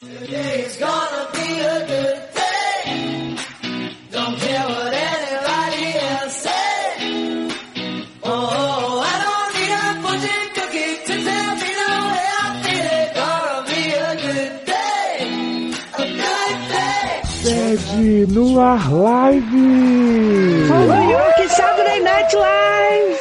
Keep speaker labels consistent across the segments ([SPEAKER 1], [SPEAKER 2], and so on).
[SPEAKER 1] Today's gonna be a good day. Don't care what anybody else says. Oh, I don't need a fortune cookie to tell me the way I feel. It's gonna be a good day, a good day.
[SPEAKER 2] Sede no ar live!
[SPEAKER 3] Olha que Saturday Night Live!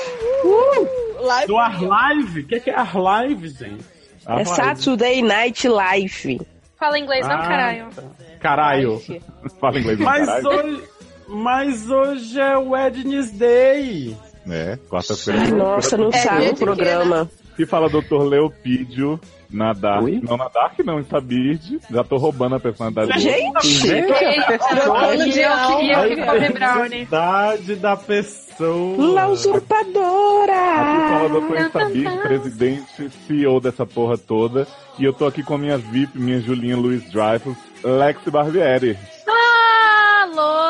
[SPEAKER 3] Uh, live
[SPEAKER 4] Do Ar Live? O que é, que é Ar Live, gente? Ar
[SPEAKER 3] é
[SPEAKER 4] Live.
[SPEAKER 3] Saturday Night Live.
[SPEAKER 5] Fala inglês, não,
[SPEAKER 4] Ah,
[SPEAKER 5] caralho.
[SPEAKER 4] tá. Caralho.
[SPEAKER 6] Fala inglês do
[SPEAKER 4] Mas
[SPEAKER 6] caralho.
[SPEAKER 4] hoje, mas hoje é Wednesday.
[SPEAKER 6] É,
[SPEAKER 3] Ai,
[SPEAKER 6] quarta-feira.
[SPEAKER 3] nossa, não
[SPEAKER 5] É,
[SPEAKER 3] sabe o
[SPEAKER 5] gente,
[SPEAKER 3] programa.
[SPEAKER 6] Se fala Dr. Leopídio na Dark.
[SPEAKER 2] Oi?
[SPEAKER 6] Não, na Dark não, em Sabid. Já tô roubando a personalidade dele.
[SPEAKER 3] Gente!
[SPEAKER 5] Eita,
[SPEAKER 3] Trocando de
[SPEAKER 5] e eu que- e eu que
[SPEAKER 4] A
[SPEAKER 5] comi brownie.
[SPEAKER 4] identidade da pessoa.
[SPEAKER 3] La
[SPEAKER 6] Aqui fala
[SPEAKER 3] usurpadora!
[SPEAKER 6] Dr. Sabid, presidente, CEO dessa porra toda. E eu tô aqui com a minha VIP, minha Julinha Luiz Dreyfus, Lex Barbieri.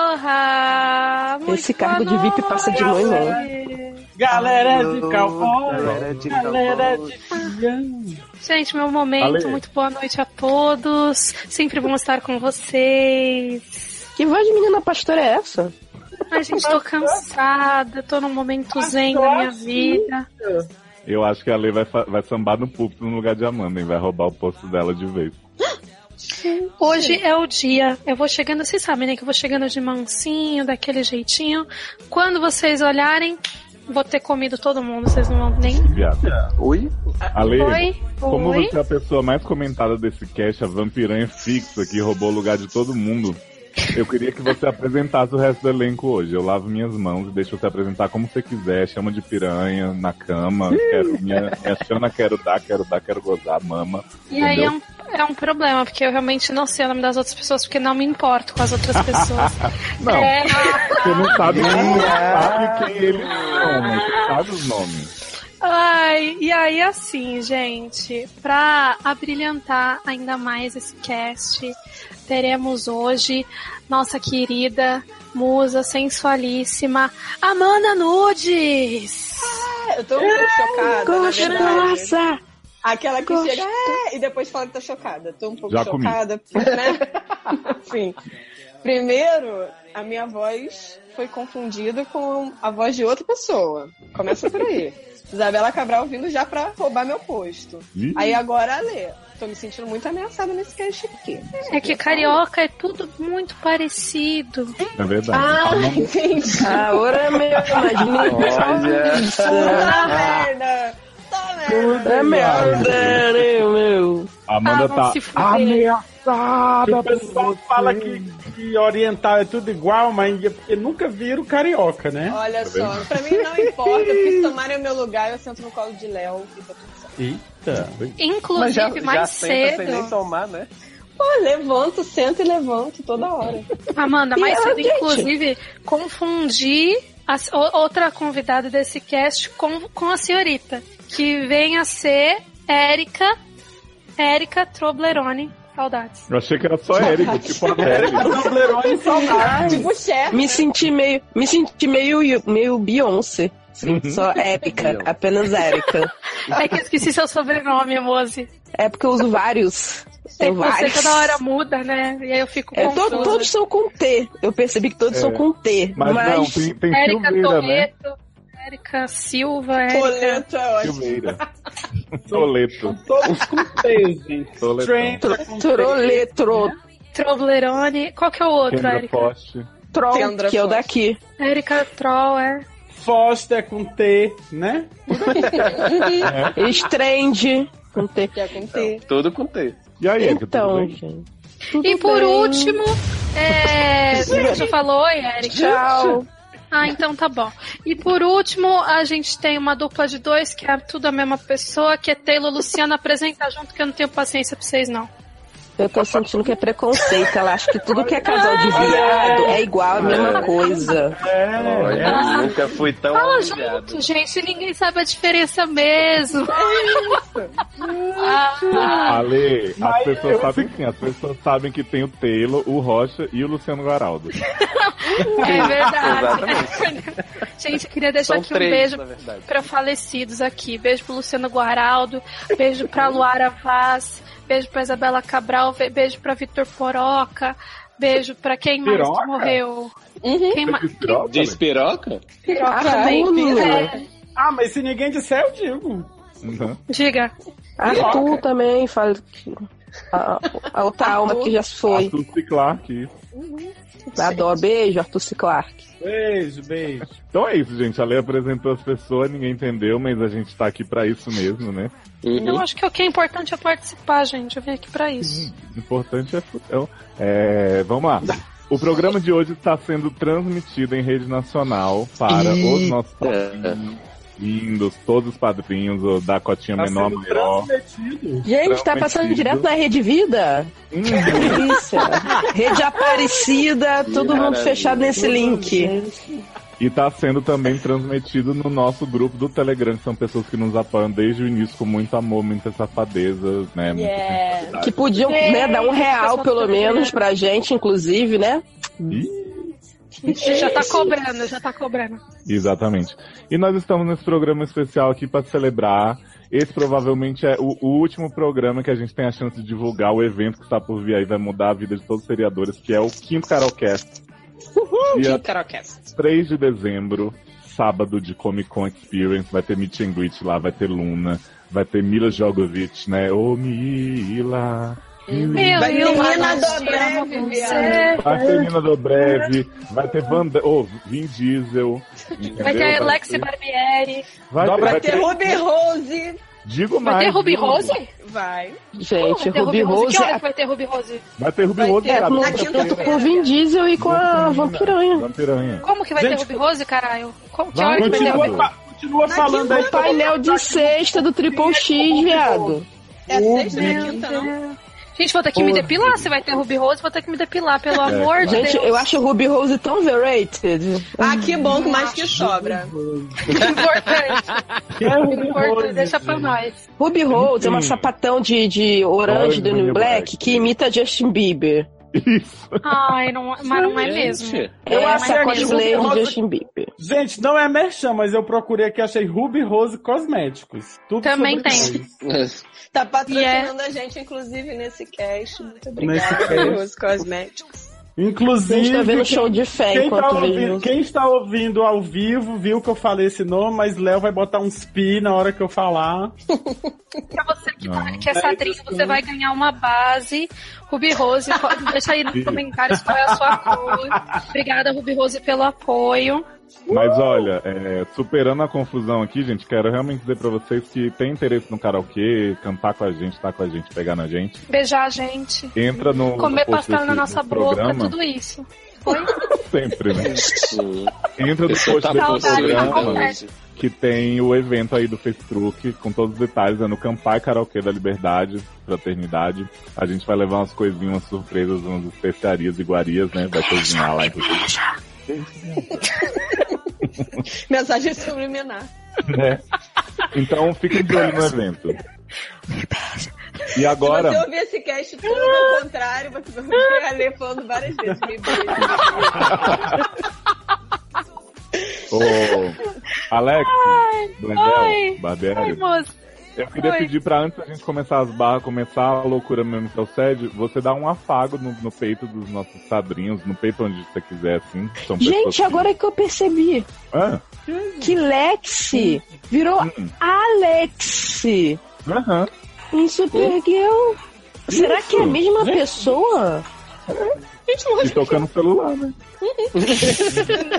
[SPEAKER 5] Aloha! Muito
[SPEAKER 3] Esse cargo
[SPEAKER 5] boa
[SPEAKER 3] de VIP passa de mão em
[SPEAKER 5] noite.
[SPEAKER 4] Galera de cowboy.
[SPEAKER 2] de
[SPEAKER 4] Galera de
[SPEAKER 5] Gente, meu momento,
[SPEAKER 6] Ale.
[SPEAKER 5] muito boa noite a todos. Sempre bom estar com vocês.
[SPEAKER 3] Que voz de menina pastora é essa?
[SPEAKER 5] Ai, gente, tô cansada, tô num momento zen da minha vida.
[SPEAKER 6] Eu acho que a Lei vai, fa- vai sambar no púlpito no lugar de Amanda, hein? Vai roubar o posto dela de vez.
[SPEAKER 5] Hoje é o dia. Eu vou chegando, vocês sabem, né? Que eu vou chegando de mansinho, daquele jeitinho. Quando vocês olharem, vou ter comido todo mundo, vocês não vão nem.
[SPEAKER 6] Viado.
[SPEAKER 2] Oi?
[SPEAKER 6] A Lei,
[SPEAKER 5] Oi?
[SPEAKER 6] Como
[SPEAKER 5] Oi?
[SPEAKER 6] você é a pessoa mais comentada desse cast, a vampiranha fixa que roubou o lugar de todo mundo, eu queria que você apresentasse o resto do elenco hoje. Eu lavo minhas mãos e deixo você apresentar como você quiser. Chama de piranha, na cama, quero, minha, minha chama quero dar, quero dar, quero gozar, mama.
[SPEAKER 5] E aí é
[SPEAKER 6] Entendeu?
[SPEAKER 5] um, é um problema, porque eu realmente não sei o nome das outras pessoas, porque não me importo com as outras pessoas.
[SPEAKER 6] Não,
[SPEAKER 5] É, ah.
[SPEAKER 6] você não sabe, quem- sabe quem eles são, mas você sabe os nomes.
[SPEAKER 5] ai, e aí, assim, gente, pra abrilhantar ainda mais esse cast, teremos hoje nossa querida musa sensualíssima Amanda Nudes!
[SPEAKER 7] Ah, Eu tô muito chocada. na verdade.
[SPEAKER 3] Gostosa!
[SPEAKER 7] Aquela que
[SPEAKER 3] Gosto.
[SPEAKER 7] chega "É", e depois fala que tá chocada. Tô um pouco
[SPEAKER 6] Já comi.
[SPEAKER 7] chocada, né? Enfim. Primeiro, a minha voz foi confundida com a voz de outra pessoa. Começa por aí. Isabela Cabral vindo já pra roubar meu posto.
[SPEAKER 6] Ih,
[SPEAKER 7] Aí agora, Alê. Tô me sentindo muito ameaçada nesse cast aqui.
[SPEAKER 5] É que carioca é tudo muito parecido.
[SPEAKER 6] é verdade.
[SPEAKER 7] Ah,
[SPEAKER 6] Fala o nome
[SPEAKER 7] entendi.
[SPEAKER 1] Ah,
[SPEAKER 3] Agora meu,
[SPEAKER 6] É.
[SPEAKER 3] imagina.
[SPEAKER 7] Tá merda. Tá merda.
[SPEAKER 3] É merda, né, meu?
[SPEAKER 6] A Amanda
[SPEAKER 5] Ah, vão
[SPEAKER 6] tá
[SPEAKER 5] se fuder.
[SPEAKER 6] ameaçada.
[SPEAKER 4] O pessoal fala que, que oriental é tudo igual, mas é porque nunca viram carioca, né?
[SPEAKER 7] Olha só, pra mim não importa, porque se tomarem o meu lugar, eu sento no colo de Léo e tô tudo certo.
[SPEAKER 4] Eita.
[SPEAKER 5] Inclusive, mais cedo.
[SPEAKER 2] tomar, né?
[SPEAKER 7] Pô, levanto, sento e levanto toda hora.
[SPEAKER 5] Amanda, mais
[SPEAKER 3] E,
[SPEAKER 5] cedo,
[SPEAKER 3] gente-
[SPEAKER 5] inclusive, confundi a s- o- outra convidada desse cast com, com a senhorita, que vem a ser Érica, Érica Troblerone. Saudades.
[SPEAKER 6] Eu achei que era só Érico, tipo a Érica.
[SPEAKER 4] Toblerone saudade.
[SPEAKER 7] tipo chefe.
[SPEAKER 3] Me senti meio, me senti meio, meio Beyoncé.
[SPEAKER 6] Uhum.
[SPEAKER 3] Sim, Só épica,
[SPEAKER 2] Beyoncé.
[SPEAKER 3] apenas épica.
[SPEAKER 5] É que eu esqueci seu sobrenome, Mose.
[SPEAKER 3] É porque eu uso vários.
[SPEAKER 5] É que
[SPEAKER 3] Tem
[SPEAKER 5] você
[SPEAKER 3] vários.
[SPEAKER 5] toda hora muda, né? E aí eu fico
[SPEAKER 3] É,
[SPEAKER 5] confusa.
[SPEAKER 3] to- todos são com T. Eu percebi que todos
[SPEAKER 6] É.
[SPEAKER 3] são com T.
[SPEAKER 6] Mas,
[SPEAKER 3] Mas,
[SPEAKER 6] não, tem, tem
[SPEAKER 5] Érica
[SPEAKER 6] Silveira, né?
[SPEAKER 5] Toledo, Érica Silva, Érica...
[SPEAKER 7] Coleto é ótimo.
[SPEAKER 6] Silveira. Toleto.
[SPEAKER 4] Todos com T, gente.
[SPEAKER 6] Toletão.
[SPEAKER 4] Stranger com T.
[SPEAKER 3] Troletro,
[SPEAKER 5] Troblerone. Qual que é o outro,
[SPEAKER 6] Kendra
[SPEAKER 5] Érica?
[SPEAKER 6] Poste.
[SPEAKER 3] Troll,
[SPEAKER 7] Kendra
[SPEAKER 3] que é o
[SPEAKER 7] Fox.
[SPEAKER 3] daqui.
[SPEAKER 5] Érica Troll, é.
[SPEAKER 4] Foster com T, né?
[SPEAKER 3] Strange, com T.
[SPEAKER 7] Que acontece.
[SPEAKER 2] Tudo com T.
[SPEAKER 6] E aí, Erika,
[SPEAKER 3] Então,
[SPEAKER 6] tudo bem?
[SPEAKER 3] gente.
[SPEAKER 5] E
[SPEAKER 3] Tudo
[SPEAKER 5] por
[SPEAKER 3] bem.
[SPEAKER 5] último, é... você já falou, Oi, Érica?
[SPEAKER 3] Tchau.
[SPEAKER 5] Ah, então tá bom. E por último, a gente tem uma dupla de dois, que é tudo a mesma pessoa, que é Taylor Luciana apresenta junto, que eu não tenho paciência pra vocês, não.
[SPEAKER 3] Eu tô sentindo que é preconceito. Ela acha que tudo que é casal
[SPEAKER 4] Ah!
[SPEAKER 3] de viado é igual, a mesma coisa.
[SPEAKER 1] É,
[SPEAKER 2] Olha,
[SPEAKER 5] Ah.
[SPEAKER 2] nunca fui
[SPEAKER 1] então,
[SPEAKER 2] tão
[SPEAKER 5] Fala
[SPEAKER 6] assim.
[SPEAKER 2] humilhado.
[SPEAKER 5] junto, gente, ninguém sabe a diferença mesmo. Ah,
[SPEAKER 6] Ale, as
[SPEAKER 4] Mas
[SPEAKER 6] pessoas
[SPEAKER 4] eu
[SPEAKER 6] sabem sim, as pessoas sabem que tem o Taylor, o Rocha e o Luciano Garaldo.
[SPEAKER 5] é verdade.
[SPEAKER 2] Exatamente.
[SPEAKER 5] Gente, eu queria deixar
[SPEAKER 2] São
[SPEAKER 5] aqui um
[SPEAKER 2] três,
[SPEAKER 5] beijo
[SPEAKER 2] na verdade.
[SPEAKER 5] para falecidos aqui. Beijo pro Luciano Guaraldo, beijo pra Luara Vaz, beijo pra Isabela Cabral, ve- beijo pra Vitor Poroca, beijo pra quem mais
[SPEAKER 4] Piroca?
[SPEAKER 5] que morreu.
[SPEAKER 7] Uhum.
[SPEAKER 5] Quem mais?
[SPEAKER 6] Esse troço,
[SPEAKER 8] Diz piroca?
[SPEAKER 7] Piroca
[SPEAKER 3] Ah,
[SPEAKER 5] também.
[SPEAKER 3] Arthur,
[SPEAKER 5] É,
[SPEAKER 4] Ah, mas se ninguém disser, eu digo.
[SPEAKER 6] né?
[SPEAKER 4] Uhum.
[SPEAKER 5] diga.
[SPEAKER 3] Arthur também fala que a, a outra alma que já se foi. Uhum.
[SPEAKER 6] Arthur C. Clarke.
[SPEAKER 3] Adoro. Beijo, Arthur C. Clarke.
[SPEAKER 4] Beijo, beijo.
[SPEAKER 6] Então é isso, gente. A lei apresentou as pessoas, ninguém entendeu, mas a gente tá aqui pra isso mesmo, né?
[SPEAKER 5] Eu acho que o que é importante é participar, gente. Eu vim aqui pra isso.
[SPEAKER 6] O importante é futão. É, vamos lá. O programa de hoje está sendo transmitido em rede nacional para os nossos padrinhos, lindos, todos os padrinhos, o da cotinha
[SPEAKER 4] Tá
[SPEAKER 6] menor,
[SPEAKER 4] sendo
[SPEAKER 6] maior.
[SPEAKER 4] transmitido.
[SPEAKER 3] Gente, tá passando direto na Rede Vida? Que
[SPEAKER 6] um Hum,
[SPEAKER 3] delícia. Rede Aparecida, todo mundo
[SPEAKER 8] Maravilha.
[SPEAKER 3] fechado nesse link.
[SPEAKER 6] e está sendo também transmitido no nosso grupo do Telegram, que são pessoas que nos apoiam desde o início com muito amor, muita safadeza, né?
[SPEAKER 4] é
[SPEAKER 6] Muita
[SPEAKER 7] Yeah.
[SPEAKER 3] Que podiam né, dar um real, pelo menos, pra gente, inclusive, né?
[SPEAKER 5] Já tá cobrando, já tá cobrando.
[SPEAKER 6] Exatamente. E nós estamos nesse programa especial aqui para celebrar. Esse provavelmente é o, o último programa que a gente tem a chance de divulgar o evento que está por vir aí, vai mudar a vida de todos os seriadores, que é o Quinto Carolcast. Dia
[SPEAKER 7] Carocast.
[SPEAKER 6] 3 de dezembro, sábado de Comic Con Experience, vai ter Meet and Greet lá, vai ter Luna, vai ter Mila Jogovic, né? Ô Mila!
[SPEAKER 5] Meu
[SPEAKER 7] Vai,
[SPEAKER 5] Deus,
[SPEAKER 7] menina
[SPEAKER 5] Matheus,
[SPEAKER 7] do
[SPEAKER 5] te amo
[SPEAKER 7] breve,
[SPEAKER 5] você.
[SPEAKER 6] Vai ter Nina do Breve, vai ter Van D- oh, Vin Diesel. entendeu?
[SPEAKER 5] Vai ter Alexi Barbieri.
[SPEAKER 6] Vai ter, vai
[SPEAKER 7] Vai ter
[SPEAKER 6] ter-
[SPEAKER 7] Ruby Rose.
[SPEAKER 6] Digo mais.
[SPEAKER 5] Vai ter Ruby
[SPEAKER 6] digo-
[SPEAKER 5] Rose?
[SPEAKER 7] Vai.
[SPEAKER 3] Gente,
[SPEAKER 5] Vai ter
[SPEAKER 3] Ruby Rose.
[SPEAKER 5] Que hora que vai ter Ruby Rose?
[SPEAKER 6] Vai ter Ruby né?
[SPEAKER 7] Vai
[SPEAKER 6] Rose,
[SPEAKER 7] ter
[SPEAKER 3] É,
[SPEAKER 6] cara.
[SPEAKER 3] com,
[SPEAKER 7] Na quinta-feira.
[SPEAKER 3] com o Vin Diesel e com a Vampiranha.
[SPEAKER 6] Vampiranha.
[SPEAKER 5] Como que vai
[SPEAKER 4] Gente,
[SPEAKER 5] ter Ruby Rose, caralho? Como, que
[SPEAKER 6] vai,
[SPEAKER 5] hora que vai ter
[SPEAKER 6] continua.
[SPEAKER 5] Ruby
[SPEAKER 4] Continua, fa- continua falando aí. tá
[SPEAKER 3] O painel de sexta do Triple X, viado.
[SPEAKER 7] É sexta,
[SPEAKER 3] Né,
[SPEAKER 7] não é quinta, não?
[SPEAKER 5] Gente, vou ter que me depilar. Se vai ter Ruby Rose, vou ter que me depilar, pelo
[SPEAKER 6] É.
[SPEAKER 5] amor de
[SPEAKER 3] Gente,
[SPEAKER 5] Deus.
[SPEAKER 3] eu acho o Ruby Rose tão overrated.
[SPEAKER 7] Ah, que bom que mais que sobra.
[SPEAKER 5] Importante.
[SPEAKER 4] Quem é Ruby
[SPEAKER 5] Importante.
[SPEAKER 4] Rose?
[SPEAKER 5] Deixa pra nós.
[SPEAKER 3] Ruby Rose é uma sapatão de, de
[SPEAKER 6] Orange
[SPEAKER 3] orange do
[SPEAKER 6] do
[SPEAKER 3] New
[SPEAKER 6] New
[SPEAKER 3] Black
[SPEAKER 6] Black.
[SPEAKER 3] que imita Justin Bieber.
[SPEAKER 6] Isso.
[SPEAKER 5] Ai, não, mas não é mesmo.
[SPEAKER 3] Eu
[SPEAKER 5] É,
[SPEAKER 3] acho
[SPEAKER 5] mas
[SPEAKER 3] a
[SPEAKER 5] é
[SPEAKER 3] cosplay
[SPEAKER 4] Ruby
[SPEAKER 3] de
[SPEAKER 4] Rose.
[SPEAKER 3] Justin Bieber.
[SPEAKER 4] Gente, não é merchan, mas eu procurei aqui, achei Ruby Rose Cosméticos. Tudo
[SPEAKER 5] Também
[SPEAKER 4] sobre
[SPEAKER 5] tem.
[SPEAKER 4] nós.
[SPEAKER 2] É.
[SPEAKER 7] Tá patrocinando a gente, inclusive, nesse cast. Muito
[SPEAKER 4] Nesse
[SPEAKER 7] obrigada,
[SPEAKER 4] cast.
[SPEAKER 7] Rose Cosméticos.
[SPEAKER 3] A gente tá
[SPEAKER 4] Inclusive,
[SPEAKER 3] vendo show de fé
[SPEAKER 4] quem, tá
[SPEAKER 3] enquanto
[SPEAKER 4] ouvindo,
[SPEAKER 3] vejo.
[SPEAKER 4] quem está ouvindo ao vivo viu que eu falei esse nome, mas Léo vai botar uns pi na hora que eu falar.
[SPEAKER 5] Pra você que, tá, que é sadrinho, você vai ganhar uma base. Ruby Rose, pode- deixa aí nos comentários qual é a sua cor. Obrigada, Ruby Rose, pelo apoio.
[SPEAKER 6] Mas olha, é, superando a confusão aqui, gente, quero realmente dizer pra vocês que tem interesse no karaokê, cantar com a gente, estar com a gente, pegar na gente.
[SPEAKER 5] Beijar a gente.
[SPEAKER 6] Entra no.
[SPEAKER 5] Comer
[SPEAKER 6] no post
[SPEAKER 5] pastel na
[SPEAKER 6] desse
[SPEAKER 5] nossa boca,
[SPEAKER 6] programa,
[SPEAKER 5] tudo isso.
[SPEAKER 6] Sempre, né?
[SPEAKER 8] Gente,
[SPEAKER 6] Entra no
[SPEAKER 8] Você
[SPEAKER 6] post
[SPEAKER 8] tá
[SPEAKER 6] desse
[SPEAKER 5] postando
[SPEAKER 6] programa.
[SPEAKER 5] conversa.
[SPEAKER 8] postando
[SPEAKER 6] que tem o evento aí do Facebook com todos os detalhes, é no Campai Karaokê da Liberdade, Fraternidade. A gente vai levar umas coisinhas, umas surpresas, umas especiarias, iguarias, né? Vai cozinhar lá. inclusive,
[SPEAKER 7] Mensagem subliminar.
[SPEAKER 6] Né? Então fiquem de olho no evento. E
[SPEAKER 7] Se você
[SPEAKER 6] agora,
[SPEAKER 7] ouvir esse cast todo ao contrário, você vai ouvir a Lê falando várias vezes. Me beija.
[SPEAKER 6] o Alex,
[SPEAKER 5] ai,
[SPEAKER 6] Bledel,
[SPEAKER 5] Ai,
[SPEAKER 6] Barbieri,
[SPEAKER 5] moço.
[SPEAKER 6] eu queria
[SPEAKER 5] ai.
[SPEAKER 6] pedir pra antes da gente começar as barras, começar a loucura mesmo que é o sede, você dá um afago no, no peito dos nossos padrinhos, no peito onde você quiser, assim. São pessoas
[SPEAKER 3] Gente,
[SPEAKER 6] que-
[SPEAKER 3] agora é que eu percebi
[SPEAKER 6] Ah,
[SPEAKER 3] que Lexi virou
[SPEAKER 6] Hum.
[SPEAKER 3] Alex
[SPEAKER 6] aham.
[SPEAKER 3] em Supergirl. Será que é a mesma pessoa?
[SPEAKER 6] E tocando o celular, né?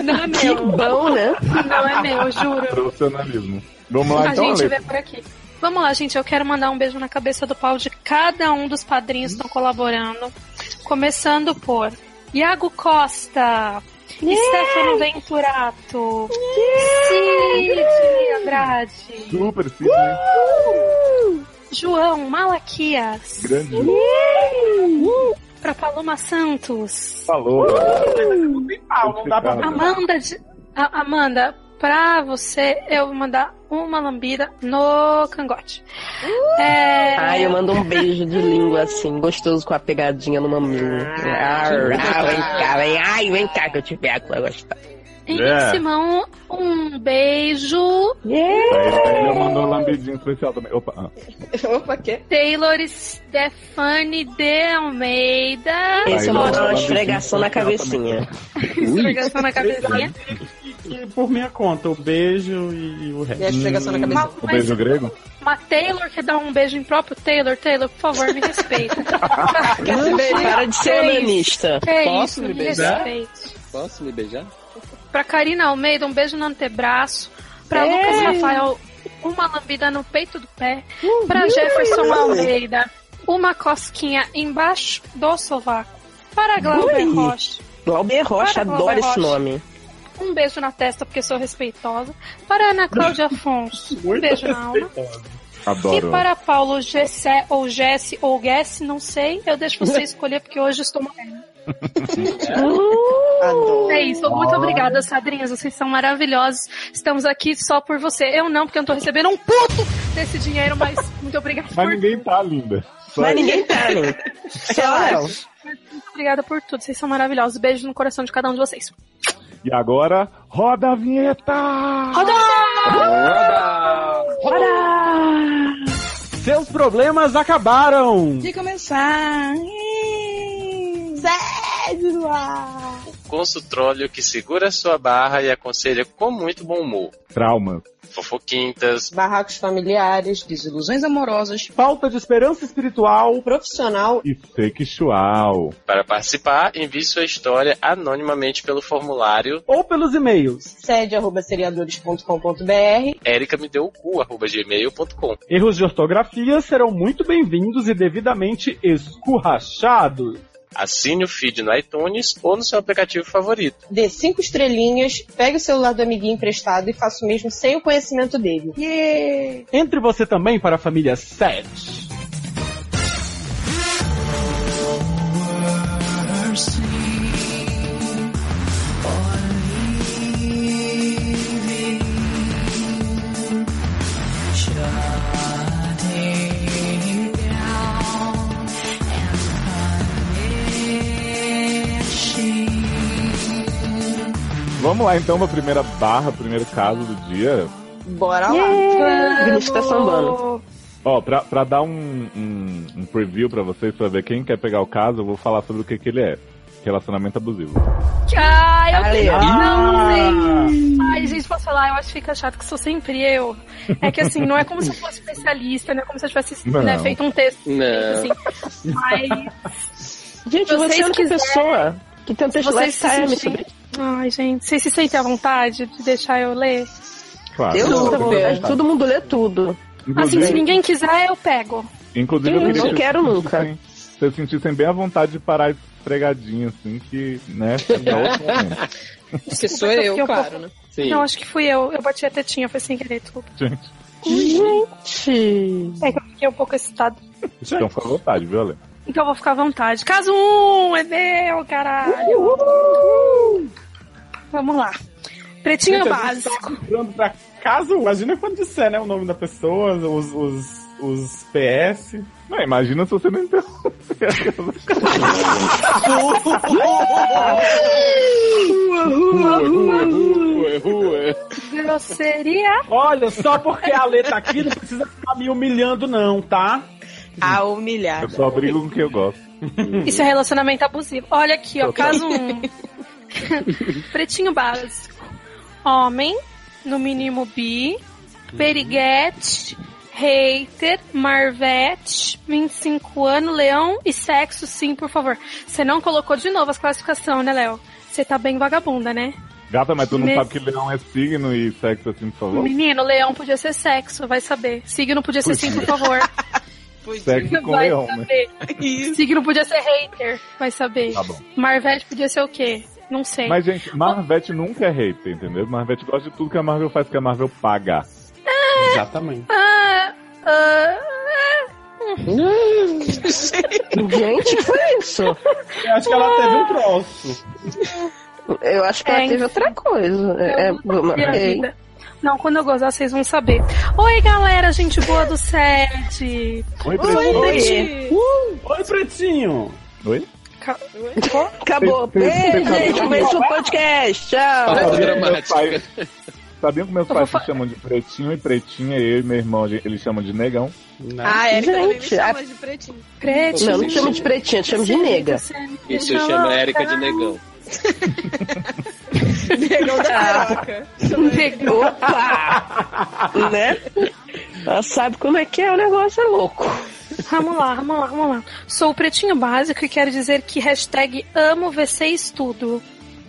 [SPEAKER 5] Não é
[SPEAKER 3] Que
[SPEAKER 5] meu.
[SPEAKER 3] bom, né?
[SPEAKER 5] Não é meu, juro.
[SPEAKER 6] Profissionalismo. Vamos lá,
[SPEAKER 5] a
[SPEAKER 6] então,
[SPEAKER 5] gente
[SPEAKER 6] Ale.
[SPEAKER 5] vê por aqui. Vamos lá, gente. Eu quero mandar um beijo na cabeça do pau de cada um dos padrinhos que estão colaborando. Começando por Iago Costa, Stefano Venturato, Cid Andrade,
[SPEAKER 6] Super Sidney.
[SPEAKER 5] João Malaquias,
[SPEAKER 6] Grande.
[SPEAKER 5] pra Paloma Santos,
[SPEAKER 6] Falou.
[SPEAKER 4] Não tem pau, não dá pra.
[SPEAKER 5] Amanda. de- A- Amanda, pra você eu vou mandar uma lambida no cangote.
[SPEAKER 7] Uh!
[SPEAKER 5] É...
[SPEAKER 3] Ai, eu mando um beijo de língua assim, gostoso com a Ah, pegadinha no mamilo. Ar, ar, vem cá, vem. Ai, vem cá que eu te pego, eu gosto.
[SPEAKER 5] Henrique
[SPEAKER 6] É.
[SPEAKER 5] Simão, um beijo.
[SPEAKER 3] Yeah.
[SPEAKER 6] Aí ele mandou um lambidinho especial também. Opa, ah.
[SPEAKER 7] Opa, quê?
[SPEAKER 5] Taylor Stefani de Almeida.
[SPEAKER 3] Esse eu
[SPEAKER 6] Aí,
[SPEAKER 3] gosto
[SPEAKER 6] ó,
[SPEAKER 3] de
[SPEAKER 6] lambidinho
[SPEAKER 3] esfregação na
[SPEAKER 6] especial
[SPEAKER 3] cabecinha.
[SPEAKER 6] também.
[SPEAKER 5] Esfregação na cabecinha.
[SPEAKER 4] E, e por minha conta, o beijo e, e o resto.
[SPEAKER 7] E a esfregação na cabeça.
[SPEAKER 6] O beijo grego?
[SPEAKER 5] Uma Taylor que dá um beijo impróprio. Taylor, Taylor, por favor, me respeita.
[SPEAKER 7] Quer se beijar?
[SPEAKER 3] Para de ser onanista.
[SPEAKER 5] Que
[SPEAKER 2] Posso
[SPEAKER 5] É isso,
[SPEAKER 2] me
[SPEAKER 5] me
[SPEAKER 2] beijar?
[SPEAKER 5] respeita.
[SPEAKER 2] Posso me beijar?
[SPEAKER 5] Pra Karina Almeida, um beijo no antebraço. Pra Lucas Rafael, uma lambida no peito do pé. Pra Jefferson Almeida, uma cosquinha embaixo do sovaco. Para Glauber
[SPEAKER 3] Ui.
[SPEAKER 5] Rocha,
[SPEAKER 3] Glauber Rocha,
[SPEAKER 5] Para,
[SPEAKER 3] adoro
[SPEAKER 5] Glauber
[SPEAKER 3] esse
[SPEAKER 5] Rocha.
[SPEAKER 3] nome.
[SPEAKER 5] um beijo na testa, porque sou respeitosa. Para Ana Cláudia Afonso, um
[SPEAKER 4] Muito
[SPEAKER 5] beijo na alma.
[SPEAKER 6] Adoro.
[SPEAKER 5] E para Paulo Gessé, ou Jesse, ou Guess, não sei. Eu deixo você escolher, porque hoje estou morrendo.
[SPEAKER 7] Adoro.
[SPEAKER 5] É isso. Muito obrigada, Sadrinhas. Vocês são maravilhosos. Estamos aqui só por você. Eu não, porque eu não tô recebendo um puto desse dinheiro, mas muito obrigada
[SPEAKER 6] Mas
[SPEAKER 5] por
[SPEAKER 6] ninguém tá, linda. Só
[SPEAKER 3] Mas
[SPEAKER 6] eu.
[SPEAKER 3] ninguém tá, né? Só eu.
[SPEAKER 5] Muito obrigada por tudo. Vocês são maravilhosos. Beijo no coração de cada um de vocês.
[SPEAKER 6] E agora, roda a vinheta!
[SPEAKER 5] Roda!
[SPEAKER 2] Roda!
[SPEAKER 4] Seus problemas acabaram!
[SPEAKER 7] De começar. Ih, Zé do ar.
[SPEAKER 8] consultório que segura sua barra e aconselha com muito bom humor.
[SPEAKER 6] Trauma.
[SPEAKER 8] Fofoquintas,
[SPEAKER 7] Barracos familiares, desilusões amorosas,
[SPEAKER 4] Falta de esperança espiritual.
[SPEAKER 7] profissional.
[SPEAKER 6] E sexual.
[SPEAKER 8] para participar, envie sua história anonimamente pelo formulário
[SPEAKER 4] Ou pelos e-mails.
[SPEAKER 7] Sede arroba seriadores.com.br.
[SPEAKER 8] erica me deu o cu, arroba gmail.com.
[SPEAKER 4] Erros de ortografia serão muito bem-vindos e devidamente escurrachados.
[SPEAKER 8] Assine o feed no iTunes ou no seu aplicativo favorito.
[SPEAKER 7] Dê cinco estrelinhas, pegue o celular do amiguinho emprestado e faça o mesmo sem o conhecimento dele.
[SPEAKER 4] Entre você também para a família 7.
[SPEAKER 6] Vamos lá então pra primeira barra, primeiro caso do dia.
[SPEAKER 7] Bora lá.
[SPEAKER 3] Vinícius tá sambando.
[SPEAKER 6] Ó, pra, pra dar um, um, um preview pra vocês, pra ver quem quer pegar o caso, eu vou falar sobre o que, que ele é. Relacionamento abusivo.
[SPEAKER 5] Ai, eu
[SPEAKER 3] Valeu.
[SPEAKER 5] não sei. Ai, gente, posso falar? Eu acho que fica chato que sou sempre eu. É que assim, não é como se eu fosse especialista, não é como se eu tivesse
[SPEAKER 6] Não.
[SPEAKER 5] né, feito um texto.
[SPEAKER 2] Não.
[SPEAKER 5] Assim. Mas
[SPEAKER 3] Gente,
[SPEAKER 5] Vocês
[SPEAKER 3] você é a única
[SPEAKER 5] quiserem-
[SPEAKER 3] pessoa que tem um texto
[SPEAKER 5] vocês se
[SPEAKER 3] lifetime sobre
[SPEAKER 5] sentem... Ai, gente, vocês se sentem à vontade de deixar eu ler?
[SPEAKER 6] Claro.
[SPEAKER 3] Eu
[SPEAKER 6] Todo
[SPEAKER 3] não,
[SPEAKER 6] mundo
[SPEAKER 3] vontade.
[SPEAKER 6] tá.
[SPEAKER 3] Todo mundo lê tudo.
[SPEAKER 5] Assim, se
[SPEAKER 6] Inclusive,
[SPEAKER 5] ninguém quiser, eu pego.
[SPEAKER 6] inclusive eu
[SPEAKER 3] Eu
[SPEAKER 6] queria
[SPEAKER 3] não
[SPEAKER 6] que
[SPEAKER 3] quero nunca.
[SPEAKER 6] vocês vocês sentissem bem à vontade de parar esfregadinho, assim, que, né,
[SPEAKER 3] É
[SPEAKER 6] dá outro momento.
[SPEAKER 7] Que sou
[SPEAKER 5] eu
[SPEAKER 7] eu,
[SPEAKER 5] fiquei um
[SPEAKER 7] claro, né?
[SPEAKER 2] Sim.
[SPEAKER 5] Não, acho que fui eu. Eu bati a tetinha, foi sem querer, desculpa.
[SPEAKER 6] Gente,
[SPEAKER 3] Gente.
[SPEAKER 5] É que eu fiquei um pouco excitada.
[SPEAKER 6] então fica à vontade, viu, Ale?
[SPEAKER 5] Então eu vou ficar à vontade. Caso um é meu, caralho. Vamos lá. Pretinho
[SPEAKER 4] Gente, a gente tá
[SPEAKER 5] básico.
[SPEAKER 4] Lembrando pra caso, imagina quando disser, né, o nome da pessoa, os, os, os PS.
[SPEAKER 6] Não, imagina se você não interromper.
[SPEAKER 4] é.
[SPEAKER 5] Grosseria.
[SPEAKER 4] Olha, só porque a Lê tá aqui, não precisa ficar me humilhando não, tá?
[SPEAKER 7] A
[SPEAKER 6] Eu
[SPEAKER 7] humilhar.
[SPEAKER 6] só brigo com o que eu gosto.
[SPEAKER 5] Isso é relacionamento abusivo. Olha aqui, ó. Caso um. Pretinho básico. Homem, no mínimo bi, periguete, hater, marvete, 25 anos, leão e sexo, sim, por favor. Você não colocou de novo as classificações, né, Léo? Você tá bem vagabunda, né?
[SPEAKER 6] Gata, mas tu não
[SPEAKER 5] Nesse-
[SPEAKER 6] sabe que leão é signo e sexo assim, por favor?
[SPEAKER 5] Menino, leão podia ser sexo, vai saber. Signo podia ser sim, por favor.
[SPEAKER 6] Sexo com
[SPEAKER 5] vai
[SPEAKER 6] leão, né?
[SPEAKER 5] saber. Signo podia ser hater, vai saber.
[SPEAKER 6] Tá bom.
[SPEAKER 5] Marvete podia ser o quê? Não sei.
[SPEAKER 6] Mas, gente, Marvete nunca é hater, entendeu? Marvete gosta de tudo que a Marvel faz, que a Marvel paga.
[SPEAKER 4] Exatamente.
[SPEAKER 5] Ah, ah,
[SPEAKER 3] Gente, que foi isso?
[SPEAKER 4] Eu acho que ela teve um troço.
[SPEAKER 3] Eu acho que ela
[SPEAKER 5] É,
[SPEAKER 3] teve outra coisa. É, é,
[SPEAKER 5] ah, minha
[SPEAKER 3] ok.
[SPEAKER 5] vida. Não, quando eu gozar, vocês vão saber. Oi, galera, gente boa do set.
[SPEAKER 6] Oi, Oi.
[SPEAKER 3] Oi.
[SPEAKER 4] Oi, Pretinho!
[SPEAKER 6] Oi?
[SPEAKER 5] Ca-
[SPEAKER 3] Acabou.
[SPEAKER 6] Tem- tem- tem-
[SPEAKER 3] Beijo, gente. Um beijo no podcast. Tchau.
[SPEAKER 6] Sabiam que meus
[SPEAKER 9] dramática.
[SPEAKER 6] pais, sabiam que meus
[SPEAKER 5] vou
[SPEAKER 6] pais
[SPEAKER 5] fa-
[SPEAKER 6] se chamam de pretinho e pretinha, eu e meu irmão, eles chamam de negão.
[SPEAKER 5] é.
[SPEAKER 7] Ah, Erika também me
[SPEAKER 3] Gente,
[SPEAKER 7] chama de pretinho.
[SPEAKER 5] Pretinho.
[SPEAKER 3] Não, não chama de pretinha, chama de nega.
[SPEAKER 9] Isso eu chamo a Érica de negão.
[SPEAKER 7] Negão da piroca.
[SPEAKER 5] Negão.
[SPEAKER 3] Opa! né? Ela sabe como é que é, o negócio é louco.
[SPEAKER 5] Vamos lá, vamos lá, vamos lá. Sou o pretinho básico e quero dizer que hashtag amo VC estudo.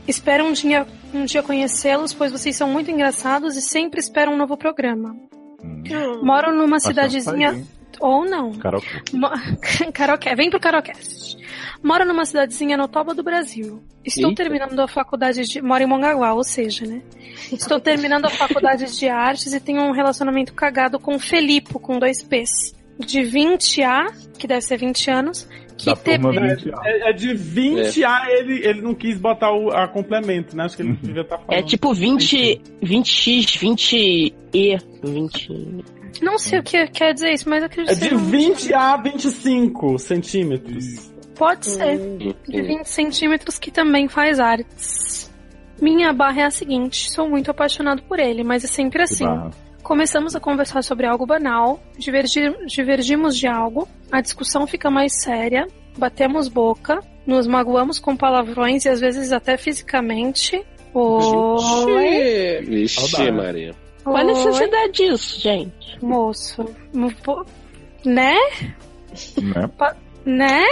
[SPEAKER 5] Espero um dia, um dia conhecê-los, pois vocês são muito engraçados e sempre espero um novo programa.
[SPEAKER 6] Hum,
[SPEAKER 5] Moro numa
[SPEAKER 6] acho que é um
[SPEAKER 5] cidadezinha.
[SPEAKER 6] pai, hein?
[SPEAKER 5] Ou não.
[SPEAKER 6] Carol,
[SPEAKER 5] Mo- Caroque- Vem pro Carocast. Moro numa cidadezinha no Toba do Brasil. Estou
[SPEAKER 9] Eita.
[SPEAKER 5] terminando a faculdade de. Moro em Mongaguá, ou seja, né? Estou terminando a faculdade de artes e tenho um relacionamento cagado com o Felipe, com dois P's. De 20A, que deve ser 20 anos, que
[SPEAKER 6] da
[SPEAKER 5] teve.
[SPEAKER 6] turma 20 anos.
[SPEAKER 4] É, é de 20 a ele, ele não quis botar o, a complemento, né? Acho que ele
[SPEAKER 6] Uhum.
[SPEAKER 4] devia estar falando.
[SPEAKER 3] É tipo 20, 20x, 20e, 20.
[SPEAKER 5] Não sei o que quer dizer isso, mas eu acredito
[SPEAKER 4] É
[SPEAKER 5] que
[SPEAKER 4] de
[SPEAKER 5] seja um-
[SPEAKER 4] 20 a 25 centímetros.
[SPEAKER 5] Pode ser. De 20 centímetros que também faz artes. Minha barra é a seguinte: sou muito apaixonado por ele, mas é sempre
[SPEAKER 6] de
[SPEAKER 5] assim.
[SPEAKER 6] barra.
[SPEAKER 5] Começamos a conversar sobre algo banal, divergir- divergimos de algo, a discussão fica mais séria, batemos boca, nos magoamos com palavrões e às vezes até fisicamente. Oi,
[SPEAKER 7] Ui.
[SPEAKER 9] Vixe,
[SPEAKER 6] Saudade.
[SPEAKER 9] Maria.
[SPEAKER 3] Qual a
[SPEAKER 5] oi,
[SPEAKER 3] necessidade disso, gente?
[SPEAKER 5] moço. Mo- po- Né?
[SPEAKER 6] Né?
[SPEAKER 5] Né?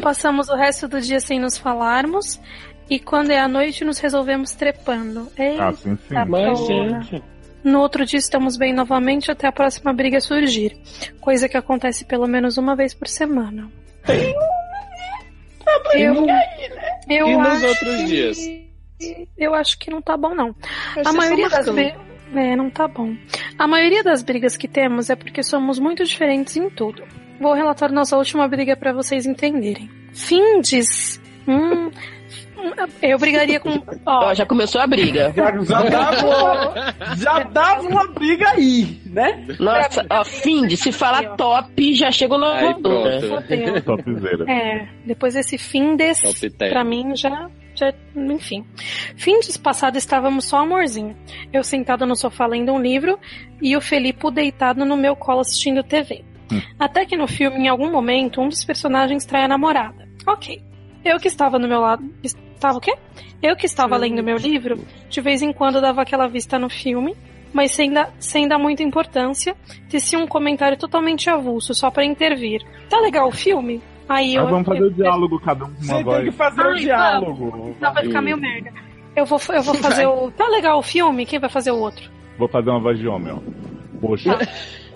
[SPEAKER 5] Passamos o resto do dia sem nos falarmos e quando é a noite nos resolvemos trepando. Ei,
[SPEAKER 6] Ah, sim, sim.
[SPEAKER 5] Tá
[SPEAKER 9] Mas,
[SPEAKER 5] Porra.
[SPEAKER 9] gente.
[SPEAKER 5] No outro dia estamos bem novamente até a próxima briga surgir, coisa que acontece pelo menos uma vez por semana.
[SPEAKER 9] né?
[SPEAKER 5] Eu, eu,
[SPEAKER 9] E nos
[SPEAKER 5] acho,
[SPEAKER 9] outros dias?
[SPEAKER 5] eu acho que não tá bom, não.
[SPEAKER 7] Acho
[SPEAKER 5] A
[SPEAKER 7] que é
[SPEAKER 5] maioria
[SPEAKER 7] só
[SPEAKER 5] das
[SPEAKER 7] marcando.
[SPEAKER 5] brigas. É, não tá bom. A maioria das brigas que temos é porque somos muito diferentes em tudo. Vou relatar nossa última briga pra vocês entenderem. Findes. Hum, eu brigaria com.
[SPEAKER 3] Ó,
[SPEAKER 5] Ó,
[SPEAKER 3] já começou a briga.
[SPEAKER 4] Já, já dava, uma- já dava uma briga aí, né?
[SPEAKER 3] Nossa, ó, Find, se falar top, já chegou no
[SPEAKER 9] Aí
[SPEAKER 3] voadora.
[SPEAKER 9] pronto.
[SPEAKER 5] fodeu.
[SPEAKER 6] Topzera.
[SPEAKER 5] É, depois desse Findes.
[SPEAKER 9] Palpiteiro.
[SPEAKER 5] Pra mim já, já. Enfim. Fim de passado estávamos só amorzinho. Eu sentada no sofá lendo um livro e o Felipe deitado no meu colo assistindo TV.
[SPEAKER 6] Hum.
[SPEAKER 5] Até que no filme, em algum momento, um dos personagens trai a namorada. Ok. Eu que estava no meu lado. Estava o quê? Eu que estava lendo meu livro, de vez em quando dava aquela vista no filme, mas sem dar, sem dar muita importância, tecia um comentário totalmente avulso, só pra intervir. Tá legal o filme? Aí eu.
[SPEAKER 6] Mas vamos fazer
[SPEAKER 5] eu-
[SPEAKER 6] o diálogo, cada um com uma
[SPEAKER 4] Você tem que
[SPEAKER 6] voz.
[SPEAKER 4] fazer o
[SPEAKER 5] Ai,
[SPEAKER 4] diálogo.
[SPEAKER 5] não, vai ficar meio merda. Eu vou, eu vou fazer o. Tá legal o filme? Quem vai fazer o outro?
[SPEAKER 6] Vou fazer uma voz de homem, ó. Poxa,
[SPEAKER 3] Tá.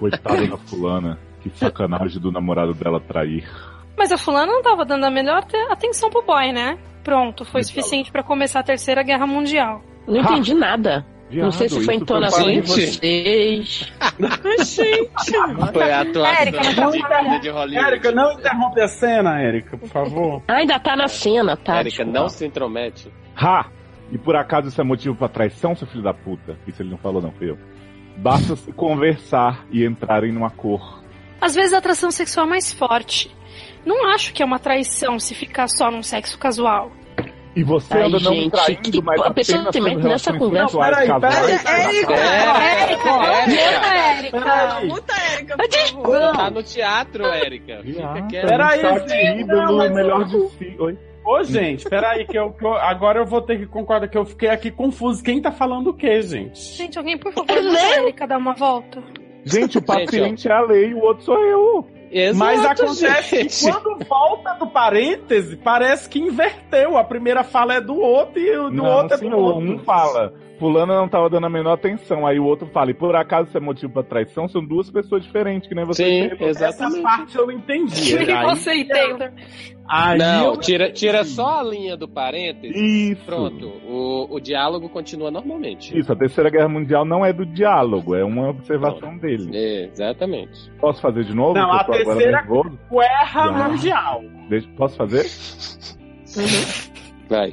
[SPEAKER 6] coitada da fulana. Que sacanagem do namorado dela trair.
[SPEAKER 5] Mas a fulana não tava dando a melhor te- atenção pro boy, né? Pronto, foi
[SPEAKER 6] Legal.
[SPEAKER 5] suficiente pra começar a Terceira Guerra Mundial.
[SPEAKER 3] Não entendi nada.
[SPEAKER 6] Viado,
[SPEAKER 3] Não sei se foi a
[SPEAKER 6] isso
[SPEAKER 3] entonação de
[SPEAKER 9] parente.
[SPEAKER 3] vocês.
[SPEAKER 9] Foi a atuação
[SPEAKER 5] Érica, não
[SPEAKER 9] de,
[SPEAKER 5] atrapalha.
[SPEAKER 9] de Hollywood.
[SPEAKER 4] Érica, não interrompe a cena, Érica, por favor.
[SPEAKER 3] Ah, ainda tá na cena, tá?
[SPEAKER 9] Érica, não se intromete.
[SPEAKER 6] Ha! E por acaso isso é motivo pra traição, seu filho da puta? Isso ele não falou, não, foi eu. Basta se conversar e entrarem numa cor.
[SPEAKER 5] Às vezes a atração sexual é mais forte. Não acho que é uma traição se ficar só num sexo casual.
[SPEAKER 6] E você
[SPEAKER 3] Ai,
[SPEAKER 6] ainda não
[SPEAKER 3] gente,
[SPEAKER 6] traindo,
[SPEAKER 3] que-
[SPEAKER 6] mas
[SPEAKER 3] a pessoa
[SPEAKER 6] apenas
[SPEAKER 3] se mete
[SPEAKER 6] tendo
[SPEAKER 3] nessa
[SPEAKER 6] relações
[SPEAKER 3] conversa.
[SPEAKER 6] sexuais
[SPEAKER 4] Não, peraí,
[SPEAKER 6] casuais.
[SPEAKER 5] Érica,
[SPEAKER 9] Érica,
[SPEAKER 4] Peraí.
[SPEAKER 7] Muta a Erika, por favor.
[SPEAKER 9] tá no teatro, Érica. Fica
[SPEAKER 6] Viado,
[SPEAKER 9] quieta.
[SPEAKER 4] Peraí,
[SPEAKER 6] tá
[SPEAKER 4] gente,
[SPEAKER 6] de ídolo,
[SPEAKER 4] não, mas-
[SPEAKER 6] melhor de si. Oi?
[SPEAKER 4] Ô, gente, peraí, que eu, que eu- agora eu vou ter que concordar que eu fiquei aqui confuso. Quem tá falando o quê, gente?
[SPEAKER 5] Gente, alguém, por
[SPEAKER 4] É
[SPEAKER 5] favor, deixa a Érica dar uma volta.
[SPEAKER 6] Gente, o
[SPEAKER 9] Gente, ó.
[SPEAKER 6] paciente é a lei, o outro sou eu.
[SPEAKER 9] Exato,
[SPEAKER 4] Mas acontece que
[SPEAKER 9] gente.
[SPEAKER 4] quando volta do parêntese, parece que inverteu. A primeira fala é do outro e o do
[SPEAKER 6] Não,
[SPEAKER 4] outro é do
[SPEAKER 6] senhor,
[SPEAKER 4] outro.
[SPEAKER 6] um fala. Fulano não tava dando a menor atenção. Aí o outro fala, e por acaso isso é motivo pra traição? São duas pessoas diferentes, que nem você.
[SPEAKER 9] Sim,
[SPEAKER 4] Essa
[SPEAKER 9] exatamente.
[SPEAKER 4] parte eu entendi.
[SPEAKER 5] E
[SPEAKER 4] Aí,
[SPEAKER 5] você, Taylor?
[SPEAKER 4] aí
[SPEAKER 9] Não,
[SPEAKER 4] eu-
[SPEAKER 9] tira, tira só a linha do parênteses.
[SPEAKER 6] Isso.
[SPEAKER 9] Pronto, o, o diálogo continua normalmente.
[SPEAKER 6] Isso, a Terceira Guerra Mundial não é do diálogo, é uma observação dele.
[SPEAKER 9] É, exatamente.
[SPEAKER 6] Posso fazer de novo?
[SPEAKER 4] Não,
[SPEAKER 6] Que eu
[SPEAKER 4] a
[SPEAKER 6] tô agora
[SPEAKER 4] terceira-
[SPEAKER 6] nervoso?
[SPEAKER 4] guerra
[SPEAKER 6] Ah.
[SPEAKER 4] mundial.
[SPEAKER 6] Deixa- Posso fazer?
[SPEAKER 9] Vai.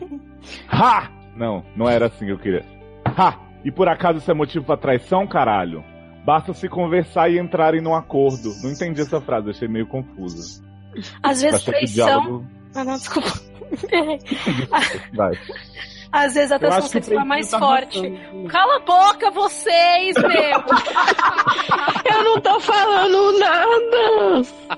[SPEAKER 6] Ha! Não, não era assim que eu queria. Ha! E por acaso isso é motivo pra traição, caralho? Basta se conversar e entrarem num acordo. Não entendi essa frase, achei meio confusa.
[SPEAKER 5] Às vezes
[SPEAKER 6] Achei que o
[SPEAKER 5] traição.
[SPEAKER 6] diálogo
[SPEAKER 5] Ah, não, desculpa.
[SPEAKER 6] Vai.
[SPEAKER 5] Às vezes a
[SPEAKER 4] Eu
[SPEAKER 5] atração
[SPEAKER 4] acho que o
[SPEAKER 5] sexual é
[SPEAKER 4] peito
[SPEAKER 5] mais
[SPEAKER 4] tá
[SPEAKER 5] forte.
[SPEAKER 4] matando.
[SPEAKER 5] Cala a boca, vocês, meu!
[SPEAKER 3] Eu não tô falando nada.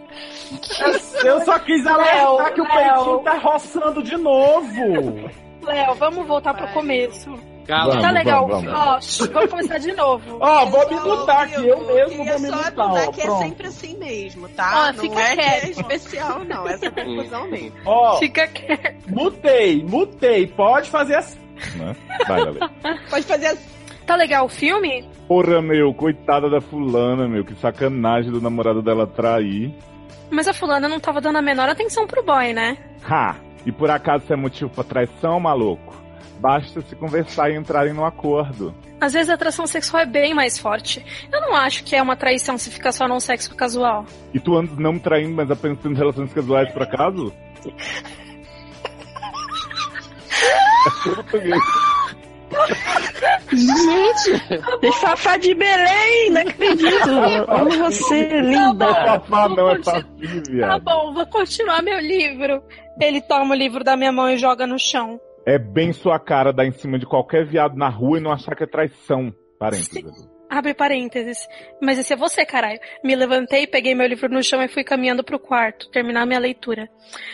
[SPEAKER 4] Eu
[SPEAKER 5] é
[SPEAKER 4] só quis alertar que o peitinho tá roçando de novo.
[SPEAKER 5] Léo, vamos voltar pro começo.
[SPEAKER 9] Cala.
[SPEAKER 5] tá
[SPEAKER 6] Vamos,
[SPEAKER 5] legal.
[SPEAKER 6] vamos, vamos.
[SPEAKER 5] Ó, shh, vamos começar de novo.
[SPEAKER 4] Ó, vou me
[SPEAKER 7] Só
[SPEAKER 4] mutar
[SPEAKER 7] ouvindo.
[SPEAKER 4] aqui, eu mesmo
[SPEAKER 7] Queria
[SPEAKER 4] vou me
[SPEAKER 7] só
[SPEAKER 4] mutar.
[SPEAKER 7] avisar
[SPEAKER 4] Ó,
[SPEAKER 7] que é
[SPEAKER 4] pronto.
[SPEAKER 7] sempre assim mesmo, tá?
[SPEAKER 5] Ó,
[SPEAKER 7] não
[SPEAKER 5] fica
[SPEAKER 7] é que é
[SPEAKER 5] quieto.
[SPEAKER 7] especial, não. Essa é a conclusão mesmo.
[SPEAKER 4] Ó,
[SPEAKER 5] Fica quieto.
[SPEAKER 4] mutei, mutei. Pode fazer assim.
[SPEAKER 6] Né? Vai, Ale.
[SPEAKER 7] Pode fazer assim.
[SPEAKER 5] Tá legal o filme?
[SPEAKER 6] Porra, meu, coitada da fulana, meu, que sacanagem do namorado dela trair.
[SPEAKER 5] Mas a fulana não tava dando a menor atenção pro boy, né?
[SPEAKER 6] Ha! E por acaso isso é motivo pra traição, maluco? Basta se conversar e entrarem num acordo.
[SPEAKER 5] Às vezes a atração sexual é bem mais forte. Eu não acho que é uma traição se ficar só num sexo casual.
[SPEAKER 6] E tu andas não me traindo, mas apenas tendo relações casuais por acaso?
[SPEAKER 3] E Fafá de Belém, não acredito. Amo você, né? linda.
[SPEAKER 5] Ah,
[SPEAKER 6] Papá não é
[SPEAKER 5] Não,
[SPEAKER 6] papi,
[SPEAKER 5] Tá
[SPEAKER 6] viado.
[SPEAKER 5] bom, vou continuar meu livro. Ele toma o livro da minha mão e joga no chão.
[SPEAKER 6] É bem sua cara dar em cima de qualquer viado na rua e não achar que é traição. Parênteses. Edu.
[SPEAKER 5] Abre parênteses. Mas esse é você, caralho. Me levantei, peguei meu livro no chão e fui caminhando pro quarto, terminar minha leitura.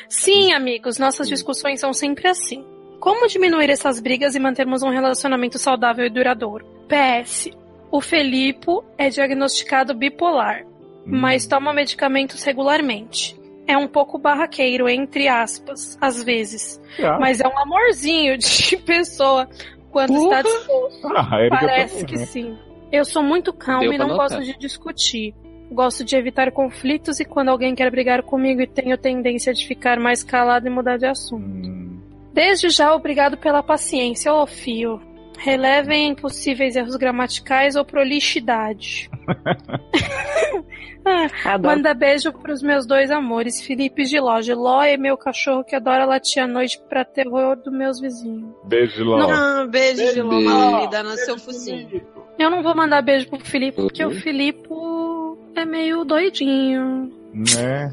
[SPEAKER 5] Sim, amigos, nossas discussões são sempre assim. Como diminuir essas brigas e mantermos um relacionamento saudável e duradouro? PS. O Felipe é diagnosticado bipolar, mas toma medicamentos regularmente. É um pouco barraqueiro, entre aspas, às vezes.
[SPEAKER 6] Ah,
[SPEAKER 5] Mas é um amorzinho de pessoa quando está disposto.
[SPEAKER 6] ah, a Erika
[SPEAKER 5] Parece
[SPEAKER 6] tá-
[SPEAKER 5] que sim. Eu sou muito calma
[SPEAKER 9] Deu
[SPEAKER 5] e
[SPEAKER 9] pra
[SPEAKER 5] não
[SPEAKER 9] notar.
[SPEAKER 5] gosto de discutir. Gosto de evitar conflitos e quando alguém quer brigar comigo e tenho tendência de ficar mais calado e mudar de assunto.
[SPEAKER 6] Hum,
[SPEAKER 5] Desde já, obrigado pela paciência, ô fio. Relevem possíveis erros gramaticais ou prolixidade.
[SPEAKER 3] Adoro.
[SPEAKER 5] Manda beijo pros meus dois amores, Felipe de Loja. Ló é meu cachorro que adora latir à noite pra terror dos meus vizinhos.
[SPEAKER 6] Beijo, Ló.
[SPEAKER 7] Ah, beijo, de
[SPEAKER 9] Beijo.
[SPEAKER 7] Loma, dá no seu focinho.
[SPEAKER 5] Eu não vou mandar beijo pro Felipe, porque
[SPEAKER 9] Uhum.
[SPEAKER 5] o Felipe é meio doidinho.
[SPEAKER 6] Né?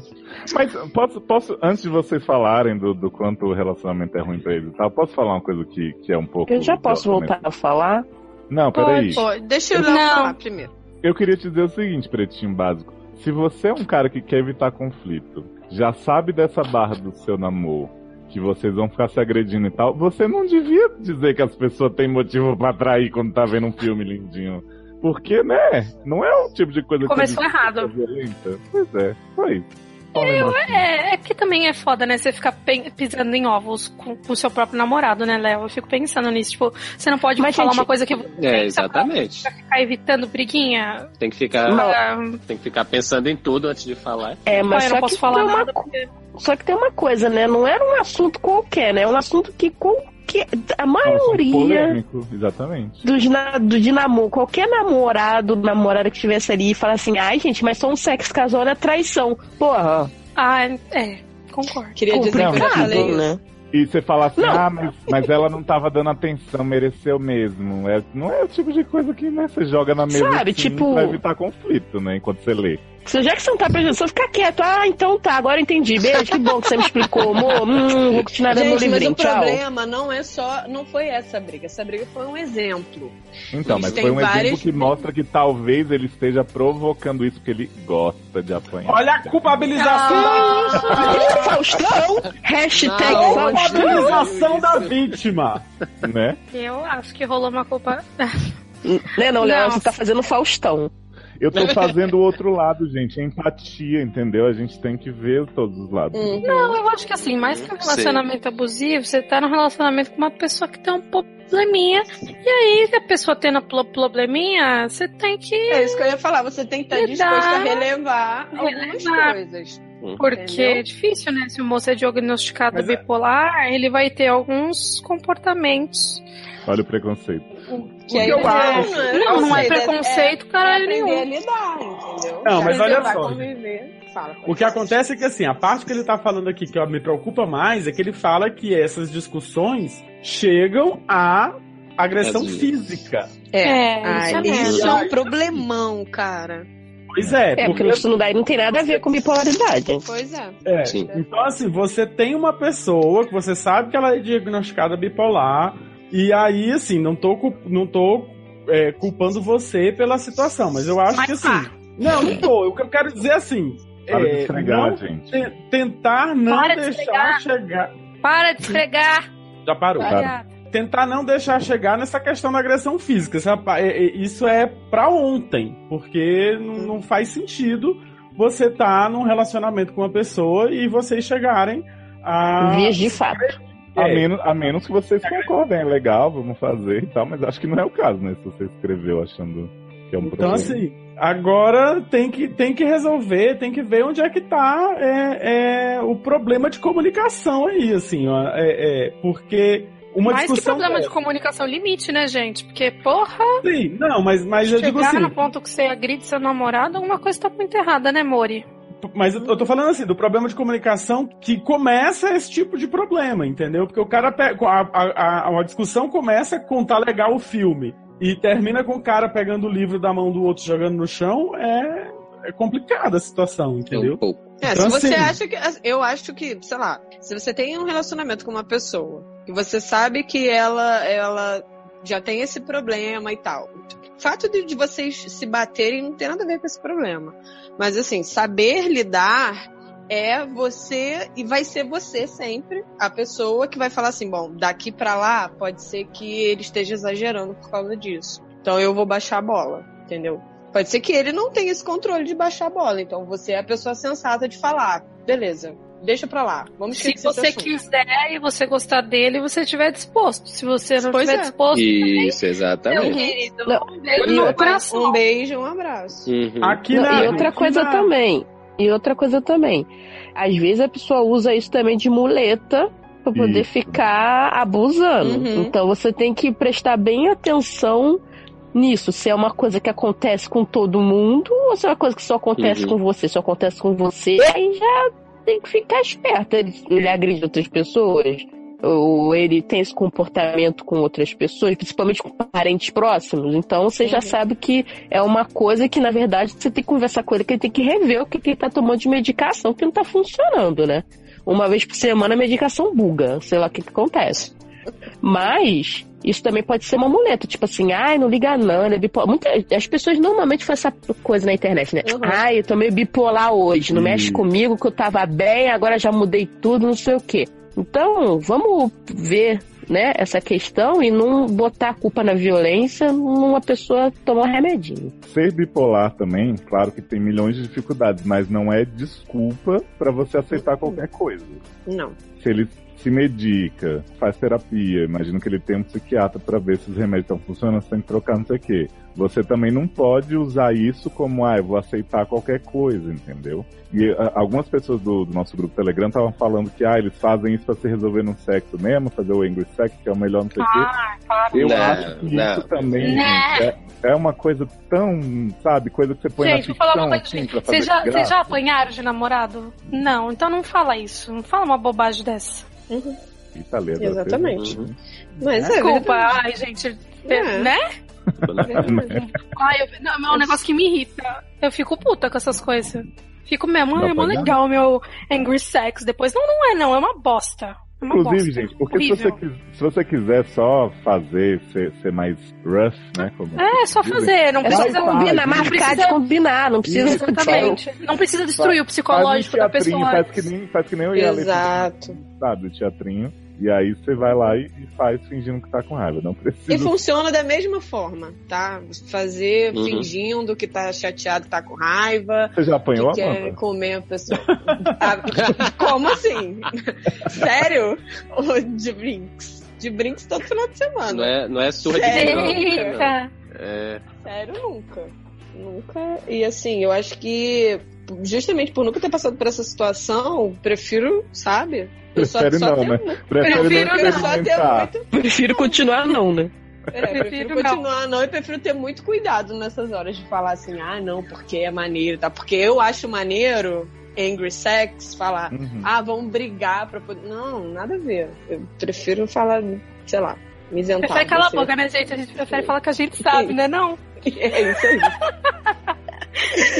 [SPEAKER 6] Mas posso, posso, antes de vocês falarem do, do quanto o relacionamento é ruim pra eles e tal, posso falar uma coisa que, que é um pouco.
[SPEAKER 3] Eu já posso voltar a falar?
[SPEAKER 6] Não, peraí.
[SPEAKER 7] Pô, deixa eu
[SPEAKER 5] Não.
[SPEAKER 7] falar primeiro.
[SPEAKER 6] Eu queria te dizer o seguinte, pretinho básico. Se você é um cara que quer evitar conflito, já sabe dessa barra do seu namoro, que vocês vão ficar se agredindo e tal, você não devia dizer que as pessoas têm motivo pra trair quando tá vendo um filme lindinho. Porque, né? Não é o tipo de coisa
[SPEAKER 5] Começou
[SPEAKER 6] que.
[SPEAKER 5] errado.
[SPEAKER 6] Violenta. Pois é, foi. Eu,
[SPEAKER 5] É, é porque também é foda, né? Você ficar pen- pisando em ovos com com o seu próprio namorado, né, Léo? Eu fico pensando nisso. Tipo, você não pode
[SPEAKER 3] Mas,
[SPEAKER 5] falar
[SPEAKER 3] gente-
[SPEAKER 5] uma coisa que você
[SPEAKER 9] É, exatamente.
[SPEAKER 5] ficar evitando briguinha.
[SPEAKER 9] Tem que, ficar,
[SPEAKER 3] Não.
[SPEAKER 5] Ah,
[SPEAKER 9] tem que ficar pensando em tudo antes de falar.
[SPEAKER 3] É,
[SPEAKER 5] ah,
[SPEAKER 3] mas
[SPEAKER 5] eu
[SPEAKER 3] só
[SPEAKER 5] não posso
[SPEAKER 3] que tem
[SPEAKER 5] falar
[SPEAKER 3] uma
[SPEAKER 5] nada porque
[SPEAKER 3] Só que tem uma coisa, né? Não era um assunto qualquer, né? É um assunto que qualquer. A maioria
[SPEAKER 6] é Polêmico, exatamente.
[SPEAKER 3] dos na, do de namoro, qualquer namorado, namorada que estivesse ali e fala assim, ai gente, mas só um sexo casual é traição. Porra,
[SPEAKER 5] Ah, é, concordo.
[SPEAKER 7] Queria dizer que eu já
[SPEAKER 3] complicado,
[SPEAKER 7] falei isso.
[SPEAKER 3] né?
[SPEAKER 6] E você fala assim,
[SPEAKER 3] Não.
[SPEAKER 6] ah, mas, mas ela não tava dando atenção, mereceu mesmo. É, não é o tipo de coisa que né, você joga na mesa
[SPEAKER 3] Sabe,
[SPEAKER 6] assim,
[SPEAKER 3] tipo-
[SPEAKER 6] pra evitar conflito, né? Enquanto você lê.
[SPEAKER 3] Se já que você não tá prestando atenção, fica quieto. Ah, então tá, agora eu entendi. Beijo, que bom que você me explicou, amor. Hum, vou continuar dando meu
[SPEAKER 7] Gente, mas
[SPEAKER 3] livrinho,
[SPEAKER 7] o
[SPEAKER 3] tchau.
[SPEAKER 7] problema não é só. Não foi essa briga. Essa briga foi um exemplo.
[SPEAKER 6] Então,
[SPEAKER 7] Eles
[SPEAKER 6] mas
[SPEAKER 7] têm
[SPEAKER 6] foi um exemplo
[SPEAKER 7] várias-
[SPEAKER 6] que mostra que talvez ele esteja provocando isso, porque ele gosta de apanhar.
[SPEAKER 4] Olha a culpabilização da
[SPEAKER 3] Olha, Faustão, hashtag
[SPEAKER 9] Não,
[SPEAKER 3] Faustão.
[SPEAKER 4] culpabilização da vítima.
[SPEAKER 6] Né?
[SPEAKER 5] Eu acho que rolou uma culpa.
[SPEAKER 3] Né, não, Léo,
[SPEAKER 5] Não.
[SPEAKER 3] você tá fazendo Faustão.
[SPEAKER 6] Eu tô fazendo o outro lado, gente. É empatia, entendeu? A gente tem que ver todos os lados.
[SPEAKER 5] Não, eu acho que assim, mais que um relacionamento abusivo, você tá num relacionamento com uma pessoa que tem um probleminha. E aí, se a pessoa tendo pro- probleminha, você tem que.
[SPEAKER 7] É isso que eu ia falar. Você tem que estar
[SPEAKER 5] Me
[SPEAKER 7] Tá disposto
[SPEAKER 5] dá-
[SPEAKER 7] a relevar algumas
[SPEAKER 5] relevar.
[SPEAKER 7] coisas.
[SPEAKER 5] Porque
[SPEAKER 7] Entendeu?
[SPEAKER 5] é difícil, né? Se o moço é diagnosticado
[SPEAKER 4] Mas é.
[SPEAKER 5] bipolar, ele vai ter alguns comportamentos.
[SPEAKER 6] Olha o preconceito.
[SPEAKER 7] Que aí
[SPEAKER 4] eu
[SPEAKER 7] você- né?
[SPEAKER 4] acho.
[SPEAKER 5] Não, não é preconceito, caralho
[SPEAKER 7] aprender
[SPEAKER 5] nenhum.
[SPEAKER 7] a lidar, entendeu?
[SPEAKER 4] Não, mas
[SPEAKER 7] Aprender
[SPEAKER 4] olha
[SPEAKER 7] a
[SPEAKER 4] só,
[SPEAKER 7] conviver. Fala,
[SPEAKER 4] O que acontece é que, assim, a parte que ele tá falando aqui que ó, me preocupa mais é que ele fala que essas discussões chegam a agressão
[SPEAKER 9] Brasil.
[SPEAKER 4] física.
[SPEAKER 7] É.
[SPEAKER 5] É,
[SPEAKER 7] Ah,
[SPEAKER 5] isso é
[SPEAKER 7] isso é
[SPEAKER 5] mesmo.
[SPEAKER 7] um problemão, cara.
[SPEAKER 4] Pois é,
[SPEAKER 3] É, porque
[SPEAKER 4] porque.
[SPEAKER 3] honestidade não tem nada a ver com bipolaridade.
[SPEAKER 7] Pois é.
[SPEAKER 4] é,
[SPEAKER 9] Sim.
[SPEAKER 4] Então, assim, você tem uma pessoa que você sabe que ela é diagnosticada bipolar, e aí, assim, não tô, cu- não tô é, culpando você pela situação, mas eu acho
[SPEAKER 5] Mas
[SPEAKER 4] que assim.
[SPEAKER 5] tá.
[SPEAKER 4] Não, não tô. O que eu quero dizer assim.
[SPEAKER 6] Para de
[SPEAKER 4] é,
[SPEAKER 6] esfregar,
[SPEAKER 4] não
[SPEAKER 6] gente.
[SPEAKER 4] te- tentar não
[SPEAKER 5] Para de
[SPEAKER 4] deixar
[SPEAKER 5] esfregar.
[SPEAKER 4] chegar.
[SPEAKER 5] Para de esfregar.
[SPEAKER 4] Já parou.
[SPEAKER 6] Para.
[SPEAKER 5] Olha,
[SPEAKER 4] tentar não deixar chegar nessa questão da agressão física. sabe? É- é- Isso é pra ontem, porque não não faz sentido você estar num relacionamento com uma pessoa e vocês chegarem a.
[SPEAKER 3] Vias de fato.
[SPEAKER 6] A,
[SPEAKER 4] É.
[SPEAKER 6] menos, a menos que vocês concordem, é legal, vamos fazer e tal, mas acho que não é o caso, né? Se você escreveu achando que é um
[SPEAKER 4] Então,
[SPEAKER 6] problema.
[SPEAKER 4] assim, agora tem que, tem que resolver, tem que ver onde é que tá é, é, o problema de comunicação aí, assim, ó, é, é, porque uma
[SPEAKER 5] Mas que
[SPEAKER 4] discussão. é
[SPEAKER 5] problema de comunicação limite, né, gente? Porque, porra,
[SPEAKER 4] dessa- Sim, não, mas, mas eu digo
[SPEAKER 5] chegar
[SPEAKER 4] assim,
[SPEAKER 5] no ponto que você agride seu namorado, alguma coisa tá muito errada, né, Mori?
[SPEAKER 4] Mas eu eu tô falando assim, do problema de comunicação que começa esse tipo de problema, entendeu? Porque o cara pega. A, a, a- a discussão começa com tá legal o filme. E termina com o cara pegando o livro da mão do outro e jogando no chão. É, é complicada a situação,
[SPEAKER 9] Um
[SPEAKER 4] entendeu?
[SPEAKER 9] pouco.
[SPEAKER 7] É,
[SPEAKER 4] Então,
[SPEAKER 7] se você
[SPEAKER 4] assim-
[SPEAKER 7] acha que. Eu acho que, sei lá, se você tem um relacionamento com uma pessoa e você sabe que ela, ela já tem esse problema e tal. O fato de, de vocês se baterem não tem nada a ver com esse problema. Mas assim, saber lidar é você e vai ser você sempre a pessoa que vai falar assim, bom, daqui pra lá pode ser que ele esteja exagerando por causa disso. Então eu vou baixar a bola, entendeu? Pode ser que ele não tenha esse controle de baixar a bola. Então você é a pessoa sensata de falar, beleza, deixa pra lá. Vamos
[SPEAKER 5] Se
[SPEAKER 7] esquecer esse
[SPEAKER 5] você
[SPEAKER 7] assunto."
[SPEAKER 5] quiser e você gostar dele, você estiver disposto. Se você não
[SPEAKER 7] Pois
[SPEAKER 5] estiver
[SPEAKER 7] é.
[SPEAKER 5] disposto,
[SPEAKER 9] Isso,
[SPEAKER 5] meu
[SPEAKER 9] exatamente.
[SPEAKER 5] querido,
[SPEAKER 3] Não.
[SPEAKER 5] um beijo
[SPEAKER 3] E
[SPEAKER 5] no
[SPEAKER 3] outra-
[SPEAKER 5] coração.
[SPEAKER 7] Um beijo, um abraço.
[SPEAKER 9] Uhum.
[SPEAKER 4] Aqui
[SPEAKER 3] Não,
[SPEAKER 4] na-
[SPEAKER 3] e outra
[SPEAKER 4] aqui
[SPEAKER 3] coisa
[SPEAKER 4] na-
[SPEAKER 3] também. E outra coisa também. Às vezes a pessoa usa isso também de muleta pra poder
[SPEAKER 6] Isso.
[SPEAKER 3] ficar abusando.
[SPEAKER 7] Uhum.
[SPEAKER 3] Então você tem que prestar bem atenção nisso. Se é uma coisa que acontece com todo mundo ou se é uma coisa que só acontece
[SPEAKER 9] Uhum.
[SPEAKER 3] com você. Só acontece com você, aí já tem que ficar esperta. Ele, ele agride outras pessoas. Ou ele tem esse comportamento com outras pessoas, principalmente com parentes próximos. Então você já
[SPEAKER 7] Uhum.
[SPEAKER 3] sabe que é uma coisa que, na verdade, você tem que conversar com ele, que ele tem que rever o que que ele tá tomando de medicação, que não tá funcionando, né? Uma vez por semana a medicação buga, sei lá o que que acontece. Mas isso também pode ser uma muleta, tipo assim, ai, não liga não, ele é bipolar. Muita- as pessoas normalmente fazem essa coisa na internet, né?
[SPEAKER 7] Uhum.
[SPEAKER 3] Ai, eu tô meio bipolar hoje, não mexe
[SPEAKER 6] Hum.
[SPEAKER 3] comigo que eu tava bem, agora já mudei tudo, não sei o quê. Então, vamos ver, né, essa questão e não botar a culpa na violência numa pessoa tomar um remedinho.
[SPEAKER 6] Ser bipolar também, claro que tem milhões de dificuldades, mas não é desculpa pra você aceitar qualquer coisa.
[SPEAKER 7] Não.
[SPEAKER 6] Se ele se medica, faz terapia, imagino que ele tem um psiquiatra pra ver se os remédios estão funcionando, você tem que trocar não sei o quê. Você também não pode usar isso como, ah, eu vou aceitar qualquer coisa, entendeu? E a- algumas pessoas do, do nosso grupo Telegram estavam falando que, ah, eles fazem isso pra se resolver no sexo mesmo, fazer o angry sex, que é o melhor, não sei o quê.
[SPEAKER 5] Ah,
[SPEAKER 6] Eu
[SPEAKER 9] Não,
[SPEAKER 6] acho que
[SPEAKER 9] não.
[SPEAKER 6] isso também
[SPEAKER 5] Não.
[SPEAKER 6] gente, é, é uma coisa tão, sabe, coisa que você põe na
[SPEAKER 5] Gente, vou falar
[SPEAKER 6] ficção,
[SPEAKER 5] uma coisa.
[SPEAKER 6] assim, pra fazer
[SPEAKER 5] Vocês já,
[SPEAKER 6] graça.
[SPEAKER 5] vocês já apanharam de namorado? Não, então não fala isso. Não fala uma bobagem dessa. Uhum.
[SPEAKER 6] Fortaleza,
[SPEAKER 7] Exatamente.
[SPEAKER 6] é Uhum.
[SPEAKER 7] Mas é
[SPEAKER 5] Desculpa,
[SPEAKER 7] verdade.
[SPEAKER 5] ai, gente.
[SPEAKER 7] É.
[SPEAKER 5] Né?
[SPEAKER 7] Verdade.
[SPEAKER 5] Ai, eu, não, é um negócio que me irrita. Eu fico puta com essas coisas. Fico mesmo,
[SPEAKER 6] Dá
[SPEAKER 5] ai, é mó
[SPEAKER 6] pra olhar?
[SPEAKER 5] legal meu Angry Sex. Depois, não, não é, não. É uma bosta. É uma
[SPEAKER 6] Inclusive,
[SPEAKER 5] bosta.
[SPEAKER 6] gente, porque se você,
[SPEAKER 5] Horrível.
[SPEAKER 6] quis- se você quiser só fazer, ser, ser mais rough, né? Como
[SPEAKER 5] É, é só fazer. Não
[SPEAKER 3] É
[SPEAKER 6] Vai,
[SPEAKER 3] só
[SPEAKER 5] precisa.
[SPEAKER 6] vai.
[SPEAKER 3] combinar,
[SPEAKER 6] não
[SPEAKER 3] marcar
[SPEAKER 5] precisa-
[SPEAKER 3] de combinar, não precisa.
[SPEAKER 5] Exatamente. Não precisa destruir o
[SPEAKER 6] Faz um
[SPEAKER 5] psicológico da
[SPEAKER 6] teatrinho,
[SPEAKER 5] pessoa.
[SPEAKER 6] faz que nem, faz que nem eu e a Letícia,
[SPEAKER 7] Exato.
[SPEAKER 6] sabe, o teatrinho. E aí você vai lá e, e faz fingindo que tá com raiva. Não
[SPEAKER 7] E
[SPEAKER 6] precisa.
[SPEAKER 7] funciona da mesma forma, tá? Fazer
[SPEAKER 9] Uhum.
[SPEAKER 7] fingindo que tá chateado, tá com raiva,
[SPEAKER 6] Você já apanhou a
[SPEAKER 7] que quer
[SPEAKER 6] manta?
[SPEAKER 7] comer a pessoa. Ah, Como assim? Sério? Ô, De brinks. De brinks todo final de semana.
[SPEAKER 9] Não é, não é surra de
[SPEAKER 7] Sério?
[SPEAKER 9] não, não.
[SPEAKER 5] Eita.
[SPEAKER 9] É,
[SPEAKER 7] Sério, nunca. Nunca. E assim, eu acho que justamente por nunca ter passado por essa situação, prefiro, sabe? Eu só-
[SPEAKER 6] Prefere
[SPEAKER 7] só
[SPEAKER 6] não,
[SPEAKER 7] ter
[SPEAKER 6] né?
[SPEAKER 7] um-
[SPEAKER 6] Prefere
[SPEAKER 5] prefiro
[SPEAKER 6] não
[SPEAKER 5] não,
[SPEAKER 7] Eu só um, tenho
[SPEAKER 6] experimentar.
[SPEAKER 7] muito.
[SPEAKER 3] Prefiro continuar não, né?
[SPEAKER 7] É, eu prefiro
[SPEAKER 5] Prefiro não.
[SPEAKER 7] continuar não. e prefiro ter muito cuidado nessas horas de falar assim, ah, não, porque é maneiro, tá? Porque eu acho maneiro angry sex falar,
[SPEAKER 6] Uhum.
[SPEAKER 7] ah, vamos brigar pra poder. Não, nada a ver. Eu prefiro falar, sei lá, me isentar.
[SPEAKER 5] Prefere calar a
[SPEAKER 7] você.
[SPEAKER 5] boca, né, gente? A gente prefere falar que a gente sabe, né? Não.
[SPEAKER 7] É isso aí.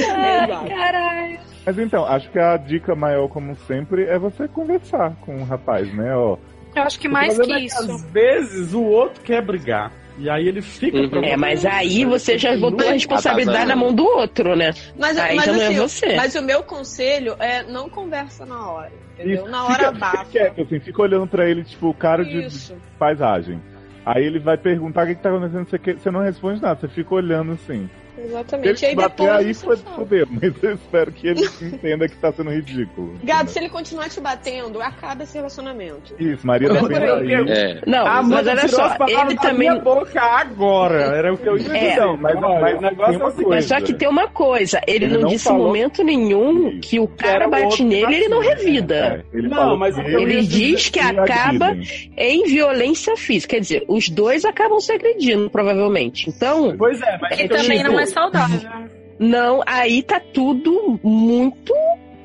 [SPEAKER 7] Exato.
[SPEAKER 5] Caralho.
[SPEAKER 6] Mas então, acho que a dica maior, como sempre, é você conversar com o rapaz, né? Ó,
[SPEAKER 5] Eu acho que
[SPEAKER 4] O
[SPEAKER 5] mais que
[SPEAKER 4] problema é Às
[SPEAKER 5] isso.
[SPEAKER 4] vezes o outro quer brigar. E aí ele fica
[SPEAKER 9] Uhum.
[SPEAKER 4] pra
[SPEAKER 3] É, mas aí você já botou a responsabilidade
[SPEAKER 9] Atazana.
[SPEAKER 3] na mão do outro, né?
[SPEAKER 7] Mas,
[SPEAKER 3] Aí
[SPEAKER 7] mas,
[SPEAKER 3] já não é
[SPEAKER 7] assim,
[SPEAKER 3] você.
[SPEAKER 7] mas o meu conselho é não conversa na hora. Entendeu?
[SPEAKER 6] Isso.
[SPEAKER 7] Na
[SPEAKER 6] fica,
[SPEAKER 7] hora
[SPEAKER 6] fica
[SPEAKER 7] abafa.
[SPEAKER 6] quieto, assim, fica olhando pra ele, tipo, cara de
[SPEAKER 7] Isso.
[SPEAKER 6] paisagem. Aí ele vai perguntar o que, que tá acontecendo, você, que- você não responde nada, você fica olhando assim. Se
[SPEAKER 7] Exatamente.
[SPEAKER 6] ele
[SPEAKER 7] E aí
[SPEAKER 6] bater
[SPEAKER 7] depois.
[SPEAKER 6] aí,
[SPEAKER 7] você
[SPEAKER 6] foi
[SPEAKER 7] fala.
[SPEAKER 6] fodeu, mas eu espero que ele entenda que tá sendo ridículo.
[SPEAKER 7] Gado, se ele continuar te batendo, acaba esse relacionamento.
[SPEAKER 6] Isso, Maria
[SPEAKER 4] Eu
[SPEAKER 6] tá vendo
[SPEAKER 4] falei,
[SPEAKER 6] aí.
[SPEAKER 9] É.
[SPEAKER 3] Não,
[SPEAKER 4] Ah,
[SPEAKER 3] mas
[SPEAKER 4] mano,
[SPEAKER 3] olha
[SPEAKER 4] tirou
[SPEAKER 3] só,
[SPEAKER 4] as palavras
[SPEAKER 3] ele
[SPEAKER 4] da
[SPEAKER 3] também.
[SPEAKER 4] minha boca agora. Era o que eu ia
[SPEAKER 3] É.
[SPEAKER 4] dizer. Não, mas, mas o negócio é o seguinte.
[SPEAKER 3] Mas só que tem uma coisa, ele,
[SPEAKER 6] Ele
[SPEAKER 3] não,
[SPEAKER 6] não
[SPEAKER 3] disse em
[SPEAKER 6] falou
[SPEAKER 3] momento nenhum
[SPEAKER 6] isso.
[SPEAKER 3] que o cara
[SPEAKER 4] Era o outro
[SPEAKER 3] bate
[SPEAKER 4] que
[SPEAKER 3] nele e ele não
[SPEAKER 4] batia,
[SPEAKER 3] revida.
[SPEAKER 6] É, ele
[SPEAKER 4] Não,
[SPEAKER 6] falou
[SPEAKER 4] mas
[SPEAKER 6] que
[SPEAKER 4] eu
[SPEAKER 3] Ele
[SPEAKER 4] ia
[SPEAKER 3] diz que
[SPEAKER 6] agridem.
[SPEAKER 3] acaba em violência física. Quer dizer, os dois acabam se agredindo, provavelmente. Então,
[SPEAKER 4] Pois é, mas.
[SPEAKER 5] E
[SPEAKER 4] então,
[SPEAKER 5] também
[SPEAKER 4] tipo,
[SPEAKER 5] não é saudável.
[SPEAKER 6] Tá,
[SPEAKER 3] não, aí tá tudo muito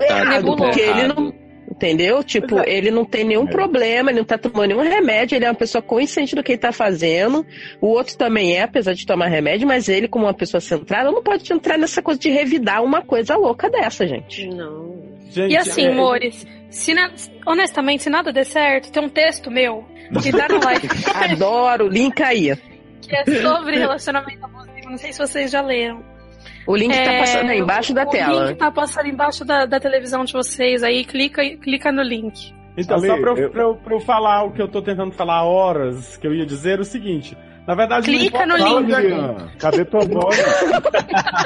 [SPEAKER 3] errado.
[SPEAKER 1] Tá
[SPEAKER 6] tá,
[SPEAKER 5] nebuloso.
[SPEAKER 3] Porque ele não Entendeu? Tipo,
[SPEAKER 4] Pois
[SPEAKER 3] ele não tem nenhum
[SPEAKER 6] É.
[SPEAKER 3] problema, ele não tá tomando nenhum remédio, ele é uma pessoa consciente do que ele tá fazendo. O outro também é, apesar de tomar remédio, mas ele, como uma pessoa centrada, não pode entrar nessa coisa de revidar uma coisa louca dessa, gente.
[SPEAKER 7] Não.
[SPEAKER 4] gente,
[SPEAKER 5] E assim,
[SPEAKER 4] é-
[SPEAKER 5] amores, se na- honestamente, se nada der certo, tem um texto meu que dá no live
[SPEAKER 3] Adoro, o link aí.
[SPEAKER 5] que é sobre relacionamento abusivo. Não sei se vocês já leram.
[SPEAKER 3] O link tá
[SPEAKER 5] É,
[SPEAKER 3] passando aí embaixo da
[SPEAKER 5] o
[SPEAKER 3] tela.
[SPEAKER 5] link tá passando embaixo da, da televisão de vocês aí. Clica, clica no link.
[SPEAKER 4] Então,
[SPEAKER 6] Ali,
[SPEAKER 4] só pra eu,
[SPEAKER 6] eu-
[SPEAKER 4] pra eu- pra eu falar o que eu tô tentando falar há horas, que eu ia dizer o seguinte. Na verdade, não
[SPEAKER 5] Clica
[SPEAKER 4] importa- é
[SPEAKER 5] no
[SPEAKER 4] Fala,
[SPEAKER 5] link.
[SPEAKER 4] Diana.
[SPEAKER 6] Juliana, cadê tua voz?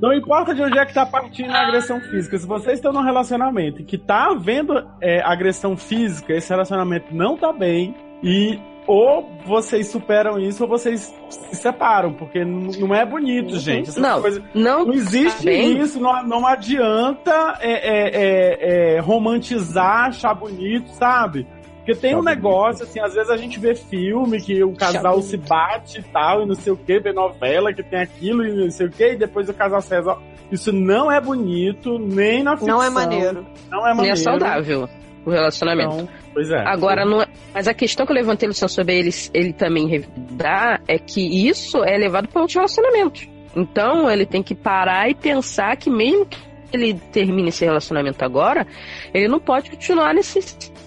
[SPEAKER 4] Não importa de onde é que tá partindo a agressão física. Se vocês estão num relacionamento que tá havendo é, agressão física, esse relacionamento não tá bem e ou vocês superam isso ou vocês se separam, porque n- não é bonito,
[SPEAKER 5] Uhum.
[SPEAKER 4] gente. Essas
[SPEAKER 3] Não,
[SPEAKER 4] coisas-
[SPEAKER 3] não
[SPEAKER 4] não
[SPEAKER 7] Tá
[SPEAKER 4] existe
[SPEAKER 3] bem.
[SPEAKER 4] isso, não, não adianta é, é, é, é, romantizar, achar bonito, sabe? Porque tem um
[SPEAKER 6] Achar
[SPEAKER 4] negócio, assim, às vezes a gente vê filme que o casal se bate e tal, e não sei o que, vê novela que tem aquilo e não sei o que, e depois o casal se resolve. Isso não é bonito, nem na ficção.
[SPEAKER 7] Não é maneiro.
[SPEAKER 4] Não é
[SPEAKER 3] nem
[SPEAKER 4] maneiro.
[SPEAKER 3] é saudável o relacionamento.
[SPEAKER 4] Então, pois é.
[SPEAKER 3] Agora, não é- mas a questão que eu levantei, Luciano, sobre ele, ele também revidar, é que isso é levado para outros relacionamentos. Então, ele tem que parar e pensar que mesmo que ele termine esse relacionamento agora, ele não pode continuar nesse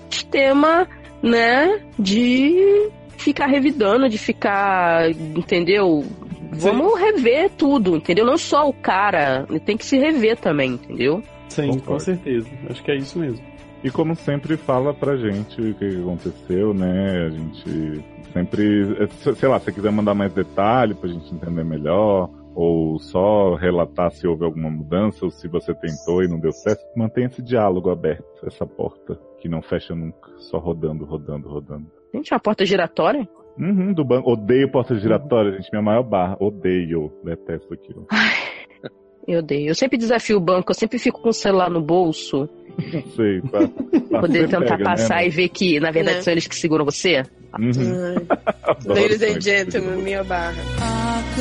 [SPEAKER 3] sistema, né, de ficar revidando, de ficar, entendeu? Vamos rever tudo, entendeu? Não só o cara, ele tem que se rever também, entendeu?
[SPEAKER 4] Sim, com
[SPEAKER 6] Concordo.
[SPEAKER 4] certeza. Acho que é isso mesmo.
[SPEAKER 6] E como sempre, fala pra gente o que aconteceu, né? A gente sempre. é, se- Sei lá, se você quiser mandar mais detalhe pra gente entender melhor, ou só relatar se houve alguma mudança, ou se você tentou e não deu certo, mantenha esse diálogo aberto, essa porta que não fecha nunca, só rodando, rodando, rodando.
[SPEAKER 3] Gente, é uma porta giratória.
[SPEAKER 6] Uhum, do banco. Odeio porta
[SPEAKER 3] Uhum.
[SPEAKER 6] giratória, gente. Minha maior barra. Odeio. Detesto aquilo.
[SPEAKER 3] Eu odeio. Eu sempre desafio o banco, eu sempre fico com o celular no bolso,
[SPEAKER 6] Não sei. Pra, pra
[SPEAKER 3] poder
[SPEAKER 6] ser
[SPEAKER 3] tentar
[SPEAKER 6] pega,
[SPEAKER 3] passar
[SPEAKER 6] né?
[SPEAKER 3] e ver que, na verdade,
[SPEAKER 7] Né?
[SPEAKER 3] são eles que seguram você.
[SPEAKER 6] Uhum.
[SPEAKER 7] Ai,
[SPEAKER 6] Adoro
[SPEAKER 7] Ladies
[SPEAKER 6] isso,
[SPEAKER 7] and
[SPEAKER 6] isso.
[SPEAKER 7] gentlemen, minha barra.
[SPEAKER 1] A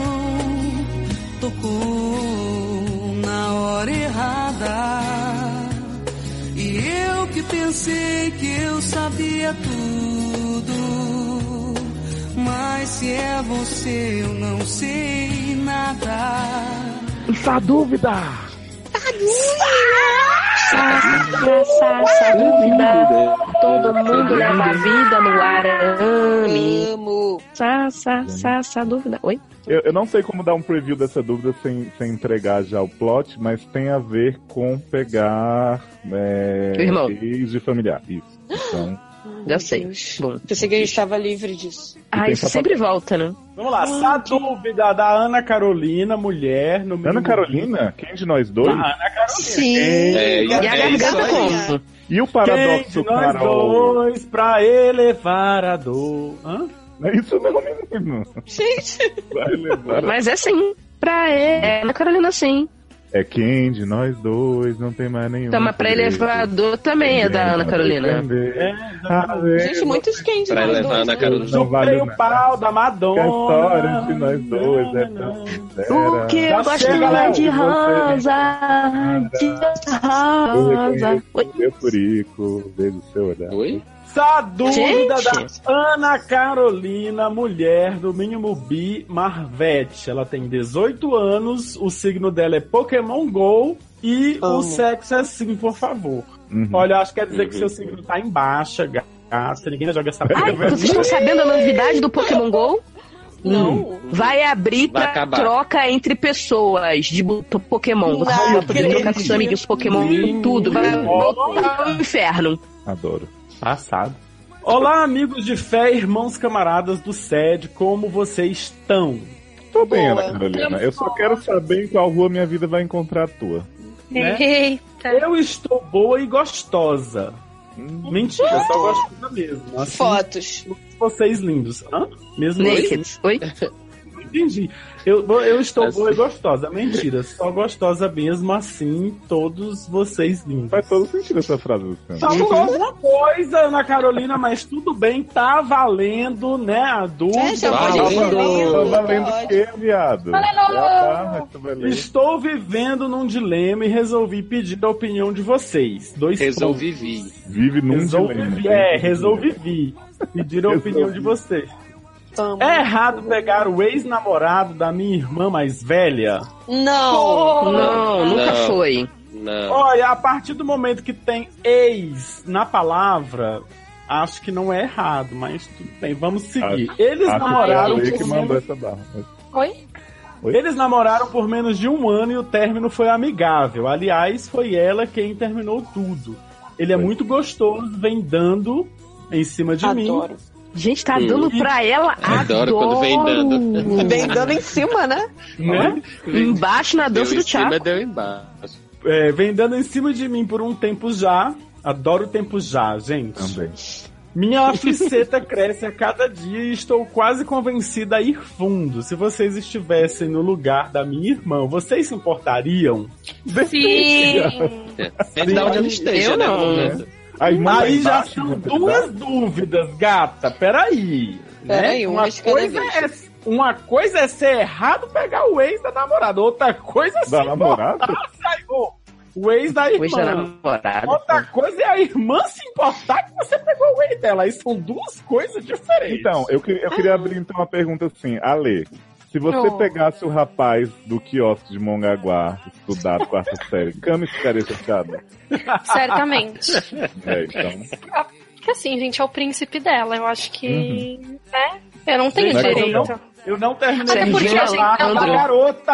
[SPEAKER 1] canção tocou na hora errada. E eu que pensei que eu sabia tudo. Mas se é você, eu não sei nada.
[SPEAKER 6] Essa dúvida!
[SPEAKER 3] Essa, essa dúvida, todo mundo leva a vida no arame.
[SPEAKER 7] Amo.
[SPEAKER 3] Sa, sa, sa, sa, dúvida. Oi?
[SPEAKER 6] Eu, eu não sei como dar um preview dessa dúvida sem, sem entregar já o plot, mas tem a ver com pegar. É,
[SPEAKER 3] Irmão.
[SPEAKER 6] ex de familiar. Isso. Então,
[SPEAKER 3] Já sei. Bom.
[SPEAKER 7] Pensei que a gente estava livre disso.
[SPEAKER 3] Ah,
[SPEAKER 6] tem
[SPEAKER 3] isso
[SPEAKER 6] só- Hum.
[SPEAKER 3] sempre volta, né?
[SPEAKER 4] Vamos lá, essa dúvida da Ana Carolina, mulher, no
[SPEAKER 6] Ana
[SPEAKER 4] mínimo-
[SPEAKER 6] Carolina? Quem de nós dois?
[SPEAKER 4] Ah, Ana Carolina.
[SPEAKER 3] Sim.
[SPEAKER 9] É,
[SPEAKER 3] E a
[SPEAKER 9] é isso
[SPEAKER 3] garganta
[SPEAKER 9] aí.
[SPEAKER 3] como?
[SPEAKER 6] E o
[SPEAKER 4] Quem
[SPEAKER 6] paradoxo,
[SPEAKER 4] de nós
[SPEAKER 6] Carol?
[SPEAKER 4] dois pra elevar a dor? Hã?
[SPEAKER 6] Não é isso não, menino.
[SPEAKER 7] Gente,
[SPEAKER 6] Vai levar
[SPEAKER 3] Mas é sim. Pra ele. É, na Carolina sim.
[SPEAKER 6] É quem de nós dois não tem mais nenhum.
[SPEAKER 3] Toma pra
[SPEAKER 6] segredo.
[SPEAKER 3] elevador também é da Ana Carolina.
[SPEAKER 6] Entender. Ah,
[SPEAKER 7] gente, muitos quem de
[SPEAKER 9] Pra
[SPEAKER 7] nós
[SPEAKER 9] levar
[SPEAKER 7] dois.
[SPEAKER 9] na
[SPEAKER 7] né?
[SPEAKER 9] cara do
[SPEAKER 6] Não vale
[SPEAKER 4] Chupei o
[SPEAKER 6] nada.
[SPEAKER 4] pau da Madonna.
[SPEAKER 6] Que a história entre nós dois é tão
[SPEAKER 3] O que
[SPEAKER 6] sincera.
[SPEAKER 4] Já
[SPEAKER 3] eu gosto
[SPEAKER 4] chega,
[SPEAKER 3] é
[SPEAKER 4] Léo,
[SPEAKER 3] de
[SPEAKER 6] de você.
[SPEAKER 3] rosa, de
[SPEAKER 6] Eu
[SPEAKER 9] Ah,
[SPEAKER 3] rosa. Oi?
[SPEAKER 6] reconheço meu furico, vejo seu olhar.
[SPEAKER 9] Oi?
[SPEAKER 4] Tá dúvida
[SPEAKER 3] Gente.
[SPEAKER 4] da Ana Carolina, mulher do mínimo bi Marvete. Ela tem 18 anos, o signo dela é Pokémon GO e o
[SPEAKER 7] Amo.
[SPEAKER 4] sexo é sim, por favor.
[SPEAKER 6] Uhum.
[SPEAKER 4] Olha, acho que quer dizer que seu signo tá em baixa, gata. Ninguém joga essa
[SPEAKER 9] É
[SPEAKER 3] Ai,
[SPEAKER 4] merda.
[SPEAKER 3] vocês estão sabendo a novidade do Pokémon GO?
[SPEAKER 7] Não.
[SPEAKER 3] Vai abrir
[SPEAKER 9] Hum. Vai
[SPEAKER 3] pra
[SPEAKER 9] acabar.
[SPEAKER 3] troca entre pessoas de bo- Pokémon. Você
[SPEAKER 7] Não
[SPEAKER 3] vai poder
[SPEAKER 7] acredito.
[SPEAKER 3] trocar com seus amiguinhos Pokémon e tudo. Vai voltar ao inferno.
[SPEAKER 6] Adoro.
[SPEAKER 4] Passado. Olá, amigos de fé, irmãos camaradas do SED, como vocês estão?
[SPEAKER 6] Tô bem,
[SPEAKER 7] Boa.
[SPEAKER 6] Ana Carolina. Eu só quero saber em qual rua minha vida vai encontrar a tua.
[SPEAKER 5] É,
[SPEAKER 4] Né?
[SPEAKER 5] Eita.
[SPEAKER 4] Eu estou boa e gostosa.
[SPEAKER 6] Hum,
[SPEAKER 4] Mentira, eu só gostosa mesmo. Assim,
[SPEAKER 7] Fotos.
[SPEAKER 4] vocês lindos. Hã? Mesmo eu?
[SPEAKER 3] Naked. Oi?
[SPEAKER 4] Não entendi. Eu, eu estou
[SPEAKER 9] Assim.
[SPEAKER 4] boa e gostosa. Mentira, só gostosa mesmo assim, todos vocês lindos.
[SPEAKER 6] Faz todo sentido essa frase, Luciano.
[SPEAKER 7] Uhum.
[SPEAKER 4] Faltou alguma coisa, Ana Carolina, mas tudo bem, tá valendo, né, a
[SPEAKER 7] É,
[SPEAKER 4] dúvida.
[SPEAKER 7] já pode
[SPEAKER 9] Tá Valendo.
[SPEAKER 7] responder.
[SPEAKER 6] Tá valendo o
[SPEAKER 7] Pode.
[SPEAKER 6] quê, viado? Já tá, tu vai ler.
[SPEAKER 4] Estou vivendo num dilema e resolvi pedir a opinião de vocês. Dois
[SPEAKER 9] Resolvi vir.
[SPEAKER 6] Vive num
[SPEAKER 4] pontos. Resolvi,
[SPEAKER 6] dilema. né?
[SPEAKER 4] é, resolvi vir. Pedir a opinião
[SPEAKER 6] Resolvi.
[SPEAKER 4] de vocês.
[SPEAKER 7] Amo.
[SPEAKER 4] É errado pegar o ex-namorado da minha irmã mais velha?
[SPEAKER 7] Não.
[SPEAKER 3] Não, nunca
[SPEAKER 9] Não.
[SPEAKER 3] foi.
[SPEAKER 9] Não.
[SPEAKER 4] Olha, a partir do momento que tem ex na palavra, acho que não é errado, mas tudo bem, vamos seguir. Eles
[SPEAKER 6] Acho que foi
[SPEAKER 4] namoraram
[SPEAKER 6] a lei
[SPEAKER 4] por
[SPEAKER 6] que mandou essa barra.
[SPEAKER 5] Oi?
[SPEAKER 4] Eles namoraram por menos de um ano e o término foi amigável. Aliás, foi ela quem terminou tudo. Ele é
[SPEAKER 6] Foi.
[SPEAKER 4] muito gostoso, vem dando em cima de mim.
[SPEAKER 7] Adoro.
[SPEAKER 3] Gente, tá
[SPEAKER 9] Hum.
[SPEAKER 3] dando pra ela.
[SPEAKER 9] Adoro quando vem dando.
[SPEAKER 7] Bem dando em cima, né?
[SPEAKER 4] Né?
[SPEAKER 3] Embaixo na
[SPEAKER 9] Deu
[SPEAKER 3] dança
[SPEAKER 9] em
[SPEAKER 3] do
[SPEAKER 9] cima,
[SPEAKER 3] Thiago.
[SPEAKER 9] deu embaixo.
[SPEAKER 4] É, vem dando em cima de mim por um tempo já. Adoro o tempo já, gente.
[SPEAKER 6] Também.
[SPEAKER 4] Minha afliceta cresce a cada dia e estou quase convencida a ir fundo. Se vocês estivessem no lugar da minha irmã, vocês se importariam?
[SPEAKER 5] Sim.
[SPEAKER 9] Depende de onde ela esteja,
[SPEAKER 3] Eu
[SPEAKER 9] né?
[SPEAKER 3] não.
[SPEAKER 9] no momento.
[SPEAKER 6] Aí, manda
[SPEAKER 4] É. Aí já
[SPEAKER 6] embaixo, né?
[SPEAKER 4] são
[SPEAKER 6] manda
[SPEAKER 4] duas
[SPEAKER 6] embaixo.
[SPEAKER 4] dúvidas, gata. Peraí. né?
[SPEAKER 7] Peraí, uma de cada
[SPEAKER 4] coisa é, uma coisa é ser errado pegar o ex da namorada, outra coisa é
[SPEAKER 6] Da
[SPEAKER 4] ser
[SPEAKER 6] namorada?
[SPEAKER 4] o ex da
[SPEAKER 3] Hoje da
[SPEAKER 4] irmã.
[SPEAKER 3] namorada.
[SPEAKER 4] Outra coisa é a irmã se importar que você pegou o ex dela. Aí são duas coisas diferentes.
[SPEAKER 6] Então, eu, que- eu
[SPEAKER 9] Ah.
[SPEAKER 6] queria abrir então uma pergunta assim, Ale. Se você
[SPEAKER 5] Oh.
[SPEAKER 6] pegasse o rapaz do quiosque de Mongaguá, estudado quarta série, cama e ficaria fechada?
[SPEAKER 5] Certamente.
[SPEAKER 6] É, então.
[SPEAKER 5] Porque assim, gente, é o príncipe dela. Eu acho que. Né? Eu não tenho
[SPEAKER 6] Vai
[SPEAKER 5] direito.
[SPEAKER 4] Uhum. colocar um- Eu não terminei
[SPEAKER 5] Até
[SPEAKER 4] de
[SPEAKER 5] porque a gente
[SPEAKER 4] falar
[SPEAKER 5] não
[SPEAKER 4] com a
[SPEAKER 5] vai-
[SPEAKER 4] garota.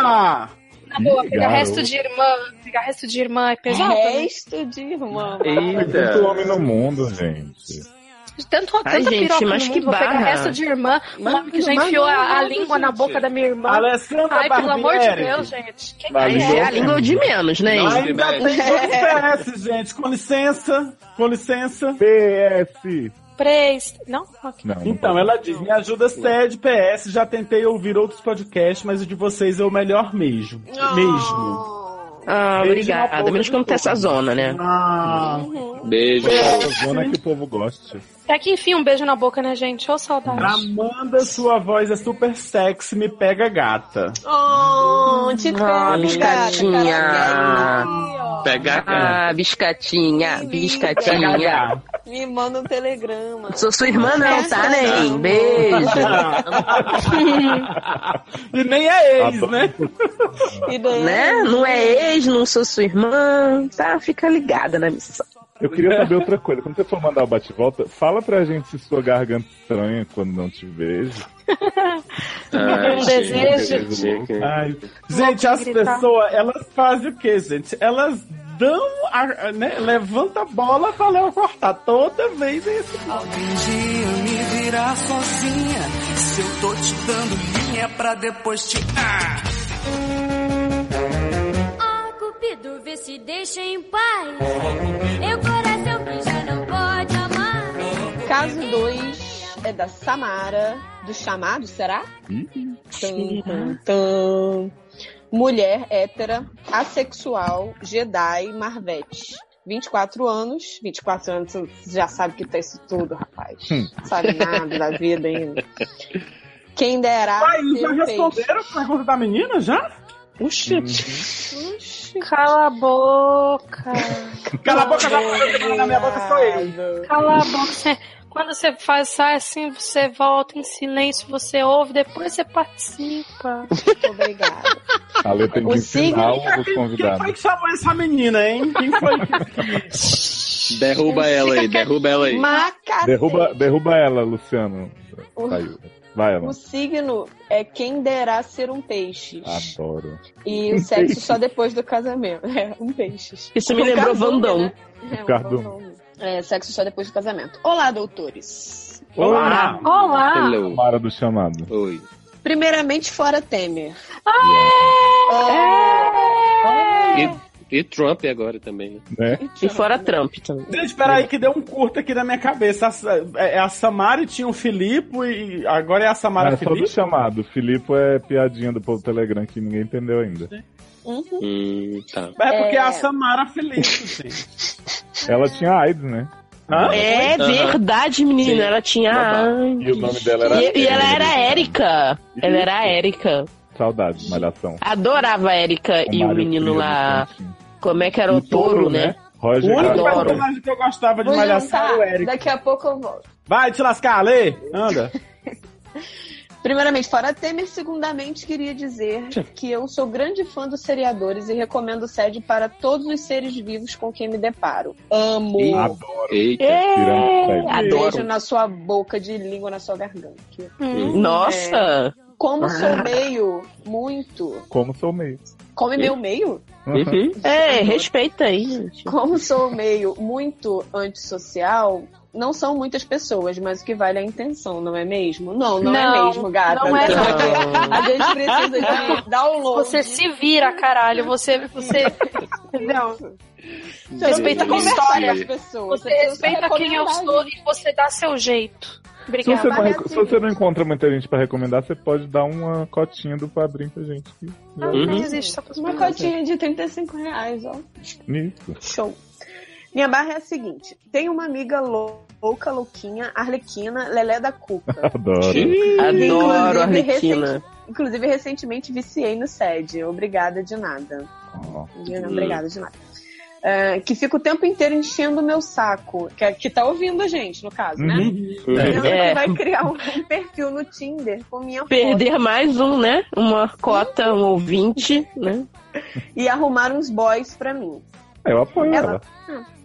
[SPEAKER 5] Na boa, pegar
[SPEAKER 6] Legal.
[SPEAKER 5] resto de irmã. Pegar resto de irmã é pesado. né?
[SPEAKER 7] Resto de irmão.
[SPEAKER 6] Tem tanto homem no mundo, gente.
[SPEAKER 5] Tanto,
[SPEAKER 3] Ai,
[SPEAKER 5] tanta
[SPEAKER 3] gente,
[SPEAKER 5] piroca
[SPEAKER 3] mas
[SPEAKER 5] no
[SPEAKER 3] que
[SPEAKER 5] mundo, vou pegar
[SPEAKER 3] barra.
[SPEAKER 5] resto de irmã. Um homem que já
[SPEAKER 9] mas
[SPEAKER 5] enfiou
[SPEAKER 9] não,
[SPEAKER 3] um
[SPEAKER 5] a, a
[SPEAKER 9] não,
[SPEAKER 5] língua na
[SPEAKER 9] gente.
[SPEAKER 5] boca da minha irmã.
[SPEAKER 4] Alessandra
[SPEAKER 5] Ai, pelo amor de
[SPEAKER 4] Barbieri.
[SPEAKER 5] Deus, gente. Quem
[SPEAKER 6] Vai
[SPEAKER 5] é?
[SPEAKER 3] É a língua de menos, né?
[SPEAKER 9] Não,
[SPEAKER 3] hein?
[SPEAKER 4] Ainda tem dois PS, gente. Com licença. Com licença.
[SPEAKER 6] PS!
[SPEAKER 5] Pres- Não? Ok.
[SPEAKER 6] Não, não
[SPEAKER 4] Então,
[SPEAKER 6] pode.
[SPEAKER 4] ela diz: Me ajuda, sede PS. Já tentei ouvir outros podcasts, mas o de vocês é o melhor mesmo. Mesmo.
[SPEAKER 3] Ah,
[SPEAKER 4] Beijo na
[SPEAKER 3] obrigada.
[SPEAKER 4] boca
[SPEAKER 3] Menos
[SPEAKER 4] de
[SPEAKER 3] quando tem essa
[SPEAKER 4] todos.
[SPEAKER 3] zona, né?
[SPEAKER 4] Ah,
[SPEAKER 6] é.
[SPEAKER 9] Beijo.
[SPEAKER 6] Essa zona que o povo gosta.
[SPEAKER 5] Até que enfim, um beijo na boca, né, gente? Ô, saudade.
[SPEAKER 4] Amanda, sua voz é super sexy, me pega gata.
[SPEAKER 7] Oh, te
[SPEAKER 3] Ah,
[SPEAKER 7] pego, cara.
[SPEAKER 3] gatinha.
[SPEAKER 7] Caraca, aí,
[SPEAKER 9] Pega a cara.
[SPEAKER 3] Ah, biscatinha,
[SPEAKER 4] Pega
[SPEAKER 3] biscatinha.
[SPEAKER 4] gata.
[SPEAKER 7] ó. Me manda um telegrama. é
[SPEAKER 3] Sou sua irmã não, tá,
[SPEAKER 7] Não.
[SPEAKER 3] nem? Beijo.
[SPEAKER 4] e nem é ex,
[SPEAKER 6] Adoro.
[SPEAKER 4] né?
[SPEAKER 7] E daí?
[SPEAKER 3] Né? Não é ex, não sou sua irmã. Tá, fica ligada na missão.
[SPEAKER 6] Eu queria saber outra coisa. Quando você for mandar o bate-volta, fala pra gente se sua garganta é estranha quando não te vejo.
[SPEAKER 9] Ai,
[SPEAKER 3] Ah,
[SPEAKER 5] Um
[SPEAKER 9] Ah, gente,
[SPEAKER 5] desejo.
[SPEAKER 9] gente.
[SPEAKER 4] Ai, gente, as
[SPEAKER 5] gritar.
[SPEAKER 4] pessoas, elas fazem o quê, gente? Elas dão, a, né, levanta a bola pra Léo cortar toda vez é esse
[SPEAKER 1] Algum dia eu me virar sozinha. Se eu tô te dando linha pra depois te. Ah!
[SPEAKER 10] Ah, Cupido, vê se deixa em paz. Meu coração que já não pode amar.
[SPEAKER 7] Caso 2 é da Samara, do chamado, será? Tum, tum,
[SPEAKER 4] Então.
[SPEAKER 7] tum. Mulher hétera, assexual, Jedi, Marvete. 24 anos. 24 anos, você já sabe que tá isso tudo, rapaz.
[SPEAKER 3] Hum.
[SPEAKER 7] Sabe nada da vida ainda. Quem um derá.
[SPEAKER 4] Mas já
[SPEAKER 7] ter o peixe.
[SPEAKER 6] Uhum.
[SPEAKER 4] responderam a pergunta da menina, já?
[SPEAKER 7] Oxi. Oxi.
[SPEAKER 5] Cala a boca.
[SPEAKER 4] Cala a boca, já falei, na minha boca sou eu.
[SPEAKER 5] Cala a boca. Você- quando você faz, sai assim, você volta em silêncio, você ouve, depois você participa.
[SPEAKER 7] Obrigada.
[SPEAKER 6] A Lê tem
[SPEAKER 7] O
[SPEAKER 6] que ensinar
[SPEAKER 7] signo-
[SPEAKER 6] os
[SPEAKER 4] Quem foi
[SPEAKER 6] convidados.
[SPEAKER 4] que chamou essa menina, hein? Quem foi
[SPEAKER 9] Derruba ela aí, derruba ela aí.
[SPEAKER 7] Maca.
[SPEAKER 6] Derruba, derruba ela, Luciano.
[SPEAKER 7] O,
[SPEAKER 6] Saiu. Vai,
[SPEAKER 7] o
[SPEAKER 6] ela.
[SPEAKER 7] signo é quem derá ser um peixe.
[SPEAKER 6] Ah, Adoro.
[SPEAKER 7] E o sexo só depois do casamento. É, um peixe.
[SPEAKER 3] Isso me
[SPEAKER 7] Um
[SPEAKER 3] lembrou
[SPEAKER 7] cardume,
[SPEAKER 3] Vandão.
[SPEAKER 7] né? É, um
[SPEAKER 6] Cardume.
[SPEAKER 7] cardume. É, sexo só depois do casamento. Olá, doutores.
[SPEAKER 4] Olá!
[SPEAKER 5] Olá!
[SPEAKER 9] Hello.
[SPEAKER 6] Hora do chamado.
[SPEAKER 9] Oi.
[SPEAKER 7] Primeiramente, fora Temer. Ah,
[SPEAKER 8] É.
[SPEAKER 7] é.
[SPEAKER 9] E, e Trump agora também, né?
[SPEAKER 6] Né?
[SPEAKER 3] E fora Trump também.
[SPEAKER 4] Gente, peraí, que deu um curto aqui na minha cabeça. A, Sa- é- é a Samara e tinha o Filipe e agora é a Samara
[SPEAKER 6] Mas só do
[SPEAKER 4] Filipe?
[SPEAKER 6] chamado. Filipe é piadinha do povo Telegram que ninguém entendeu ainda.
[SPEAKER 1] né?
[SPEAKER 3] Um
[SPEAKER 7] Uhum.
[SPEAKER 9] Hum, tá.
[SPEAKER 4] É porque é
[SPEAKER 7] É.
[SPEAKER 4] a Samara Filipe, gente.
[SPEAKER 6] Ela tinha AIDS, né?
[SPEAKER 4] Hã?
[SPEAKER 3] É
[SPEAKER 9] Aham.
[SPEAKER 3] verdade, menina.
[SPEAKER 9] Sim. Tá
[SPEAKER 3] Ela tinha. AIDS.
[SPEAKER 6] E o nome dela era.
[SPEAKER 3] E, e ela é era a Érica. Ela era a Érica.
[SPEAKER 6] Saudades, malhação.
[SPEAKER 3] Adorava a Érica
[SPEAKER 6] Com
[SPEAKER 3] e o
[SPEAKER 6] Mário
[SPEAKER 3] menino
[SPEAKER 6] Frias,
[SPEAKER 3] lá.
[SPEAKER 6] assim.
[SPEAKER 3] Como é que era o
[SPEAKER 6] Um touro,
[SPEAKER 3] touro, né?
[SPEAKER 6] Roger
[SPEAKER 4] O único
[SPEAKER 3] Adoro.
[SPEAKER 6] Adoro.
[SPEAKER 4] personagem que eu gostava de
[SPEAKER 7] Vou
[SPEAKER 4] Malhação era o
[SPEAKER 7] jantar.
[SPEAKER 4] Eric.
[SPEAKER 7] Daqui a pouco eu volto.
[SPEAKER 4] Vai te lascar, Lê! Anda!
[SPEAKER 7] Primeiramente, fora Temer, segundamente, queria dizer que eu sou grande fã dos seriadores e recomendo o SED para todos os seres vivos com quem me deparo. Amo!
[SPEAKER 9] Eita.
[SPEAKER 6] Tirando
[SPEAKER 3] É,
[SPEAKER 6] o
[SPEAKER 7] Beijo
[SPEAKER 3] adoro.
[SPEAKER 7] na sua boca, de língua na sua garganta.
[SPEAKER 5] Hum.
[SPEAKER 3] Nossa!
[SPEAKER 7] Como sou meio, muito.
[SPEAKER 6] É. Como sou meio.
[SPEAKER 7] Come meu meio?
[SPEAKER 6] Uhum.
[SPEAKER 3] É, respeita aí, gente.
[SPEAKER 7] Como sou um meio, muito antissocial, não são muitas pessoas, mas o que vale é a intenção, não é mesmo? Não, não, é
[SPEAKER 5] Não,
[SPEAKER 7] mesmo, gata.
[SPEAKER 5] não é
[SPEAKER 3] não.
[SPEAKER 7] A gente precisa de download.
[SPEAKER 5] Você se vira, caralho. Você. você entendeu?
[SPEAKER 7] Você respeita
[SPEAKER 9] a
[SPEAKER 7] conversar
[SPEAKER 5] história.
[SPEAKER 7] com as pessoas.
[SPEAKER 5] Você
[SPEAKER 7] precisa
[SPEAKER 5] respeita quem eu
[SPEAKER 7] recomendar,
[SPEAKER 5] sou
[SPEAKER 7] gente.
[SPEAKER 5] e você dá seu jeito.
[SPEAKER 6] Se você,
[SPEAKER 5] Obrigada.
[SPEAKER 6] não, se você não encontra muita gente pra recomendar, você pode dar uma cotinha do padrinho pra gente. que- tá
[SPEAKER 5] Não,
[SPEAKER 3] Uhum.
[SPEAKER 5] não
[SPEAKER 6] Uhum.
[SPEAKER 5] existe essa
[SPEAKER 7] Uma
[SPEAKER 5] possibilidade.
[SPEAKER 7] cotinha de 35 reais, ó.
[SPEAKER 6] Nisso.
[SPEAKER 7] Show. Minha barra é a seguinte: tem uma amiga lou- louca, louquinha, arlequina, Lelé da Cuca.
[SPEAKER 6] Adoro.
[SPEAKER 3] Adoro a
[SPEAKER 7] Inclusive,
[SPEAKER 3] Arlequina.
[SPEAKER 7] Inclusive, recentemente viciei no SED. Obrigada de nada.
[SPEAKER 6] Ó,
[SPEAKER 7] Não,
[SPEAKER 1] Uhum.
[SPEAKER 7] não, Obrigada de nada. É, que fica o tempo inteiro enchendo o meu saco. Que, que tá ouvindo a gente, no caso, né?
[SPEAKER 1] Uhum.
[SPEAKER 7] Pensando que
[SPEAKER 3] É.
[SPEAKER 7] vai criar um, um perfil no Tinder com minha foto
[SPEAKER 3] Perder mais um, né? Uma cota, um ouvinte, né?
[SPEAKER 7] e arrumar uns boys pra mim. ah,
[SPEAKER 6] Eu apoio ela.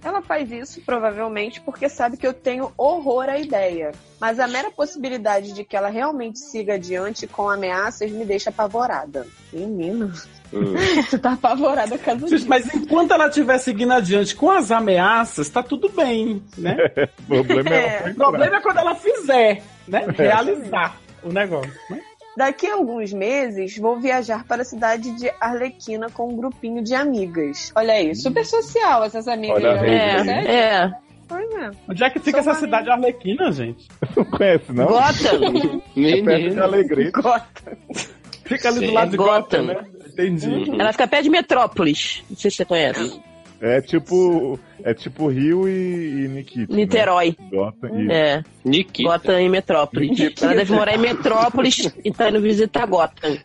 [SPEAKER 7] Ela faz isso, provavelmente, porque sabe que eu tenho horror à ideia. Mas a mera possibilidade de que ela realmente siga adiante com ameaças me deixa apavorada. Menino, tu tá apavorada com as
[SPEAKER 4] Gente, mas enquanto ela estiver seguindo adiante com as ameaças, tá tudo bem, né?
[SPEAKER 6] O problema é ela. É.
[SPEAKER 4] O problema é quando ela fizer, né? Realizar o negócio. né?
[SPEAKER 7] Daqui a alguns meses, vou viajar para a cidade de Arlequina com um grupinho de amigas. Olha
[SPEAKER 5] Hum.
[SPEAKER 7] aí, super social essas amigas.
[SPEAKER 6] Olha a
[SPEAKER 7] né?
[SPEAKER 6] rede
[SPEAKER 7] Sério?
[SPEAKER 3] É, é.
[SPEAKER 7] Pois é.
[SPEAKER 4] Onde é que fica
[SPEAKER 7] Sou
[SPEAKER 4] essa cidade arlequina, gente?
[SPEAKER 6] Não conhece, não?
[SPEAKER 3] Gotham.
[SPEAKER 6] É perto de
[SPEAKER 9] Menino.
[SPEAKER 6] alegria.
[SPEAKER 4] Fica ali do
[SPEAKER 9] Sim.
[SPEAKER 4] lado de Gotham,
[SPEAKER 3] É Gotham. Uhum.
[SPEAKER 4] né? Entendi.
[SPEAKER 3] Ela fica perto de Metrópolis. Não sei se você conhece.
[SPEAKER 6] É tipo, é tipo Rio e, e Nikita.
[SPEAKER 3] Niterói.
[SPEAKER 6] Né? Gotham e...
[SPEAKER 3] É,
[SPEAKER 9] Nikita.
[SPEAKER 3] Gotham e Metrópolis.
[SPEAKER 6] Nikita.
[SPEAKER 3] Ela deve morar em Metrópolis e tá indo visitar Gotham.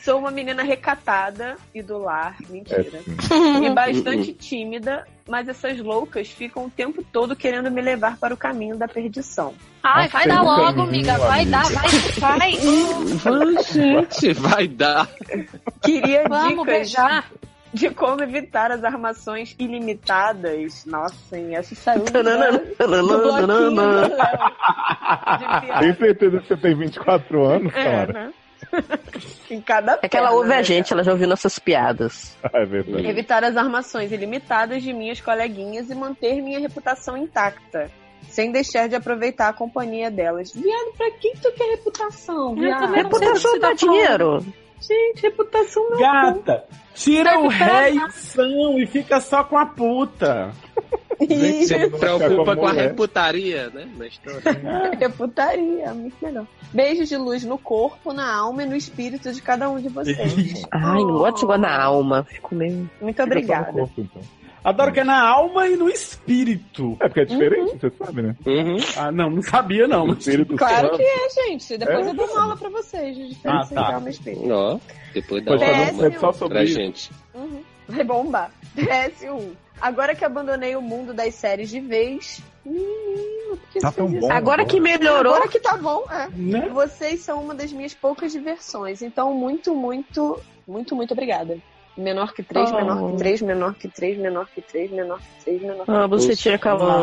[SPEAKER 7] Sou uma menina recatada e do lar,
[SPEAKER 6] É,
[SPEAKER 7] mentira.
[SPEAKER 6] sim.
[SPEAKER 7] E bastante tímida, mas essas loucas ficam o tempo todo querendo me levar para o caminho da perdição.
[SPEAKER 5] Ai, vai dar
[SPEAKER 6] Aceita
[SPEAKER 5] logo,
[SPEAKER 6] o
[SPEAKER 5] amiga.
[SPEAKER 6] meu
[SPEAKER 5] Vai dar, vai, vai.
[SPEAKER 9] Vai, gente, vai dar.
[SPEAKER 7] Queria
[SPEAKER 5] Vamos
[SPEAKER 7] dicas
[SPEAKER 5] beijar.
[SPEAKER 7] de como evitar as armações ilimitadas. Nossa, hein? Essa saiu do, do bloquinho, né?
[SPEAKER 3] Tananana.
[SPEAKER 7] De piada.
[SPEAKER 6] Tem certeza que você tem 24 anos,
[SPEAKER 7] É,
[SPEAKER 6] cara?
[SPEAKER 7] né? em cada
[SPEAKER 3] É que ela
[SPEAKER 7] perna,
[SPEAKER 3] ouve
[SPEAKER 7] né,
[SPEAKER 3] a gente, ela já ouviu nossas piadas.
[SPEAKER 6] É verdade.
[SPEAKER 7] cara? Evitar as armações ilimitadas de minhas coleguinhas e manter minha reputação intacta. Sem deixar de aproveitar a companhia delas. Viado, pra que tu quer reputação? viado?
[SPEAKER 5] também não sei do que
[SPEAKER 3] Reputação
[SPEAKER 5] você tá
[SPEAKER 3] dá dinheiro.
[SPEAKER 7] Gente, reputação
[SPEAKER 5] é
[SPEAKER 7] não.
[SPEAKER 4] Gata, tira o ré e o são e fica só com a puta.
[SPEAKER 7] Isso,
[SPEAKER 9] Se
[SPEAKER 6] Gente,
[SPEAKER 9] preocupa com a
[SPEAKER 6] mulher.
[SPEAKER 9] reputaria, né? Na história.
[SPEAKER 7] reputaria. É Muito melhor. Beijos de luz no corpo, na alma e no espírito de cada um de vocês.
[SPEAKER 3] Ai, não gosto de jogar na alma. Fico meio.
[SPEAKER 7] Muito
[SPEAKER 6] Fica só no
[SPEAKER 7] obrigada.
[SPEAKER 6] corpo, então.
[SPEAKER 4] Adoro que é na alma e no espírito.
[SPEAKER 6] É porque é diferente, você sabe, né?
[SPEAKER 9] Uhum.
[SPEAKER 4] Ah, não, não sabia não.
[SPEAKER 6] O espírito
[SPEAKER 7] Claro
[SPEAKER 6] santo.
[SPEAKER 7] que é, gente. Depois
[SPEAKER 6] É.
[SPEAKER 7] eu dou uma aula pra vocês de
[SPEAKER 4] Ah,
[SPEAKER 7] diferença
[SPEAKER 4] tá.
[SPEAKER 7] entre alma e espírito.
[SPEAKER 9] Ó, depois dá
[SPEAKER 6] Pode fazer um
[SPEAKER 7] Péssimo.
[SPEAKER 6] episódio só
[SPEAKER 9] pra
[SPEAKER 6] sobre isso.
[SPEAKER 9] gente.
[SPEAKER 7] Uhum. Vai bombar. PS1. Agora que abandonei o mundo das séries de vez. Menino, por que
[SPEAKER 6] Tá
[SPEAKER 7] você
[SPEAKER 6] tão
[SPEAKER 7] fez
[SPEAKER 6] bom.
[SPEAKER 7] isso?
[SPEAKER 3] Agora que melhorou,
[SPEAKER 7] Agora que tá bom, é.
[SPEAKER 4] Né?
[SPEAKER 7] Vocês são uma das minhas poucas diversões. Então, muito, muito, muito, muito obrigada. Menor que três,
[SPEAKER 3] Oh.
[SPEAKER 7] menor que três, menor que três, menor que três, menor que três, menor que
[SPEAKER 3] ah, você
[SPEAKER 9] Ups.
[SPEAKER 3] tira a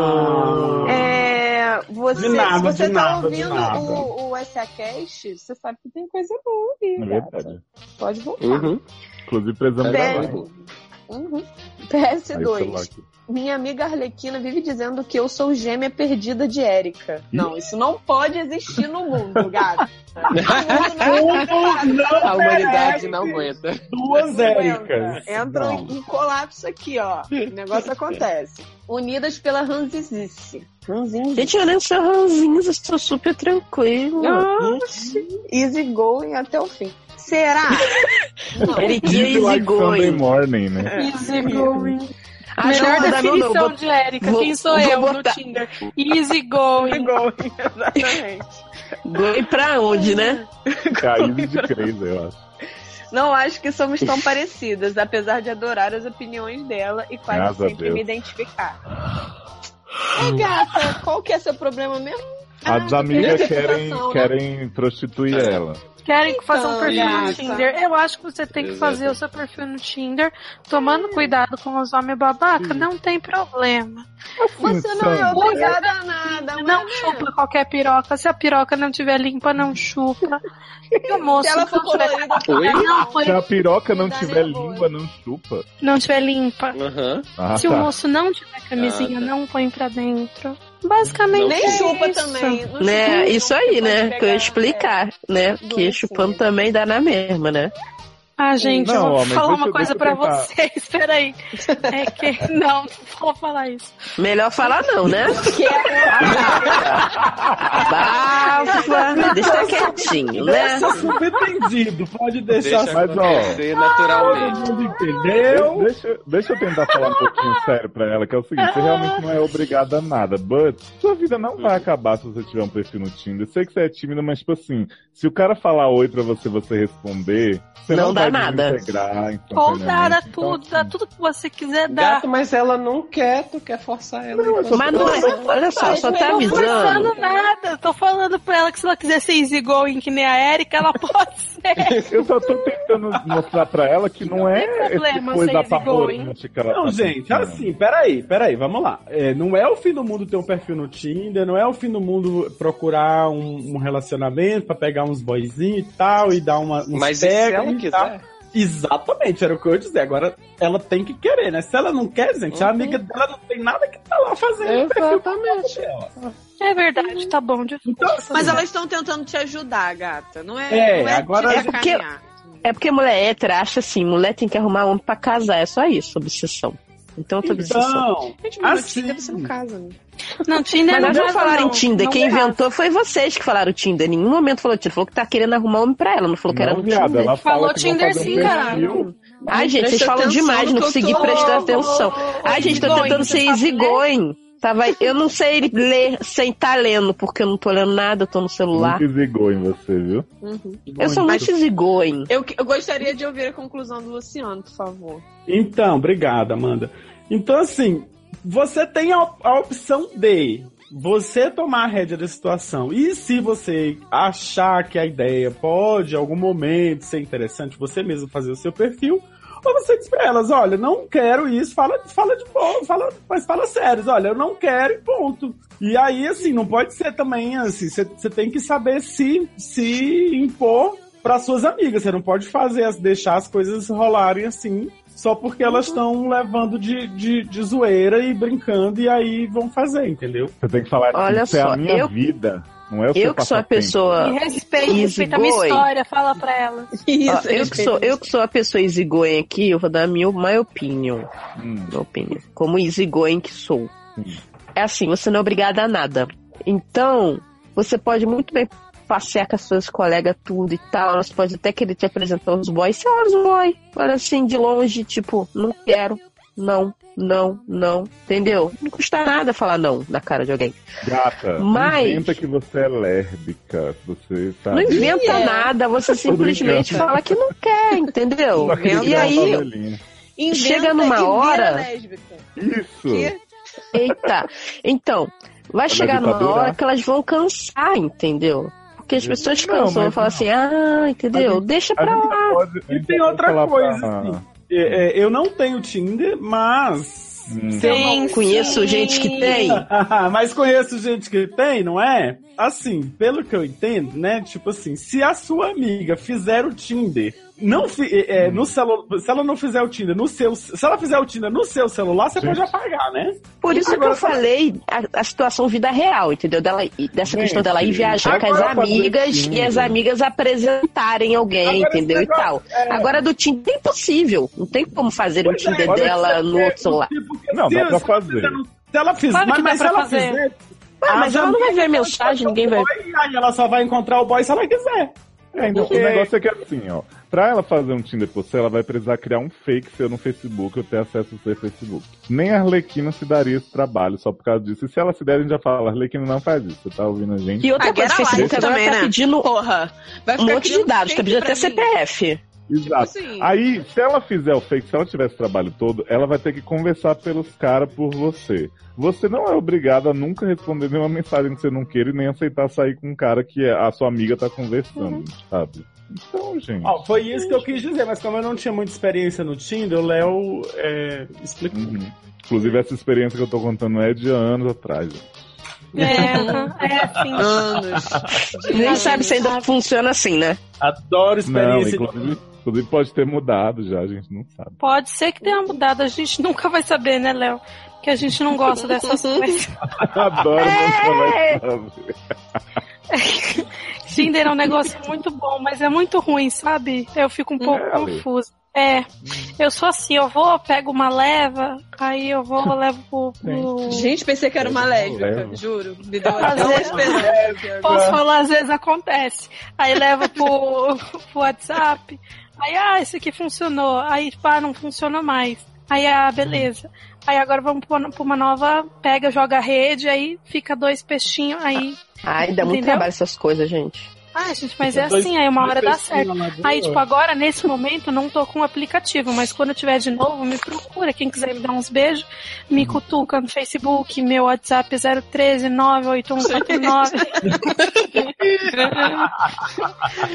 [SPEAKER 3] calma.
[SPEAKER 7] É, você,
[SPEAKER 4] De nada,
[SPEAKER 7] se você
[SPEAKER 4] de
[SPEAKER 7] tá
[SPEAKER 4] nada, de
[SPEAKER 7] ouvindo
[SPEAKER 4] nada.
[SPEAKER 7] o, o SACast, você sabe que tem coisa boa aí.
[SPEAKER 6] É
[SPEAKER 7] gata.
[SPEAKER 6] verdade.
[SPEAKER 7] Pode voltar.
[SPEAKER 9] Uhum.
[SPEAKER 6] Inclusive, precisamos
[SPEAKER 7] Pera.
[SPEAKER 6] gravar.
[SPEAKER 9] Pô,
[SPEAKER 7] Uhum.
[SPEAKER 6] Aí, sei lá,
[SPEAKER 7] PS2.
[SPEAKER 6] que-
[SPEAKER 7] Minha amiga Arlequina vive dizendo que eu sou gêmea perdida de Érica. Não, isso não pode existir no mundo, gato. O mundo não
[SPEAKER 4] Mundo não
[SPEAKER 9] A humanidade
[SPEAKER 4] merece
[SPEAKER 9] não aguenta.
[SPEAKER 4] Duas Éricas.
[SPEAKER 7] Entra, entra
[SPEAKER 4] Não.
[SPEAKER 7] em colapso aqui, ó. O negócio acontece. Unidas pela Ranzizice. Ranzinzice.
[SPEAKER 3] Gente, eu nem sou ranzinho, eu sou super tranquilo.
[SPEAKER 7] Ah. Oxi. Easy going até o fim. Será?
[SPEAKER 3] Ele
[SPEAKER 6] Deep
[SPEAKER 3] diz e
[SPEAKER 6] like Sunday
[SPEAKER 3] goi.
[SPEAKER 6] morning, né?
[SPEAKER 7] Easy going.
[SPEAKER 3] Acho
[SPEAKER 5] Melhor
[SPEAKER 3] que
[SPEAKER 5] definição
[SPEAKER 3] não,
[SPEAKER 5] de Érica.
[SPEAKER 3] vou-
[SPEAKER 5] Quem sou
[SPEAKER 3] vou
[SPEAKER 5] eu no
[SPEAKER 3] botar.
[SPEAKER 5] Tinder? Easy going.
[SPEAKER 7] Exatamente.
[SPEAKER 3] Goi pra onde, né?
[SPEAKER 6] Caído de crença, eu acho.
[SPEAKER 7] Não acho que somos tão parecidas, apesar de adorar as opiniões dela e quase
[SPEAKER 6] Graças a
[SPEAKER 7] sempre
[SPEAKER 6] Deus.
[SPEAKER 7] me identificar. Ô, gata, qual que é seu problema mesmo?
[SPEAKER 6] As
[SPEAKER 7] Ah,
[SPEAKER 6] amigas querem,
[SPEAKER 7] identificação, né?
[SPEAKER 6] querem prostituir ela.
[SPEAKER 5] Querem fazer um
[SPEAKER 7] Então,
[SPEAKER 5] perfil
[SPEAKER 7] gata.
[SPEAKER 5] no Tinder? Eu acho que você tem que
[SPEAKER 9] Exato.
[SPEAKER 5] fazer o seu perfil no Tinder,
[SPEAKER 7] Hum.
[SPEAKER 5] tomando cuidado com os homens babaca, não tem problema.
[SPEAKER 7] Você não é
[SPEAKER 6] Insano.
[SPEAKER 7] obrigada a nada,
[SPEAKER 5] Não
[SPEAKER 7] mas né?
[SPEAKER 5] chupa qualquer piroca. Se a piroca não tiver limpa, não chupa. E o moço
[SPEAKER 7] se ela for
[SPEAKER 5] não tiver-
[SPEAKER 7] colorida,
[SPEAKER 9] Oi?
[SPEAKER 5] Não, foi-
[SPEAKER 6] Se a piroca não
[SPEAKER 7] Me dá
[SPEAKER 6] tiver
[SPEAKER 7] nervoso.
[SPEAKER 6] língua, não chupa.
[SPEAKER 5] não tiver limpa.
[SPEAKER 9] Aham.
[SPEAKER 6] Ah,
[SPEAKER 5] Se o
[SPEAKER 6] tá.
[SPEAKER 5] moço não tiver camisinha,
[SPEAKER 9] Ah, tá.
[SPEAKER 5] não põe pra dentro. Basicamente.
[SPEAKER 7] nem
[SPEAKER 5] é
[SPEAKER 7] chupa
[SPEAKER 5] isso.
[SPEAKER 7] também. Não chupa,
[SPEAKER 3] Né,
[SPEAKER 7] não,
[SPEAKER 3] isso
[SPEAKER 7] você
[SPEAKER 3] aí,
[SPEAKER 7] pode
[SPEAKER 3] né? Que eu
[SPEAKER 7] pegar,
[SPEAKER 3] ia explicar, né? Que
[SPEAKER 7] doencinha.
[SPEAKER 3] chupando também dá na mesma, né?
[SPEAKER 5] Ah, gente,
[SPEAKER 6] Não,
[SPEAKER 5] eu
[SPEAKER 6] ó,
[SPEAKER 5] vou
[SPEAKER 6] mas
[SPEAKER 5] falar
[SPEAKER 6] deixa-
[SPEAKER 5] uma
[SPEAKER 6] deixa
[SPEAKER 5] coisa
[SPEAKER 6] eu
[SPEAKER 5] pra
[SPEAKER 6] tentar.
[SPEAKER 5] vocês. Peraí. É que. Não, não vou falar isso.
[SPEAKER 3] Melhor falar não, né?
[SPEAKER 1] é
[SPEAKER 3] Bafa, deixa quietinho, né?
[SPEAKER 4] Deixa subentendido, pode deixar. assim.
[SPEAKER 8] Deixa
[SPEAKER 6] Mas, ó,
[SPEAKER 8] acontecer
[SPEAKER 4] Todo
[SPEAKER 8] naturalmente.
[SPEAKER 4] mundo entendeu?
[SPEAKER 6] Deixa, deixa eu tentar falar um pouquinho sério pra ela, que é o seguinte, você realmente não é obrigada a nada, but sua vida não vai acabar se você tiver um perfil no Tinder. Eu sei que você é tímida, mas tipo assim, se o cara falar oi pra você, você responder, você não,
[SPEAKER 3] Não dá
[SPEAKER 6] vai
[SPEAKER 3] nada.
[SPEAKER 6] desintegrar,
[SPEAKER 5] Ou
[SPEAKER 6] instantaneamente.
[SPEAKER 5] dá, dá
[SPEAKER 6] Então,
[SPEAKER 5] tudo, dá tudo que você quiser dar.
[SPEAKER 1] Gato, mas ela não quer, tu quer forçar ela. Então,
[SPEAKER 3] Mas não é, olha só, só tá
[SPEAKER 5] Não tô
[SPEAKER 3] avisando.
[SPEAKER 5] forçando nada. Tô falando pra ela que se ela quiser ser easy going que nem a Erika, ela pode ser.
[SPEAKER 6] Eu só tô tentando mostrar pra ela que não, é
[SPEAKER 5] tem problema
[SPEAKER 6] essa coisa
[SPEAKER 5] ser easygoing.
[SPEAKER 6] apavorante que ela
[SPEAKER 4] Não,
[SPEAKER 6] tá
[SPEAKER 4] gente,
[SPEAKER 6] sentindo.
[SPEAKER 4] assim, peraí, peraí, vamos lá. É, não é o fim do mundo ter um perfil no Tinder, não é o fim do mundo procurar um, um relacionamento pra pegar uns boyzinhos e tal, e dar uma, uns
[SPEAKER 8] Mas e se
[SPEAKER 4] pega
[SPEAKER 8] ela
[SPEAKER 4] e
[SPEAKER 8] quiser?
[SPEAKER 4] tal. Exatamente, era o que eu ia dizer. Agora, ela tem que querer, né? Se ela não quer, gente,
[SPEAKER 8] Uhum.
[SPEAKER 4] a amiga dela não tem nada que tá lá fazendo.
[SPEAKER 1] Exatamente.
[SPEAKER 5] É verdade, tá bom. De...
[SPEAKER 4] Então, assim,
[SPEAKER 7] Mas elas estão tentando te ajudar, gata. Não é,
[SPEAKER 4] É,
[SPEAKER 7] não é
[SPEAKER 4] agora-
[SPEAKER 7] te
[SPEAKER 4] É
[SPEAKER 3] porque-
[SPEAKER 7] sacanear.
[SPEAKER 3] É porque mulher hétera acha assim, mulher tem que arrumar homem pra casar, é só isso, obsessão. Então, outra obsessão.
[SPEAKER 4] então,
[SPEAKER 7] Gente, mas
[SPEAKER 4] Assim.
[SPEAKER 7] no Tinder você não casa, né?
[SPEAKER 5] Não, Tinder
[SPEAKER 3] Mas nós
[SPEAKER 5] não
[SPEAKER 3] vamos falar em
[SPEAKER 5] não.
[SPEAKER 3] Tinder.
[SPEAKER 5] Não
[SPEAKER 3] Quem
[SPEAKER 5] é.
[SPEAKER 3] inventou foi vocês que falaram Tinder. Em nenhum momento falou Tinder. Falou que tá querendo arrumar homem pra ela, não falou que era
[SPEAKER 6] não,
[SPEAKER 3] no
[SPEAKER 6] viado,
[SPEAKER 3] Tinder.
[SPEAKER 6] ela fala
[SPEAKER 5] Falou
[SPEAKER 6] que
[SPEAKER 5] Tinder
[SPEAKER 6] vai fazer
[SPEAKER 5] sim,
[SPEAKER 6] um
[SPEAKER 5] cara.
[SPEAKER 6] perfil.
[SPEAKER 3] Ai, gente, vocês
[SPEAKER 7] Presta
[SPEAKER 3] falam
[SPEAKER 7] atenção
[SPEAKER 3] demais,
[SPEAKER 7] no
[SPEAKER 3] não
[SPEAKER 7] que eu
[SPEAKER 3] consegui
[SPEAKER 7] tô-
[SPEAKER 3] prestar atenção. Ai, gente, tô
[SPEAKER 5] easygoing,
[SPEAKER 3] tentando
[SPEAKER 5] você
[SPEAKER 3] ser
[SPEAKER 5] sabe né? ler?
[SPEAKER 3] easygoing. Tava, eu não sei ler sem tá lendo, porque eu não tô lendo nada, eu tô no celular.
[SPEAKER 6] Muito zigou em você, viu?
[SPEAKER 3] Eu sou muito easygoing.
[SPEAKER 7] Uhum. Eu, que- eu gostaria de ouvir a conclusão do Luciano, por favor.
[SPEAKER 4] Então, obrigado, Amanda. Então, assim, você tem a, a opção de você tomar a rédea da situação. E se você achar que a ideia pode, em algum momento, ser interessante, você mesmo fazer o seu perfil, ou você diz pra elas, olha, não quero isso, fala, fala de boa, fala, mas fala sério, olha, eu não quero e ponto. E aí, assim, não pode ser também, assim, você você tem que saber se, se impor para suas amigas, você não pode fazer, as- deixar as coisas rolarem assim, só porque elas estão levando de, de, de zoeira e brincando, e aí vão fazer, entendeu?
[SPEAKER 6] Você tem que falar assim,
[SPEAKER 3] Olha
[SPEAKER 6] isso é
[SPEAKER 3] só,
[SPEAKER 6] a minha
[SPEAKER 3] eu-
[SPEAKER 6] vida, não é o seu
[SPEAKER 3] Eu que sou a
[SPEAKER 6] passatempo.
[SPEAKER 3] pessoa.
[SPEAKER 5] Me respeita, respeita a minha
[SPEAKER 3] Easygoing.
[SPEAKER 5] história, fala pra ela.
[SPEAKER 3] Ó, eu, que sou, eu que sou a pessoa easygoing aqui, eu vou dar a minha my opinion.
[SPEAKER 6] Hum,
[SPEAKER 3] minha opinião. Como easygoing que sou. É assim, você não é obrigada a nada. Então, você pode muito bem passear com as suas colegas tudo e tal. Elas podem até querer te apresentar os boys. Se elas boy, olha assim, de longe, tipo, não quero. não, não, não. Entendeu? Não custa nada falar não na cara de alguém.
[SPEAKER 6] Gata,
[SPEAKER 3] Mas-
[SPEAKER 6] inventa que você é lérbica. Você tá.
[SPEAKER 3] Não inventa
[SPEAKER 7] Yeah.
[SPEAKER 3] nada, você simplesmente
[SPEAKER 6] brincando.
[SPEAKER 3] fala que não quer, entendeu?
[SPEAKER 6] Só que
[SPEAKER 3] E
[SPEAKER 6] você é uma
[SPEAKER 3] aí,
[SPEAKER 6] velhinha.
[SPEAKER 7] Inventa
[SPEAKER 3] Chega numa
[SPEAKER 7] e vira né?
[SPEAKER 3] hora-
[SPEAKER 7] lésbica.
[SPEAKER 6] Isso!
[SPEAKER 7] Que?
[SPEAKER 3] Eita. Então, vai chegar numa
[SPEAKER 6] ditadura?
[SPEAKER 3] hora que elas vão cansar, entendeu? Porque as pessoas
[SPEAKER 6] Não,
[SPEAKER 3] cansam, vão
[SPEAKER 6] mas-
[SPEAKER 3] falar assim, ah, entendeu? Deixa
[SPEAKER 6] A
[SPEAKER 3] pra
[SPEAKER 6] gente
[SPEAKER 3] lá.
[SPEAKER 6] pode- a gente
[SPEAKER 4] tem
[SPEAKER 6] pode
[SPEAKER 4] outra
[SPEAKER 6] falar
[SPEAKER 4] coisa,
[SPEAKER 6] pra-
[SPEAKER 4] assim. É, é, eu não tenho Tinder, mas.
[SPEAKER 6] Hum.
[SPEAKER 4] se eu não-
[SPEAKER 7] Sim,
[SPEAKER 3] Conheço
[SPEAKER 7] sim.
[SPEAKER 3] gente que tem.
[SPEAKER 4] Mas conheço gente que tem, não é? Assim, pelo que eu entendo, né? Tipo assim, se a sua amiga fizer o Tinder, não fi-
[SPEAKER 6] Hum.
[SPEAKER 4] é, é, no celu- se ela não fizer o Tinder no seu, se ela fizer o Tinder no seu celular, você
[SPEAKER 6] Gente.
[SPEAKER 4] pode apagar, né?
[SPEAKER 3] Por isso
[SPEAKER 4] Agora
[SPEAKER 6] tá
[SPEAKER 3] que eu falei a, a situação vida real, entendeu? Dela, e dessa
[SPEAKER 6] Gente,
[SPEAKER 3] questão dela ir viajar com as
[SPEAKER 6] agora eu falei
[SPEAKER 3] amigas e
[SPEAKER 6] Tinder.
[SPEAKER 3] as amigas apresentarem alguém,
[SPEAKER 4] Agora esse
[SPEAKER 3] entendeu?
[SPEAKER 4] negócio-
[SPEAKER 3] e tal. Agora do Tinder é impossível. Não tem como fazer o
[SPEAKER 4] Pois é,
[SPEAKER 3] Tinder
[SPEAKER 4] olha
[SPEAKER 3] dela no outro celular.
[SPEAKER 4] Porque
[SPEAKER 6] Não,
[SPEAKER 4] se-
[SPEAKER 6] dá pra
[SPEAKER 4] se ela
[SPEAKER 6] fazer.
[SPEAKER 4] fizer no- Se ela fizer,
[SPEAKER 5] Claro
[SPEAKER 4] mas,
[SPEAKER 5] que dá
[SPEAKER 4] mas se
[SPEAKER 5] pra
[SPEAKER 4] ela
[SPEAKER 5] fazer.
[SPEAKER 4] fizer,
[SPEAKER 3] Ah,
[SPEAKER 4] as
[SPEAKER 3] mas ela não vai
[SPEAKER 4] amigas vão
[SPEAKER 3] ver mensagem, ninguém vai
[SPEAKER 4] encontrar o boy, Aí ela só vai encontrar o boy se ela quiser.
[SPEAKER 6] É, então,
[SPEAKER 4] Porque-
[SPEAKER 6] o negócio é que assim, ó. Pra ela fazer um Tinder por você, ela vai precisar criar um fake seu no Facebook ou ter acesso ao seu Facebook. Nem a Arlequina se daria esse trabalho só por causa disso. E se ela se der, a gente já fala, Arlequina não faz isso, você tá ouvindo a gente?
[SPEAKER 3] E outra
[SPEAKER 7] Ah,
[SPEAKER 3] coisa, o
[SPEAKER 7] get a life
[SPEAKER 3] Facebook agora
[SPEAKER 7] também,
[SPEAKER 3] tá
[SPEAKER 7] né?
[SPEAKER 3] pedindo
[SPEAKER 7] Porra. Vai
[SPEAKER 3] um
[SPEAKER 7] ficar
[SPEAKER 3] monte de
[SPEAKER 7] criando
[SPEAKER 3] dados, tá
[SPEAKER 7] fake
[SPEAKER 3] pedindo até
[SPEAKER 7] pra mim.
[SPEAKER 3] CPF.
[SPEAKER 6] Exato.
[SPEAKER 7] assim.
[SPEAKER 6] Aí, se ela fizer o fake, se ela tiver esse trabalho todo, ela vai ter que conversar pelos caras por você. Você não é obrigado a nunca responder nenhuma mensagem que você não queira e nem aceitar sair com um cara que a sua amiga tá conversando, sabe? Então, gente.
[SPEAKER 4] Ó, foi isso que eu quis dizer, mas como eu não tinha muita experiência no Tinder, o Léo é, explicou.
[SPEAKER 6] Uhum. Inclusive, essa experiência que eu tô contando é de anos atrás.
[SPEAKER 5] É, aham, é assim.
[SPEAKER 7] Anos.
[SPEAKER 3] Nem sabe se ainda funciona assim, né?
[SPEAKER 4] Adoro
[SPEAKER 6] Não,
[SPEAKER 4] experiência.
[SPEAKER 6] inclusive, inclusive pode ter mudado já, a gente não sabe.
[SPEAKER 5] Pode ser que tenha mudado, a gente nunca vai saber, né, Léo? Que a gente não gosta dessas coisas.
[SPEAKER 6] Adoro, mas não vai saber.
[SPEAKER 5] Tinder é um negócio muito bom, mas é muito ruim, sabe? Eu fico um pouco
[SPEAKER 6] É, Ale.
[SPEAKER 5] confusa. É, eu sou assim, eu vou, pego uma leva, aí eu vou, levo pro... pro-
[SPEAKER 7] Gente, pensei que era uma lésbica,
[SPEAKER 6] Leva.
[SPEAKER 7] juro. Me deu
[SPEAKER 5] Às
[SPEAKER 7] até uma
[SPEAKER 1] um
[SPEAKER 5] vezes-
[SPEAKER 7] esperança.
[SPEAKER 5] Posso falar, às vezes acontece. Aí leva pro, pro WhatsApp. Aí, ah, esse aqui funcionou. Aí, tipo, ah, não funciona mais. Aí, ah, beleza. Aí agora vamos pra pra uma nova, pega, joga a rede, aí fica dois peixinhos, aí...
[SPEAKER 3] Ai, dá muito
[SPEAKER 5] Entendeu?
[SPEAKER 3] trabalho essas coisas, gente.
[SPEAKER 5] Ah, gente, mas é assim, aí uma hora dá certo. Aí, tipo, agora, nesse momento, não tô com o aplicativo, mas quando eu tiver de novo, me procura. Quem quiser me dar uns beijos, me cutuca no Facebook, meu WhatsApp é 013 98149.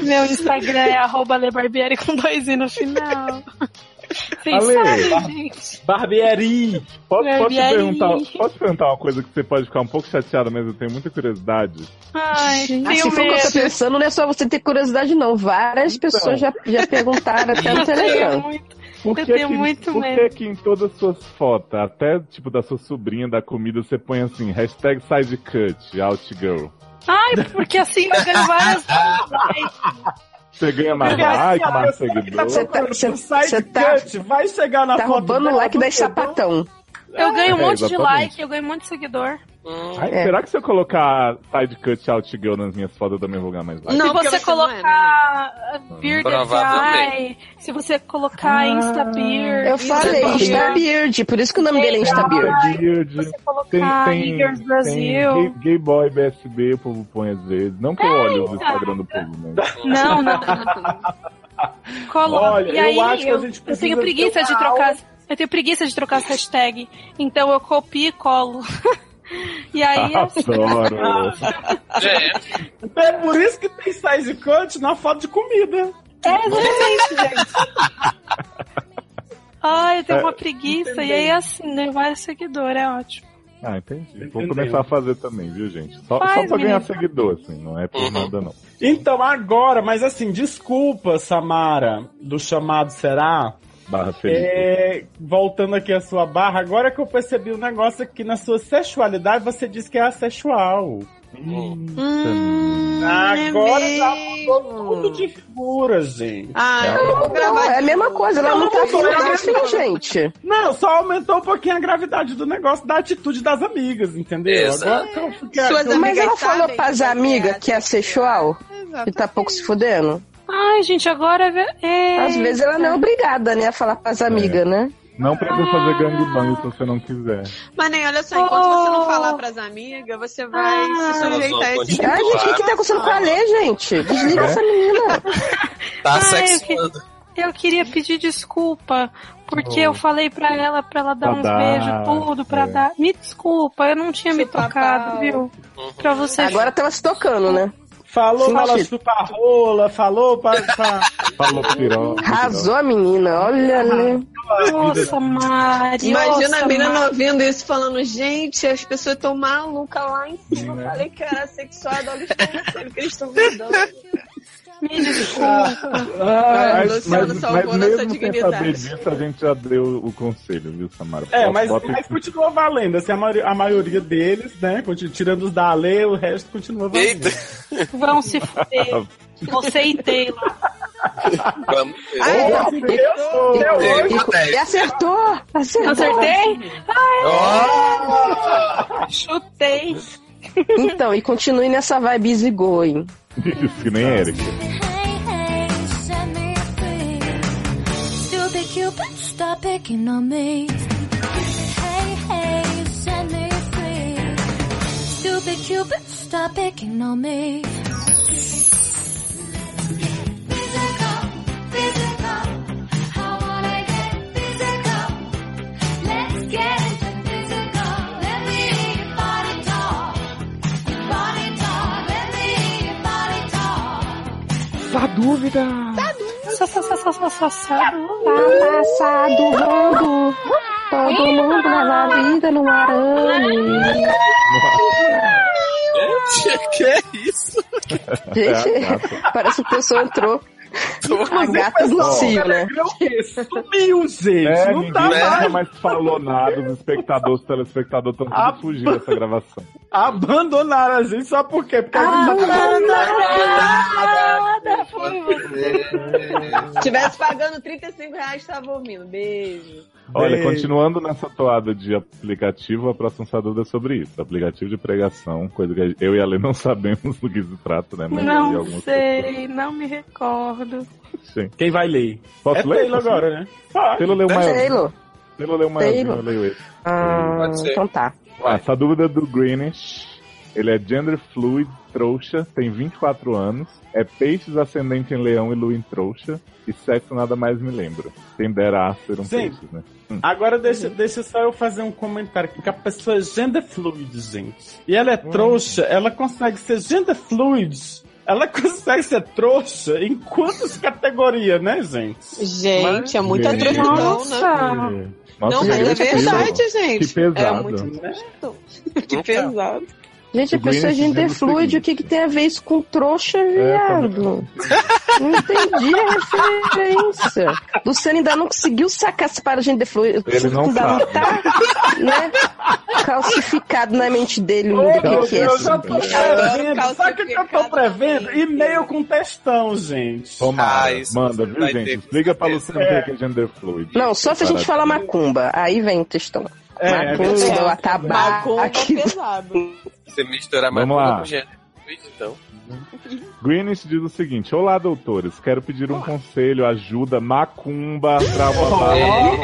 [SPEAKER 5] meu Instagram é arroba lebarbieri com dois i no final. Vocês
[SPEAKER 6] Ale,
[SPEAKER 5] sabem, gente.
[SPEAKER 4] Barbieri!
[SPEAKER 6] Posso, posso te
[SPEAKER 5] E aí?
[SPEAKER 6] perguntar, posso te perguntar uma coisa que você pode ficar um pouco chateada, mas eu tenho muita curiosidade?
[SPEAKER 5] Ai,
[SPEAKER 3] Ah, se
[SPEAKER 5] tenho
[SPEAKER 3] for o que eu tô
[SPEAKER 5] medo.
[SPEAKER 3] pensando, não é só você ter curiosidade, não. Várias
[SPEAKER 4] Então.
[SPEAKER 3] pessoas já, já perguntaram até no
[SPEAKER 5] Eu tenho
[SPEAKER 3] Telegram.
[SPEAKER 5] é muito.
[SPEAKER 6] Por
[SPEAKER 5] Eu
[SPEAKER 6] que
[SPEAKER 5] tenho
[SPEAKER 6] que-
[SPEAKER 5] muito
[SPEAKER 6] por
[SPEAKER 5] medo.
[SPEAKER 6] que que em todas as suas fotos, até tipo da sua sobrinha, da comida, você põe assim, hashtag sidecut, outgirl?
[SPEAKER 5] Ai, porque assim eu ganho várias.
[SPEAKER 6] Você ganha mais
[SPEAKER 1] assim,
[SPEAKER 6] like, mais seguidor?
[SPEAKER 3] Você tá- você- você tá-
[SPEAKER 4] cut, vai chegar na
[SPEAKER 3] Tá
[SPEAKER 4] foto
[SPEAKER 3] roubando o
[SPEAKER 4] dela,
[SPEAKER 3] like das
[SPEAKER 4] você dá-
[SPEAKER 3] sapatão.
[SPEAKER 5] Eu ganho um
[SPEAKER 6] É,
[SPEAKER 5] monte de
[SPEAKER 6] exatamente.
[SPEAKER 5] like, eu ganho muito seguidor.
[SPEAKER 7] Hum.
[SPEAKER 6] Ai,
[SPEAKER 3] É.
[SPEAKER 6] Será que se eu colocar sidecut, outgirl nas minhas fotos, eu também vou ganhar mais like?
[SPEAKER 7] Não,
[SPEAKER 5] se
[SPEAKER 7] porque
[SPEAKER 5] você
[SPEAKER 7] você não é, Hum,
[SPEAKER 5] colocar Bearded
[SPEAKER 8] Provavelmente.
[SPEAKER 5] Eye, se você colocar Insta Beard,
[SPEAKER 3] Eu falei,
[SPEAKER 5] Insta
[SPEAKER 3] Insta Beard, por isso que o nome dele é Insta Beard.
[SPEAKER 6] Beard.
[SPEAKER 5] se você colocar Eagles Brasil.
[SPEAKER 6] gay, gay boy BSB, o povo põe às vezes. Não que eu
[SPEAKER 5] É,
[SPEAKER 6] olhe
[SPEAKER 5] então.
[SPEAKER 6] o Instagram do povo, né? mas.
[SPEAKER 5] Não, não. Coloca.
[SPEAKER 4] Olha,
[SPEAKER 5] e
[SPEAKER 4] eu
[SPEAKER 5] aí
[SPEAKER 4] acho que a
[SPEAKER 5] eu,
[SPEAKER 4] gente
[SPEAKER 5] eu
[SPEAKER 4] precisa
[SPEAKER 5] tenho preguiça
[SPEAKER 4] ter
[SPEAKER 5] de
[SPEAKER 4] uma
[SPEAKER 5] trocar. Eu tenho preguiça de trocar as hashtag. Então eu copio e colo. e aí assim,
[SPEAKER 6] Adoro.
[SPEAKER 8] É,
[SPEAKER 4] É por isso que tem size cut na foto de comida.
[SPEAKER 5] É, exatamente, gente. Ai, eu tenho
[SPEAKER 6] É,
[SPEAKER 5] uma preguiça. E aí assim, né? Vários seguidor, é ótimo.
[SPEAKER 6] Ah, entendi. Vou
[SPEAKER 4] Entendeu.
[SPEAKER 6] começar a fazer também, viu, gente? Só,
[SPEAKER 5] Faz,
[SPEAKER 6] só pra ganhar
[SPEAKER 5] menino.
[SPEAKER 6] seguidor, assim, não é por
[SPEAKER 8] Uhum.
[SPEAKER 6] nada, não.
[SPEAKER 4] Então, agora, mas assim, desculpa, Samara, do chamado será?
[SPEAKER 6] Barra feliz.
[SPEAKER 4] É, voltando aqui à sua barra, agora que eu percebi um negócio aqui na sua sexualidade, você disse que é assexual.
[SPEAKER 7] Hum,
[SPEAKER 4] agora tá já mudou tudo de figura, gente.
[SPEAKER 7] é Ah, eu vou gravar.
[SPEAKER 3] é a mesma coisa, ela não tá afim tá afim, gente.
[SPEAKER 4] Não, só aumentou um pouquinho a gravidade do negócio, da atitude das amigas, entendeu?
[SPEAKER 8] Exato.
[SPEAKER 4] Agora que eu fiquei.
[SPEAKER 7] Suas
[SPEAKER 4] eu-
[SPEAKER 3] Mas
[SPEAKER 7] Amigas
[SPEAKER 3] ela falou
[SPEAKER 7] sabem
[SPEAKER 3] pras
[SPEAKER 7] que é
[SPEAKER 3] amigas que é sexual
[SPEAKER 7] Exato.
[SPEAKER 3] e tá pouco se fudendo.
[SPEAKER 5] Ai, gente, agora é. então.
[SPEAKER 3] Às vezes ela não é obrigada, né, a falar pras amigas, né?
[SPEAKER 6] Não precisa
[SPEAKER 5] Ah.
[SPEAKER 6] fazer gangbang se você não quiser.
[SPEAKER 7] Mas nem, olha só, enquanto você não falar pras amigas, você vai se sujeitar a esse tipo
[SPEAKER 3] Ai, gente, o que que tá acontecendo com a Lê, gente? Desliga
[SPEAKER 6] É?
[SPEAKER 3] essa menina.
[SPEAKER 5] Ai,
[SPEAKER 8] Tá
[SPEAKER 5] eu
[SPEAKER 8] sexuando.
[SPEAKER 5] Eu queria pedir desculpa, porque eu falei pra ela pra ela dar
[SPEAKER 6] Pra
[SPEAKER 5] uns
[SPEAKER 6] dar,
[SPEAKER 5] beijos, tudo, pra
[SPEAKER 6] é.
[SPEAKER 5] dar. Me desculpa, eu não tinha me
[SPEAKER 7] Chupa
[SPEAKER 5] tocado,
[SPEAKER 7] pau.
[SPEAKER 5] viu?
[SPEAKER 8] Uhum.
[SPEAKER 5] Pra você.
[SPEAKER 3] Agora
[SPEAKER 4] tá
[SPEAKER 3] tava se tocando, né?
[SPEAKER 4] Falou
[SPEAKER 3] Sim,
[SPEAKER 4] para
[SPEAKER 3] Chico.
[SPEAKER 4] chupar rola, falou para. pra-
[SPEAKER 6] Falou piró.
[SPEAKER 3] Arrasou a menina, olha, né?
[SPEAKER 5] Nossa, Mari.
[SPEAKER 7] Imagina
[SPEAKER 5] nossa,
[SPEAKER 7] a menina
[SPEAKER 5] Mari.
[SPEAKER 7] ouvindo isso falando, gente, as pessoas estão malucas lá em cima.
[SPEAKER 3] é?
[SPEAKER 7] Eu falei que era sexual, olha o que eles estão me dando.
[SPEAKER 5] Me desculpa.
[SPEAKER 7] Ah,
[SPEAKER 6] Mas,
[SPEAKER 7] Luciano
[SPEAKER 6] mas-
[SPEAKER 7] salvou
[SPEAKER 6] mas
[SPEAKER 7] nossa
[SPEAKER 6] mesmo sem
[SPEAKER 7] dignidade.
[SPEAKER 6] saber disso, a gente já deu o conselho, viu, Samara?
[SPEAKER 4] É,
[SPEAKER 6] Bota-
[SPEAKER 4] mas,
[SPEAKER 6] bota-
[SPEAKER 4] mas continua valendo. Assim, a, maioria, a maioria deles, né? continu- Tirando os da Ale, o resto continua valendo.
[SPEAKER 8] Eita,
[SPEAKER 5] Vão se
[SPEAKER 7] um
[SPEAKER 5] fuder. Você e Taylor.
[SPEAKER 8] vamos ver.
[SPEAKER 3] Ah, é?
[SPEAKER 4] Assim, eu sou- eu-
[SPEAKER 8] Teve
[SPEAKER 3] E-
[SPEAKER 8] dez.
[SPEAKER 3] E acertou! Acertou!
[SPEAKER 5] Acertei?
[SPEAKER 8] Ó, Oh!
[SPEAKER 5] Chutei.
[SPEAKER 3] Então, e continue nessa vibe easy going.
[SPEAKER 6] Isso que nem Eric.
[SPEAKER 10] Hey, hey, set me free. Stupid Cupid, stop picking on me. Hey, hey, set me free. Stupid Cupid, stop picking on me. Physical, physical. I wanna get physical. Let's get into physical. Let me hear your body talk. Your body talk. Let me hear your body talk.
[SPEAKER 5] Só, só, só, só, só, só, só.
[SPEAKER 3] Amassado, rondo, todo mundo na vida Tá no arame.
[SPEAKER 8] gente, que é isso?
[SPEAKER 6] É,
[SPEAKER 3] Gente, parece que o pessoal entrou. A gata do cio, né?
[SPEAKER 4] Sumiu, gente.
[SPEAKER 6] É,
[SPEAKER 4] não
[SPEAKER 6] ninguém
[SPEAKER 4] tá mais.
[SPEAKER 6] nunca mais falou nada, os espectadores, os telespectadores estão
[SPEAKER 4] Ah,
[SPEAKER 6] tudo fugindo dessa gravação.
[SPEAKER 4] Abandonaram a gente, sabe por quê? Porque a gente
[SPEAKER 3] Ah.
[SPEAKER 4] tá
[SPEAKER 3] Ah.
[SPEAKER 7] Se tivesse pagando 35 reais, tava ouvindo. Beijo.
[SPEAKER 6] Olha,
[SPEAKER 4] Bem.
[SPEAKER 6] continuando nessa toada de aplicativo, a próxima sua dúvida é sobre isso. Aplicativo de pregação, coisa que eu e a Lê não sabemos do que se trata, né? Mas eu e
[SPEAKER 5] Não
[SPEAKER 6] algumas
[SPEAKER 5] sei, não me recordo.
[SPEAKER 6] pessoas- Sim.
[SPEAKER 4] Quem vai ler?
[SPEAKER 6] Posso
[SPEAKER 4] é
[SPEAKER 6] ler?
[SPEAKER 4] Taylor
[SPEAKER 6] Posso
[SPEAKER 4] agora, né? Pode.
[SPEAKER 6] Pelo ler o maior.
[SPEAKER 3] É Taylor.
[SPEAKER 6] Pelo ler o maior,
[SPEAKER 3] Taylor.
[SPEAKER 6] eu leio esse.
[SPEAKER 3] Ah,
[SPEAKER 8] Pode ser.
[SPEAKER 3] então tá.
[SPEAKER 6] Ah, essa dúvida é do Greenish. Ele é gender fluid, trouxa, tem 24 anos, é peixes ascendente em leão e lua em trouxa, e sexo nada mais me lembra. Tenderá a ser um
[SPEAKER 4] Sim.
[SPEAKER 6] peixe, né?
[SPEAKER 4] Agora deixa, deixa só eu fazer um comentário aqui, que a pessoa é gender fluid, gente. E ela é
[SPEAKER 6] Hum.
[SPEAKER 4] trouxa, ela consegue ser gender fluid. Ela consegue ser trouxa em quantas categorias, né, gente?
[SPEAKER 7] Gente, é muita
[SPEAKER 6] Gente.
[SPEAKER 7] atrofidão, né?
[SPEAKER 5] Nossa.
[SPEAKER 7] Não, mas é
[SPEAKER 6] que horrível.
[SPEAKER 7] verdade,
[SPEAKER 6] Que
[SPEAKER 7] gente.
[SPEAKER 6] pesado.
[SPEAKER 7] É muito
[SPEAKER 4] Né?
[SPEAKER 3] tá.
[SPEAKER 7] que pesado.
[SPEAKER 3] Gente, a
[SPEAKER 6] Green
[SPEAKER 3] pessoa é
[SPEAKER 6] dizendo
[SPEAKER 3] gender
[SPEAKER 6] o
[SPEAKER 3] fluid,
[SPEAKER 6] seguinte.
[SPEAKER 3] o que, que tem a ver isso com trouxa,
[SPEAKER 4] É, tá
[SPEAKER 3] viado? Não entendi a referência. Luciano ainda não conseguiu sacar se para gender fluid.
[SPEAKER 6] Ele não
[SPEAKER 3] ainda
[SPEAKER 6] sabe.
[SPEAKER 3] não, né? Calcificado na mente dele o
[SPEAKER 4] Ô,
[SPEAKER 3] que,
[SPEAKER 4] meu
[SPEAKER 3] que é
[SPEAKER 4] Deus,
[SPEAKER 3] isso.
[SPEAKER 4] eu já tô prevendo. Sabe o que que eu tô prevendo? E-mail com textão, gente.
[SPEAKER 6] Tomara,
[SPEAKER 8] Ah, isso
[SPEAKER 6] manda,
[SPEAKER 8] você
[SPEAKER 6] viu,
[SPEAKER 8] vai
[SPEAKER 6] gente?
[SPEAKER 8] ter
[SPEAKER 6] Explica pra
[SPEAKER 8] certeza.
[SPEAKER 6] Luciano o que é gender fluid.
[SPEAKER 3] Não, só se a gente falar
[SPEAKER 6] Parabéns.
[SPEAKER 3] macumba. Aí vem o textão.
[SPEAKER 4] É, é
[SPEAKER 3] macumba,
[SPEAKER 7] verdade.
[SPEAKER 3] o atabaque.
[SPEAKER 5] tá
[SPEAKER 7] Macumba é pesado.
[SPEAKER 8] Você misturar
[SPEAKER 6] Vamos
[SPEAKER 8] macumba
[SPEAKER 6] lá.
[SPEAKER 8] com gênero. Então,
[SPEAKER 6] Greenwich diz o seguinte: Olá, doutores, quero pedir um conselho, ajuda, macumba, trabalho.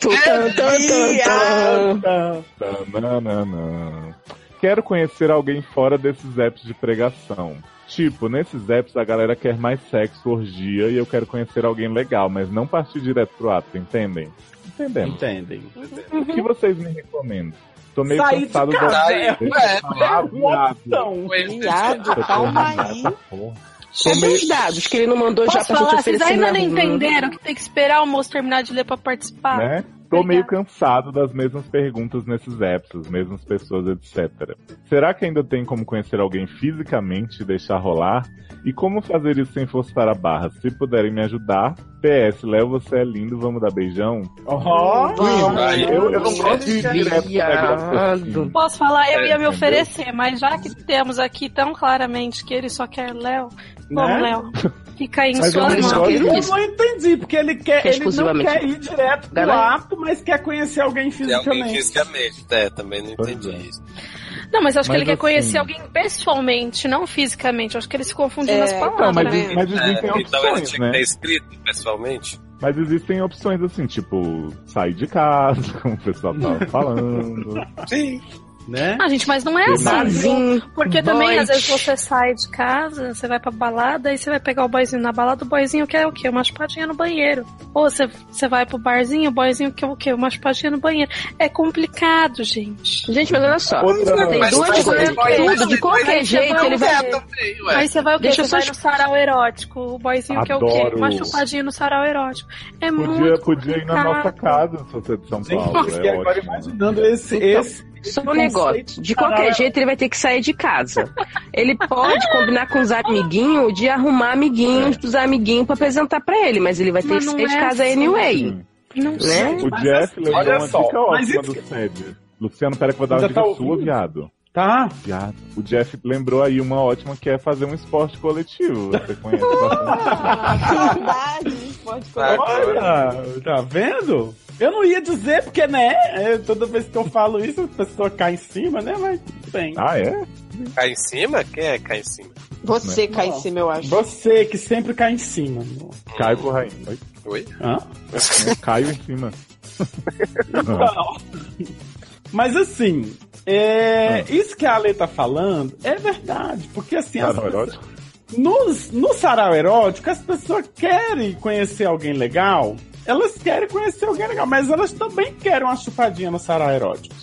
[SPEAKER 3] Tum, tum, tum, tum, tum.
[SPEAKER 6] Tananana. Quero conhecer alguém fora desses apps de pregação. Tipo, nesses apps a galera quer mais sexo, orgia, e eu quero conhecer alguém legal, mas não partir direto pro ato, entendem? Entendemos.
[SPEAKER 4] Entendem.
[SPEAKER 6] O
[SPEAKER 5] ah.
[SPEAKER 6] que vocês me recomendam? Tô meio
[SPEAKER 4] Sair de
[SPEAKER 6] cansado
[SPEAKER 4] casa.
[SPEAKER 6] da...
[SPEAKER 8] tá aí. É,
[SPEAKER 6] Ah,
[SPEAKER 4] Um opção.
[SPEAKER 8] conhecer.
[SPEAKER 5] tá
[SPEAKER 7] Viado, calma aí.
[SPEAKER 3] Cadê os dados que ele não mandou já
[SPEAKER 5] Posso
[SPEAKER 3] pra gente
[SPEAKER 5] falar? Vocês
[SPEAKER 3] oferecer?
[SPEAKER 5] ainda
[SPEAKER 3] na
[SPEAKER 5] não
[SPEAKER 3] rua?
[SPEAKER 5] entenderam que tem que esperar o moço terminar de ler pra participar?
[SPEAKER 6] né? Tô
[SPEAKER 5] Ah, Obrigada.
[SPEAKER 6] meio cansado das mesmas perguntas nesses apps, as mesmas pessoas, etc. Será que ainda tem como conhecer alguém fisicamente e deixar rolar? E como fazer isso sem forçar a barra? Se puderem me ajudar, PS, Léo, você é lindo, vamos dar beijão?
[SPEAKER 4] Ó,
[SPEAKER 8] Ai,
[SPEAKER 6] eu, eu não gosto de ir direto pro negócio assim.
[SPEAKER 3] Viado.
[SPEAKER 5] Posso falar,
[SPEAKER 8] É,
[SPEAKER 5] eu ia me
[SPEAKER 6] entendeu?
[SPEAKER 5] oferecer, mas já que temos aqui tão claramente que ele só quer Léo,
[SPEAKER 4] né?
[SPEAKER 5] vamos, Léo, fica aí em
[SPEAKER 6] Mas eu
[SPEAKER 5] suas
[SPEAKER 6] não
[SPEAKER 5] mãos.
[SPEAKER 6] gosto.
[SPEAKER 4] Eu
[SPEAKER 3] Isso.
[SPEAKER 4] não entendi, porque ele quer,
[SPEAKER 3] Que
[SPEAKER 4] ele não
[SPEAKER 3] exclusivamente.
[SPEAKER 4] quer ir direto pro
[SPEAKER 3] Galera.
[SPEAKER 4] ato, mas quer conhecer alguém
[SPEAKER 8] Tem alguém
[SPEAKER 4] fisicamente.
[SPEAKER 8] fisicamente, é, também não
[SPEAKER 6] Pois
[SPEAKER 8] entendi
[SPEAKER 6] é.
[SPEAKER 8] isso.
[SPEAKER 5] Não, mas acho que
[SPEAKER 6] Mas
[SPEAKER 5] ele quer
[SPEAKER 6] assim-
[SPEAKER 5] conhecer alguém pessoalmente, não fisicamente. Acho que ele se confundiu
[SPEAKER 7] É,
[SPEAKER 5] nas
[SPEAKER 7] então,
[SPEAKER 5] palavras.
[SPEAKER 6] Não, mas,
[SPEAKER 7] Também.
[SPEAKER 6] mas existem
[SPEAKER 8] É, então ela
[SPEAKER 6] opções,
[SPEAKER 8] tinha que
[SPEAKER 6] né?
[SPEAKER 8] ter escrito pessoalmente.
[SPEAKER 6] Mas existem opções assim, tipo, sair de casa, como o pessoal tava falando.
[SPEAKER 8] Sim.
[SPEAKER 4] né?
[SPEAKER 5] Ah, gente, mas não é
[SPEAKER 6] Tem
[SPEAKER 5] assim. viu? Porque também,
[SPEAKER 3] Noite.
[SPEAKER 5] às vezes, você sai de casa, você vai pra balada, aí você vai pegar o boyzinho na balada, o boyzinho quer o quê? Uma chupadinha no banheiro. Ou você, você vai pro barzinho, o boyzinho quer o quê? Uma chupadinha no banheiro. É complicado, gente.
[SPEAKER 3] Gente, mas olha só. Tem
[SPEAKER 8] Mas
[SPEAKER 3] duas
[SPEAKER 8] faz
[SPEAKER 3] coisas.
[SPEAKER 8] tempo, hein?
[SPEAKER 3] Tudo, de qualquer jeito, ele vai.
[SPEAKER 8] É, também, ué.
[SPEAKER 5] Aí você vai o quê?
[SPEAKER 3] Deixa eu
[SPEAKER 5] você
[SPEAKER 3] só
[SPEAKER 5] vai
[SPEAKER 3] te-
[SPEAKER 5] no sarau erótico. O boyzinho quer o quê?
[SPEAKER 6] Adoro.
[SPEAKER 5] Uma chupadinha no sarau erótico. É
[SPEAKER 6] Podia,
[SPEAKER 5] muito
[SPEAKER 6] podia ir na
[SPEAKER 5] complicado.
[SPEAKER 6] nossa casa, se você é de São
[SPEAKER 4] Sim,
[SPEAKER 6] Paulo.
[SPEAKER 4] porque
[SPEAKER 6] É
[SPEAKER 4] agora
[SPEAKER 6] ótimo.
[SPEAKER 4] imaginando esse,
[SPEAKER 3] Então,
[SPEAKER 4] esse
[SPEAKER 3] Só um
[SPEAKER 4] conceito
[SPEAKER 3] negócio. De
[SPEAKER 4] sarau
[SPEAKER 3] qualquer
[SPEAKER 4] erótico.
[SPEAKER 3] jeito, ele vai ter que sair de casa. Ele pode combinar com os amiguinhos de arrumar amiguinhos dos amiguinhos pra apresentar pra ele, mas ele vai ter
[SPEAKER 5] Mas
[SPEAKER 3] que
[SPEAKER 5] não
[SPEAKER 3] sair de
[SPEAKER 5] é
[SPEAKER 3] casa
[SPEAKER 5] assim.
[SPEAKER 3] anyway.
[SPEAKER 5] Não é assim.
[SPEAKER 3] Né?
[SPEAKER 6] O Jeff levou
[SPEAKER 2] olha
[SPEAKER 6] uma
[SPEAKER 2] só,
[SPEAKER 6] dica
[SPEAKER 4] assim, mas
[SPEAKER 6] ótima
[SPEAKER 4] isso
[SPEAKER 6] do
[SPEAKER 4] que-
[SPEAKER 6] Sede. Luciano, pera que eu vou dar uma
[SPEAKER 4] Ainda
[SPEAKER 6] dica
[SPEAKER 4] tá
[SPEAKER 6] sua,
[SPEAKER 4] ouvindo?
[SPEAKER 6] viado.
[SPEAKER 4] Tá?
[SPEAKER 6] Viado. O Jeff lembrou aí uma ótima que é fazer um esporte coletivo. Você conhece bastante.
[SPEAKER 7] Saudades,
[SPEAKER 6] Tá,
[SPEAKER 7] pode colocar.
[SPEAKER 4] Olha, tá vendo? Eu não ia dizer, porque, né? eu- toda vez que eu falo isso, a pessoa cai em cima, né? Mas bem.
[SPEAKER 6] Ah, é?
[SPEAKER 8] Cai em cima? Quem é cai em cima?
[SPEAKER 7] Você
[SPEAKER 6] né?
[SPEAKER 7] cai em cima, eu acho.
[SPEAKER 4] Você que sempre cai em cima.
[SPEAKER 6] Caio Corraim. Oi?
[SPEAKER 8] Oi?
[SPEAKER 4] Hã?
[SPEAKER 6] É, Caio em cima.
[SPEAKER 4] Mas assim, é,
[SPEAKER 6] Ah.
[SPEAKER 4] isso que a Ale tá falando é verdade. Porque assim, as
[SPEAKER 6] Sarau
[SPEAKER 4] pessoas-
[SPEAKER 6] erótico?
[SPEAKER 4] Nos- no sarau erótico, as pessoas querem conhecer alguém legal. Elas querem conhecer alguém legal, mas elas também querem uma chupadinha no sarau erótico.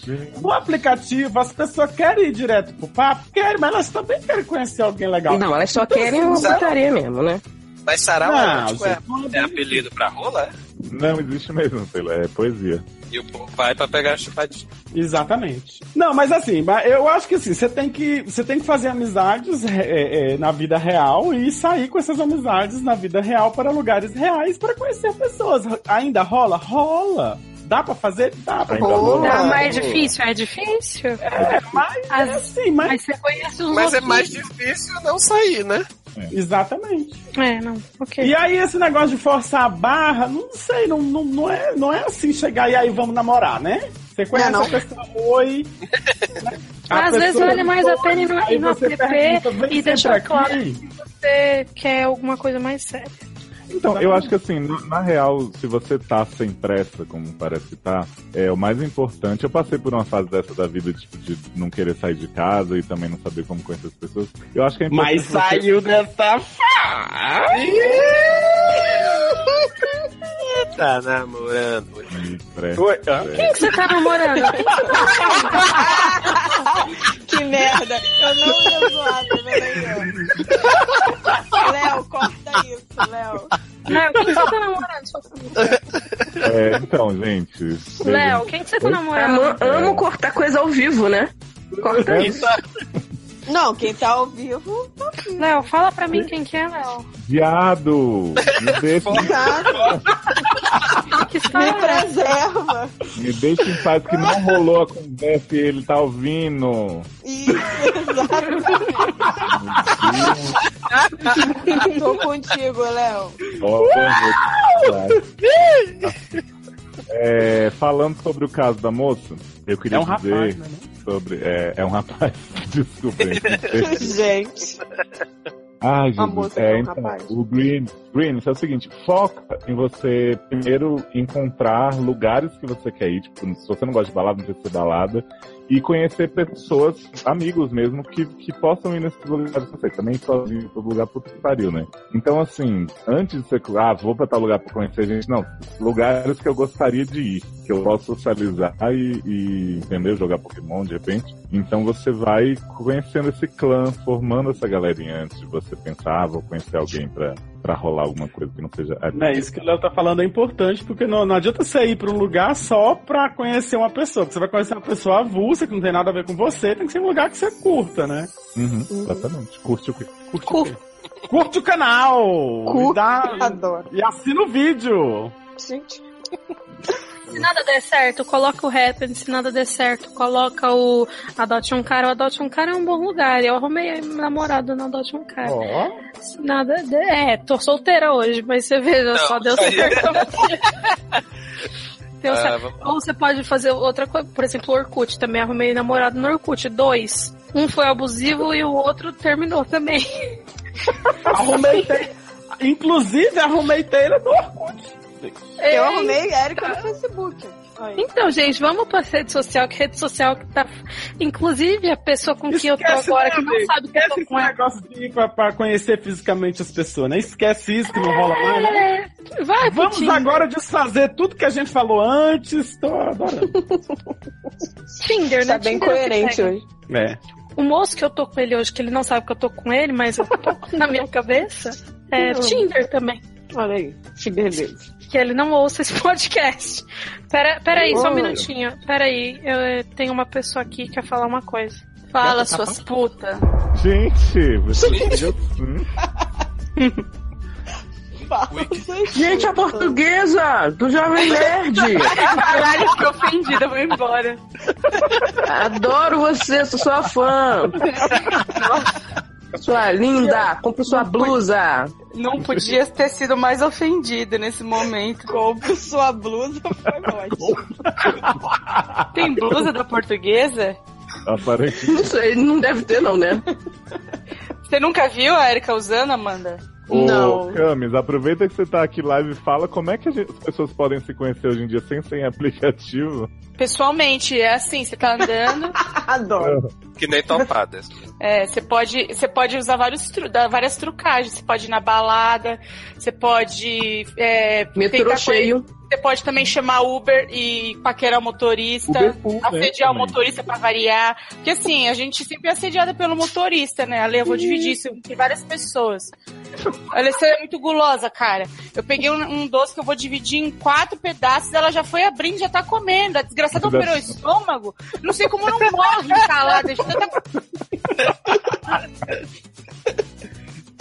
[SPEAKER 4] No aplicativo, as pessoas querem ir direto pro papo, querem, mas elas também querem conhecer alguém legal. Então, assim, um
[SPEAKER 3] Não, elas só querem uma putaria mesmo, né?
[SPEAKER 8] Mas sarau
[SPEAKER 4] Não,
[SPEAKER 8] erótico é,
[SPEAKER 4] gente.
[SPEAKER 8] é apelido pra rola? é?
[SPEAKER 6] Não existe mesmo, sei lá, é poesia.
[SPEAKER 8] E o povo vai pra pegar a chupadinha.
[SPEAKER 4] Exatamente. Não, mas assim, ba- eu acho que assim, você tem que, você tem que fazer amizades é, é, na vida real e sair com essas amizades na vida real para lugares reais para conhecer pessoas. Ainda rola? Rola. Dá pra fazer? Dá pra
[SPEAKER 6] Ainda
[SPEAKER 4] fazer.
[SPEAKER 6] rola?
[SPEAKER 5] Não, mas é difícil, é difícil.
[SPEAKER 4] Mas,
[SPEAKER 5] As-
[SPEAKER 4] é assim, mas...
[SPEAKER 5] Mas você conhece os
[SPEAKER 8] Mas é
[SPEAKER 5] outros.
[SPEAKER 8] mais difícil não sair, né?
[SPEAKER 4] Exatamente.
[SPEAKER 5] É, não. Ok.
[SPEAKER 4] E aí, esse negócio de forçar a barra, não sei, não, não, não, é, não é assim chegar e aí vamos namorar, né? Você conhece
[SPEAKER 7] não.
[SPEAKER 4] a pessoa, oi. A
[SPEAKER 5] Às vezes
[SPEAKER 4] pessoa
[SPEAKER 5] vale mais a pena ir no,
[SPEAKER 4] Aí
[SPEAKER 5] ir no
[SPEAKER 4] você
[SPEAKER 5] app
[SPEAKER 4] pergunta, vem
[SPEAKER 5] e
[SPEAKER 4] sempre
[SPEAKER 5] deixar
[SPEAKER 4] aqui.
[SPEAKER 5] claro que você quer alguma coisa mais séria.
[SPEAKER 6] Então, eu acho que assim, na, na real, se você tá sem pressa, como parece que tá, é o mais importante. Eu passei por uma fase dessa da vida, tipo, de não querer sair de casa e também não saber como conhecer as pessoas. Eu acho que é importante.
[SPEAKER 4] Mas
[SPEAKER 6] você-
[SPEAKER 4] saiu dessa
[SPEAKER 8] Ah, Tá namorando.
[SPEAKER 6] Pressa.
[SPEAKER 2] Ué, hã?
[SPEAKER 5] Quem que você tá namorando? Quem que
[SPEAKER 7] Que merda! Eu não ia zoar, tá vendo aí, ó? Léo, corta isso, Léo.
[SPEAKER 5] Léo, quem que você tá namorando? Só pra-
[SPEAKER 6] É, então, gente.
[SPEAKER 5] Léo, quem que você tá namorando?
[SPEAKER 3] Amo, amo cortar coisa ao vivo, né? Corta
[SPEAKER 4] É.
[SPEAKER 3] isso.
[SPEAKER 7] Não, quem tá ao vivo
[SPEAKER 5] Léo, fala pra mim quem que é, Léo.
[SPEAKER 6] Viado! Me deixa,
[SPEAKER 7] tá,
[SPEAKER 5] Que história
[SPEAKER 7] me
[SPEAKER 5] é essa?
[SPEAKER 7] preserva.
[SPEAKER 6] me deixa em paz que não rolou a conversa e ele tá ouvindo.
[SPEAKER 7] Isso, exato. Tô contigo, Léo.
[SPEAKER 6] Ó, vamos ver o que faz. É, falando sobre o caso da moça, eu queria
[SPEAKER 4] É um
[SPEAKER 6] dizer
[SPEAKER 4] rapaz, né?
[SPEAKER 6] sobre. É, é um rapaz, desculpa. gente.
[SPEAKER 7] Gente,
[SPEAKER 6] Ai, Jesus.
[SPEAKER 7] moça que é um
[SPEAKER 6] é, então,
[SPEAKER 7] rapaz.
[SPEAKER 6] O Green, Green, isso é o seguinte: foca em você primeiro encontrar lugares que você quer ir. Tipo, se você não gosta de balada, não precisa ser balada. E conhecer pessoas, amigos mesmo, que, que possam ir nesses lugares que você quer. Também sozinho pro lugar puto que pariu, né? Então, assim, antes de você. Ah, vou pra tal lugar pra conhecer gente. Não, lugares que eu gostaria de ir, que eu posso socializar e, e entendeu? Jogar Pokémon de repente. Então você vai conhecendo esse clã, formando essa galerinha antes de você pensar, ah, vou conhecer alguém pra, pra rolar alguma coisa que não seja. a
[SPEAKER 4] Não,
[SPEAKER 6] minha.
[SPEAKER 4] isso que o Léo tá falando é importante, porque não, não adianta você ir pra um lugar só pra conhecer uma pessoa. Porque você vai conhecer uma pessoa avulsa, que não tem nada a ver com você, tem que ser um lugar que você curta, né?
[SPEAKER 6] Uhum, exatamente. Curte o que? Curte o quê?
[SPEAKER 4] Curte o canal!
[SPEAKER 7] Curta.
[SPEAKER 4] E, dá-
[SPEAKER 7] adoro.
[SPEAKER 4] e assina o vídeo!
[SPEAKER 7] Gente,
[SPEAKER 5] Se nada der certo, coloca o Happen. Se nada der certo, coloca o Adote um Cara. O Adote um Cara é um bom lugar. Eu arrumei namorado no Adote um Cara.
[SPEAKER 4] Ó,
[SPEAKER 5] Se nada der... É, tô solteira hoje, mas você veja,
[SPEAKER 8] Não,
[SPEAKER 5] só deu
[SPEAKER 8] isso aí-
[SPEAKER 5] certo. deu certo.
[SPEAKER 8] Ah, vamos-
[SPEAKER 5] Ou você pode fazer outra coisa, por exemplo, o Orkut. Também arrumei namorado no Orkut. Dois. Um foi abusivo e o outro terminou também.
[SPEAKER 4] arrumei te... Inclusive, arrumei telha do Orkut.
[SPEAKER 7] Eu arrumei Érica no Facebook. Aí.
[SPEAKER 5] Então, gente, vamos pra rede social, que rede social que tá. Inclusive, a pessoa com quem eu tô
[SPEAKER 4] Esquece,
[SPEAKER 5] agora,
[SPEAKER 4] né,
[SPEAKER 5] que não
[SPEAKER 4] amigo?
[SPEAKER 5] sabe o que eu
[SPEAKER 4] Esquece
[SPEAKER 5] tô
[SPEAKER 4] esse
[SPEAKER 5] com ela.
[SPEAKER 4] negócio de ir pra, pra conhecer fisicamente as pessoas, né? Esquece isso que não rola mais, né?
[SPEAKER 5] É, vai,
[SPEAKER 4] Vamos
[SPEAKER 5] Putin.
[SPEAKER 4] agora desfazer tudo que a gente falou antes. Tô adorando.
[SPEAKER 5] Tinder, né?
[SPEAKER 7] Tá
[SPEAKER 5] Tinder
[SPEAKER 7] bem
[SPEAKER 5] é o que
[SPEAKER 7] coerente
[SPEAKER 5] pega.
[SPEAKER 7] hoje.
[SPEAKER 4] É.
[SPEAKER 5] O moço que eu tô com ele hoje, que ele não sabe que eu tô com ele, mas eu tô na minha cabeça, é Tinder também.
[SPEAKER 7] Olha aí, que beleza.
[SPEAKER 5] Que ele não ouça esse podcast. Pera, pera aí, só um
[SPEAKER 7] Olha.
[SPEAKER 5] minutinho. Pera aí, eu eh, tenho uma pessoa aqui que quer falar uma coisa. Fala, suas putas.
[SPEAKER 6] Gente, você Hum?
[SPEAKER 3] Gente, a portuguesa do Jovem Nerd.
[SPEAKER 5] Caralho, fiquei ofendida, vou embora.
[SPEAKER 3] Adoro você, sou sua fã. Sua linda, compre sua blusa.
[SPEAKER 11] Não podia ter sido mais ofendida nesse momento.
[SPEAKER 7] Compre sua blusa, foi ótimo.
[SPEAKER 11] Tem blusa da portuguesa?
[SPEAKER 6] aparece.
[SPEAKER 3] Não sei, não deve ter não, né?
[SPEAKER 11] Você nunca viu a Erika usando, Amanda?
[SPEAKER 6] Ô,
[SPEAKER 3] Não.
[SPEAKER 6] Camis, aproveita que você tá aqui live e fala como é que a gente- as pessoas podem se conhecer hoje em dia sem sem aplicativo.
[SPEAKER 11] Pessoalmente, é assim, você tá andando,
[SPEAKER 7] Adoro.
[SPEAKER 8] Que nem topadas.
[SPEAKER 11] é, você pode, você pode usar vários tru- dar várias trucagens, você pode ir na balada, você pode é,
[SPEAKER 3] Metrô
[SPEAKER 11] tentar
[SPEAKER 3] cheio.
[SPEAKER 11] conhe- você pode também chamar Uber e paquerar o motorista.
[SPEAKER 6] Uberpool, né,
[SPEAKER 11] Assediar o
[SPEAKER 6] também.
[SPEAKER 11] motorista pra variar. Porque assim, a gente sempre é assediada pelo motorista, né? Ale, eu vou dividir isso entre várias pessoas. Olha, você é muito gulosa, cara. Eu peguei um, um doce que eu vou dividir em quatro pedaços, ela já foi abrindo, já tá comendo. A desgraçada
[SPEAKER 6] Muito
[SPEAKER 11] operou o
[SPEAKER 6] bem.
[SPEAKER 11] estômago. Não sei como não morre calada. de tanta-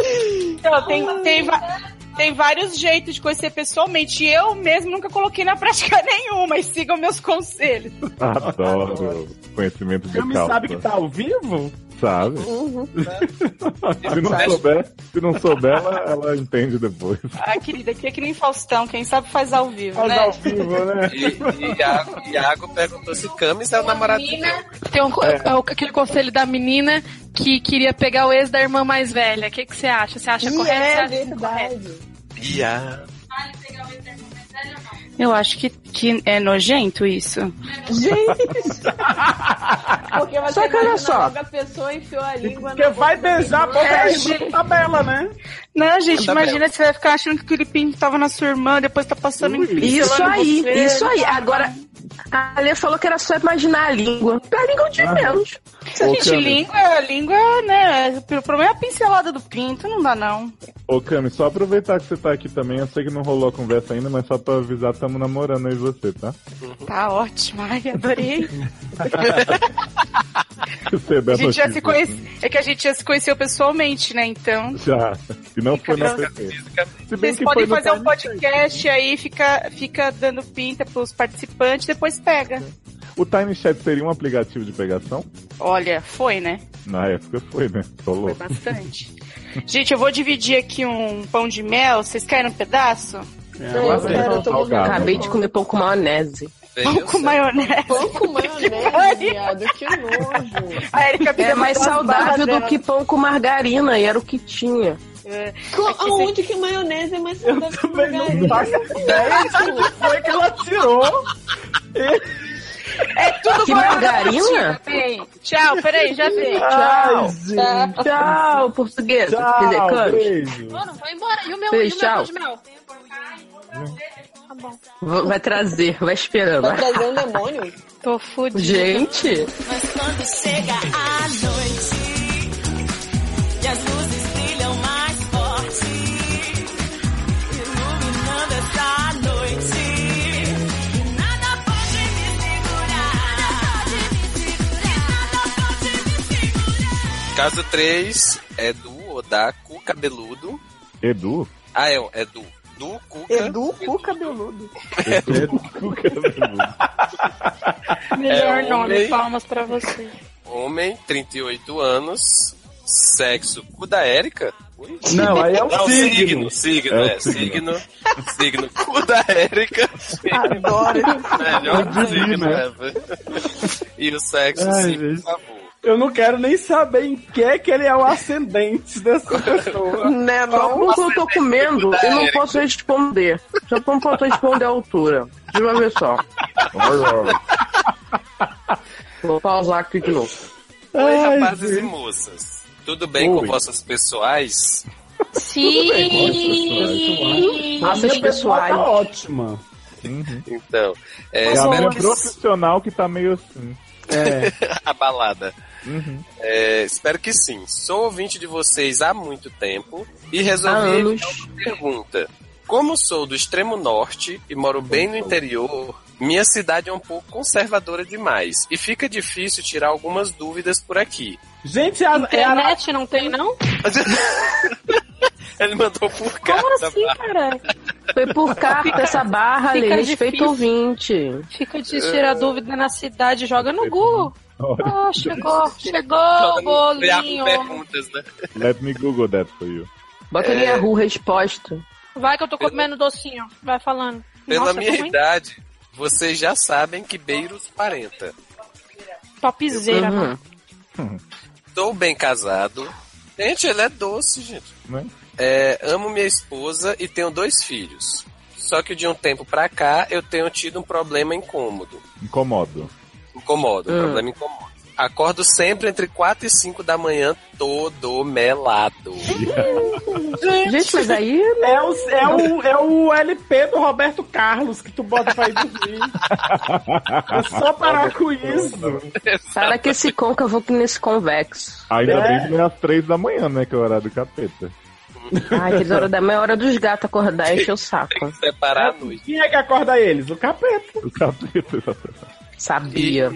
[SPEAKER 11] Então, tem, tem, va- tem vários jeitos de conhecer pessoalmente. E eu mesmo nunca coloquei na prática nenhuma. E sigam meus conselhos.
[SPEAKER 6] Adoro. Conhecimento de
[SPEAKER 4] Já me
[SPEAKER 6] causa.
[SPEAKER 4] sabe que tá ao vivo?
[SPEAKER 6] Sabe?
[SPEAKER 11] Uhum.
[SPEAKER 6] Se não souber, se não souber ela, ela entende depois.
[SPEAKER 11] Ah, querida, aqui é que nem Faustão, quem sabe faz ao vivo,
[SPEAKER 4] Faz
[SPEAKER 11] né?
[SPEAKER 4] ao vivo, né?
[SPEAKER 8] E, e Iago, Iago perguntou se Camis é o namorado dele.
[SPEAKER 5] Tem um, é o- aquele conselho da menina que queria pegar o ex da irmã mais velha. O que, que você acha? Você acha correto? Você
[SPEAKER 7] é
[SPEAKER 5] acha incorreto?
[SPEAKER 7] verdade.
[SPEAKER 8] Iago.
[SPEAKER 11] Eu acho que, que é nojento isso.
[SPEAKER 7] Gente! Porque você
[SPEAKER 3] Só que olha
[SPEAKER 11] é
[SPEAKER 7] imagina
[SPEAKER 3] só.
[SPEAKER 7] logo A pessoa enfiou a língua
[SPEAKER 4] Porque
[SPEAKER 7] na
[SPEAKER 4] vai
[SPEAKER 7] boca do
[SPEAKER 4] beijar a
[SPEAKER 7] outro.
[SPEAKER 4] boca da irmã da tabela, né?
[SPEAKER 11] Não, gente,
[SPEAKER 8] Tá
[SPEAKER 11] imagina você vai ficar achando que aquele pinto tava na sua irmã, depois tá passando em pinto.
[SPEAKER 3] Isso aí, isso aí. Agora, a Lê falou que era só imaginar a língua. A língua é um dia menos.
[SPEAKER 6] Ah. Ô,
[SPEAKER 11] Gente, língua, língua, né? O problema é a pincelada do pinto, não dá não.
[SPEAKER 6] Ô, Cami, só aproveitar que você tá aqui também. Eu sei que não rolou a conversa ainda, mas só pra avisar, tamo namorando aí você, tá?
[SPEAKER 11] Tá ótimo, ai, adorei.
[SPEAKER 6] Você dá
[SPEAKER 11] A gente já
[SPEAKER 6] notícia,
[SPEAKER 11] se conhece, é que a gente já se conheceu pessoalmente, né? Então,
[SPEAKER 6] né? Já. E não foi na PP. Se bem
[SPEAKER 11] vocês
[SPEAKER 6] que foi
[SPEAKER 11] podem
[SPEAKER 6] no né,
[SPEAKER 11] fazer um
[SPEAKER 6] Time Check.
[SPEAKER 11] podcast aí, fica, fica dando pinta pros participantes, depois pega.
[SPEAKER 6] O Time Chat seria um aplicativo de pegação?
[SPEAKER 11] Olha, foi, né?
[SPEAKER 6] Na época foi, né? Tô
[SPEAKER 11] Foi
[SPEAKER 6] louco.
[SPEAKER 11] bastante. gente, eu vou dividir aqui um pão de mel, vocês querem um pedaço?
[SPEAKER 3] É,
[SPEAKER 8] É.
[SPEAKER 7] Cara, eu tô
[SPEAKER 6] Salgado.
[SPEAKER 7] morrendo.
[SPEAKER 3] Acabei de comer pão com maionese.
[SPEAKER 11] Pão com maionese.
[SPEAKER 7] Pão com maionese, viado, que nojo.
[SPEAKER 11] A Erika me
[SPEAKER 3] É
[SPEAKER 11] deu
[SPEAKER 3] mais
[SPEAKER 11] umas
[SPEAKER 3] saudável
[SPEAKER 11] barras
[SPEAKER 3] do que pão com margarina, e era o que tinha.
[SPEAKER 7] Aonde É. que maionese é mais saudável que
[SPEAKER 4] também não
[SPEAKER 7] margarina?
[SPEAKER 4] Foi que ela tirou.
[SPEAKER 11] É tudo
[SPEAKER 3] Que
[SPEAKER 11] goiaba da
[SPEAKER 3] margarina?
[SPEAKER 11] Patina, bem. Tchau, peraí, já vem.
[SPEAKER 4] Ai,
[SPEAKER 3] Tchau.
[SPEAKER 4] gente.
[SPEAKER 3] Tchau, portuguesa. Quer dizer,
[SPEAKER 4] Tchau,
[SPEAKER 3] Cami,
[SPEAKER 4] beijo.
[SPEAKER 5] Mano, vai embora. E o meu,
[SPEAKER 3] Beijo,
[SPEAKER 5] e o meu
[SPEAKER 3] tchau.
[SPEAKER 5] pão de mel?
[SPEAKER 3] Tá v- vai trazer, vai esperando.
[SPEAKER 7] Vai trazer um demônio?
[SPEAKER 5] Tô fudida.
[SPEAKER 3] Gente,
[SPEAKER 1] Mas quando chega a noite e as luzes brilham mais forte, iluminando essa noite, e nada pode me segurar.
[SPEAKER 8] Caso 3 é do Odaku Cabeludo.
[SPEAKER 6] Edu?
[SPEAKER 8] Ah, é, é do. Do Cuca.
[SPEAKER 7] Edu cu cabeludo.
[SPEAKER 6] Edu Cabeludo.
[SPEAKER 5] Melhor
[SPEAKER 8] É,
[SPEAKER 5] nome,
[SPEAKER 8] homem.
[SPEAKER 5] palmas pra você.
[SPEAKER 8] Homem, 38 anos. Sexo, cu da Érica. Ui.
[SPEAKER 4] Não, aí é o
[SPEAKER 8] Não,
[SPEAKER 4] signo.
[SPEAKER 8] signo, signo,
[SPEAKER 6] É o
[SPEAKER 8] é, signo. Signo, cu da Érica.
[SPEAKER 7] Adoro.
[SPEAKER 8] Melhor
[SPEAKER 6] Entendi,
[SPEAKER 8] signo,
[SPEAKER 6] né?
[SPEAKER 8] né? E o sexo,
[SPEAKER 4] Ai,
[SPEAKER 8] sim,
[SPEAKER 4] gente.
[SPEAKER 8] por favor.
[SPEAKER 4] Eu não quero nem saber em que é que ele é o ascendente dessa pessoa. um
[SPEAKER 7] Né,
[SPEAKER 3] Só porque eu tô comendo, eu não posso responder. Só porque eu não posso responder a altura. Deixa eu ver só. Vou pausar aqui de novo.
[SPEAKER 8] Oi, rapazes e moças. Tudo bem com vossas pessoais?
[SPEAKER 5] Sim!
[SPEAKER 3] Raças pessoais.
[SPEAKER 4] ótima.
[SPEAKER 8] Então, é,
[SPEAKER 6] Uhum. É a
[SPEAKER 8] espero
[SPEAKER 6] minha
[SPEAKER 8] que
[SPEAKER 6] profissional que tá meio assim.
[SPEAKER 8] É.
[SPEAKER 5] É.
[SPEAKER 8] a balada.
[SPEAKER 5] Uhum.
[SPEAKER 8] É, espero que sim. Sou ouvinte de vocês há muito tempo e
[SPEAKER 3] Há
[SPEAKER 8] resolvi
[SPEAKER 3] anos.
[SPEAKER 8] enviar uma pergunta. Como sou do extremo norte e moro bem no interior, minha cidade é um pouco conservadora demais e fica difícil tirar algumas dúvidas por aqui.
[SPEAKER 4] Gente, a, é a,
[SPEAKER 5] Internet não tem, não?
[SPEAKER 8] Ele mandou por
[SPEAKER 5] Como
[SPEAKER 8] carta.
[SPEAKER 5] assim, cara?
[SPEAKER 3] Foi por carta essa barra,
[SPEAKER 5] fica
[SPEAKER 3] Lê.
[SPEAKER 5] difícil.
[SPEAKER 3] Respeita o ouvinte.
[SPEAKER 5] Fica de tirar dúvida na cidade, joga no Google.
[SPEAKER 6] Olha,
[SPEAKER 5] Ah, chegou, chegou o bolinho.
[SPEAKER 8] perguntas, né?
[SPEAKER 6] Let me Google that for you. É.
[SPEAKER 3] Bota ali a rua resposta.
[SPEAKER 5] Vai que eu tô comendo docinho. Vai falando.
[SPEAKER 8] Pela
[SPEAKER 5] Nossa,
[SPEAKER 8] minha
[SPEAKER 5] como é
[SPEAKER 8] idade, vocês já sabem que beiro os 40.
[SPEAKER 5] topzera.
[SPEAKER 3] Uhum.
[SPEAKER 5] mano.
[SPEAKER 8] Estou bem casado. Gente, ele é doce, gente.
[SPEAKER 6] Né?
[SPEAKER 8] É, amo minha esposa e tenho dois filhos. Só que de um tempo pra cá eu tenho tido um problema incômodo.
[SPEAKER 6] Incomodo.
[SPEAKER 8] Incomodo, um
[SPEAKER 3] Hum.
[SPEAKER 8] problema incômodo. Acordo sempre entre 4 e 5 da manhã, todo melado.
[SPEAKER 3] Gente, mas aí
[SPEAKER 4] é, o, é, o, é o LP do Roberto Carlos que tu bota pra ir dormir. É só parar com isso.
[SPEAKER 3] Para que esse côncavo nesse convexo.
[SPEAKER 6] Ainda
[SPEAKER 4] É.
[SPEAKER 6] bem que não é às três da manhã, né? Que é o horário do capeta.
[SPEAKER 3] Ai, que hora da meia hora dos gatos acordar e encher o saco.
[SPEAKER 8] Separar a noite.
[SPEAKER 4] Quem é que acorda eles? O capeta.
[SPEAKER 6] O capeta.
[SPEAKER 3] Sabia.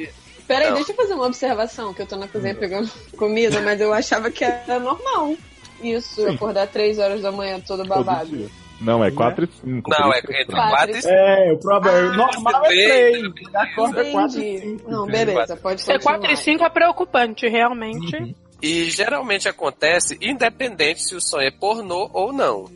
[SPEAKER 7] Peraí,
[SPEAKER 8] Não.
[SPEAKER 7] deixa eu fazer uma observação, que eu tô na cozinha pegando comida, mas eu achava que era normal. Isso, acordar três horas da manhã todo
[SPEAKER 6] Todo
[SPEAKER 7] babado.
[SPEAKER 6] dia. Não, é
[SPEAKER 4] Né?
[SPEAKER 6] quatro e cinco.
[SPEAKER 8] Não,
[SPEAKER 6] por
[SPEAKER 8] é
[SPEAKER 6] isso que eu
[SPEAKER 8] entre
[SPEAKER 6] falo.
[SPEAKER 8] 4 e Ah, 5.
[SPEAKER 4] É, o problema. normal é
[SPEAKER 8] bem,
[SPEAKER 4] três. Acorda quatro e
[SPEAKER 7] Entendi.
[SPEAKER 4] cinco. né?
[SPEAKER 7] Não, beleza, pode
[SPEAKER 5] Ser
[SPEAKER 7] ser.
[SPEAKER 5] 4 e 5 é preocupante, realmente.
[SPEAKER 8] Uhum. E geralmente acontece, independente se o sonho é pornô ou não.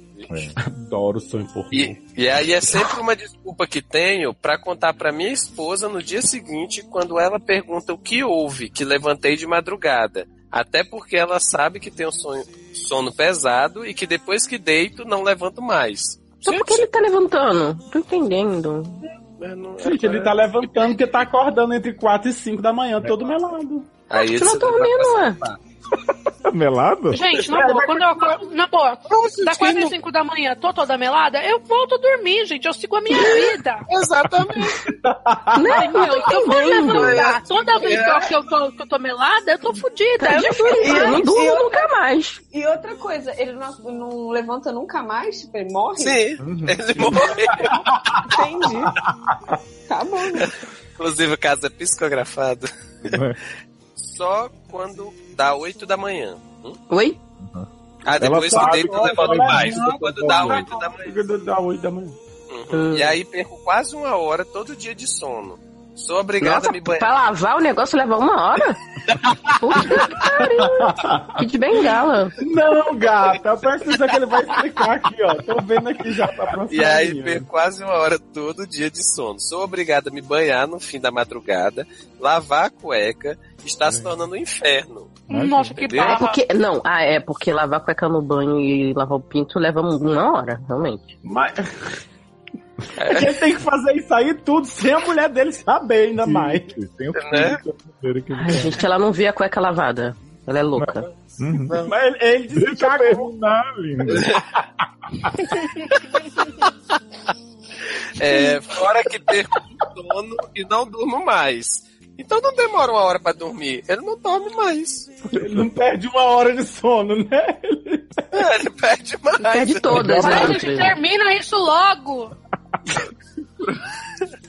[SPEAKER 4] Adoro o sonho
[SPEAKER 8] E, e aí é sempre uma desculpa que tenho pra contar pra minha esposa no dia seguinte, quando ela pergunta o que houve, que levantei de madrugada. Até porque ela sabe que tenho sonho, sono pesado e que depois que deito não levanto mais.
[SPEAKER 3] Só porque ele tá levantando. Tô entendendo.
[SPEAKER 8] Eu É, não-
[SPEAKER 4] Gente, ele tá levantando porque tá acordando entre 4 e 5 da manhã, todo melado.
[SPEAKER 8] Aí
[SPEAKER 3] Você não
[SPEAKER 8] você
[SPEAKER 3] tá
[SPEAKER 8] vai
[SPEAKER 3] dormindo,
[SPEAKER 8] passar-
[SPEAKER 3] ué.
[SPEAKER 6] Tá Melado?
[SPEAKER 5] Gente, na boa, quando eu acordo. Na boa, dá 4 e 5 da manhã, tô toda melada, eu volto a dormir, gente. Eu sigo a minha vida.
[SPEAKER 3] Não,
[SPEAKER 5] Entendeu?
[SPEAKER 3] eu tô
[SPEAKER 5] Eu vou
[SPEAKER 3] entendendo.
[SPEAKER 5] levantar. Toda vez
[SPEAKER 8] É,
[SPEAKER 5] que eu-
[SPEAKER 7] É.
[SPEAKER 5] que eu tô, que eu tô melada, eu tô fodida.
[SPEAKER 3] Tá
[SPEAKER 5] Eu-
[SPEAKER 3] difícil, eu não durmo
[SPEAKER 7] Eu-
[SPEAKER 3] nunca mais.
[SPEAKER 7] E outra coisa, ele não, não levanta nunca mais? Tipo, ele morre?
[SPEAKER 8] Sim, ele morreu.
[SPEAKER 7] Entendi. tá bom, né?
[SPEAKER 8] Inclusive, o caso é psicografado. Só quando dá 8 da manhã. Hum?
[SPEAKER 3] Oi?
[SPEAKER 8] Ah, depois que
[SPEAKER 6] sabe,
[SPEAKER 8] deito, eu
[SPEAKER 6] ela
[SPEAKER 8] levanto
[SPEAKER 6] sabe.
[SPEAKER 8] mais. Só quando dá 8 da manhã.
[SPEAKER 4] Da 8 da manhã.
[SPEAKER 8] Uhum. E aí perco quase uma hora todo dia de sono. Sou obrigado
[SPEAKER 3] Nossa,
[SPEAKER 8] a me banhar.
[SPEAKER 3] pra lavar o negócio leva uma hora? Puta que pariu. Que de bengala.
[SPEAKER 4] Não, gata, é eu preciso que ele vai explicar aqui, ó. Tô vendo aqui já tá próximo.
[SPEAKER 8] E aí perco quase uma hora todo dia de sono. Sou obrigado a me banhar no fim da madrugada, lavar a cueca, está se tornando um inferno.
[SPEAKER 5] Nossa, que
[SPEAKER 8] Entendeu?
[SPEAKER 3] É
[SPEAKER 5] barra.
[SPEAKER 3] porque, não, ah, é porque lavar a cueca no banho e lavar o pinto leva uma hora, realmente.
[SPEAKER 4] Mas... Ele tem que fazer isso aí tudo sem a mulher dele saber ainda mais.
[SPEAKER 6] Tem o
[SPEAKER 8] Né?
[SPEAKER 6] filho primeiro que
[SPEAKER 3] Ai, gente, ela não vê a cueca lavada. Ela é louca.
[SPEAKER 6] Uhum.
[SPEAKER 4] Mas ele, ele disse que
[SPEAKER 6] Deixa eu
[SPEAKER 4] cagou.
[SPEAKER 6] terminar, linda.
[SPEAKER 8] É, fora que perco o sono e não durmo mais. Então não demora uma hora pra dormir. Ele não dorme mais.
[SPEAKER 4] Ele não perde uma hora de sono, né?
[SPEAKER 8] É, Ele perde mais.
[SPEAKER 3] Perde todas, né?
[SPEAKER 5] Vai, gente,
[SPEAKER 3] Rodrigo?
[SPEAKER 5] termina isso logo.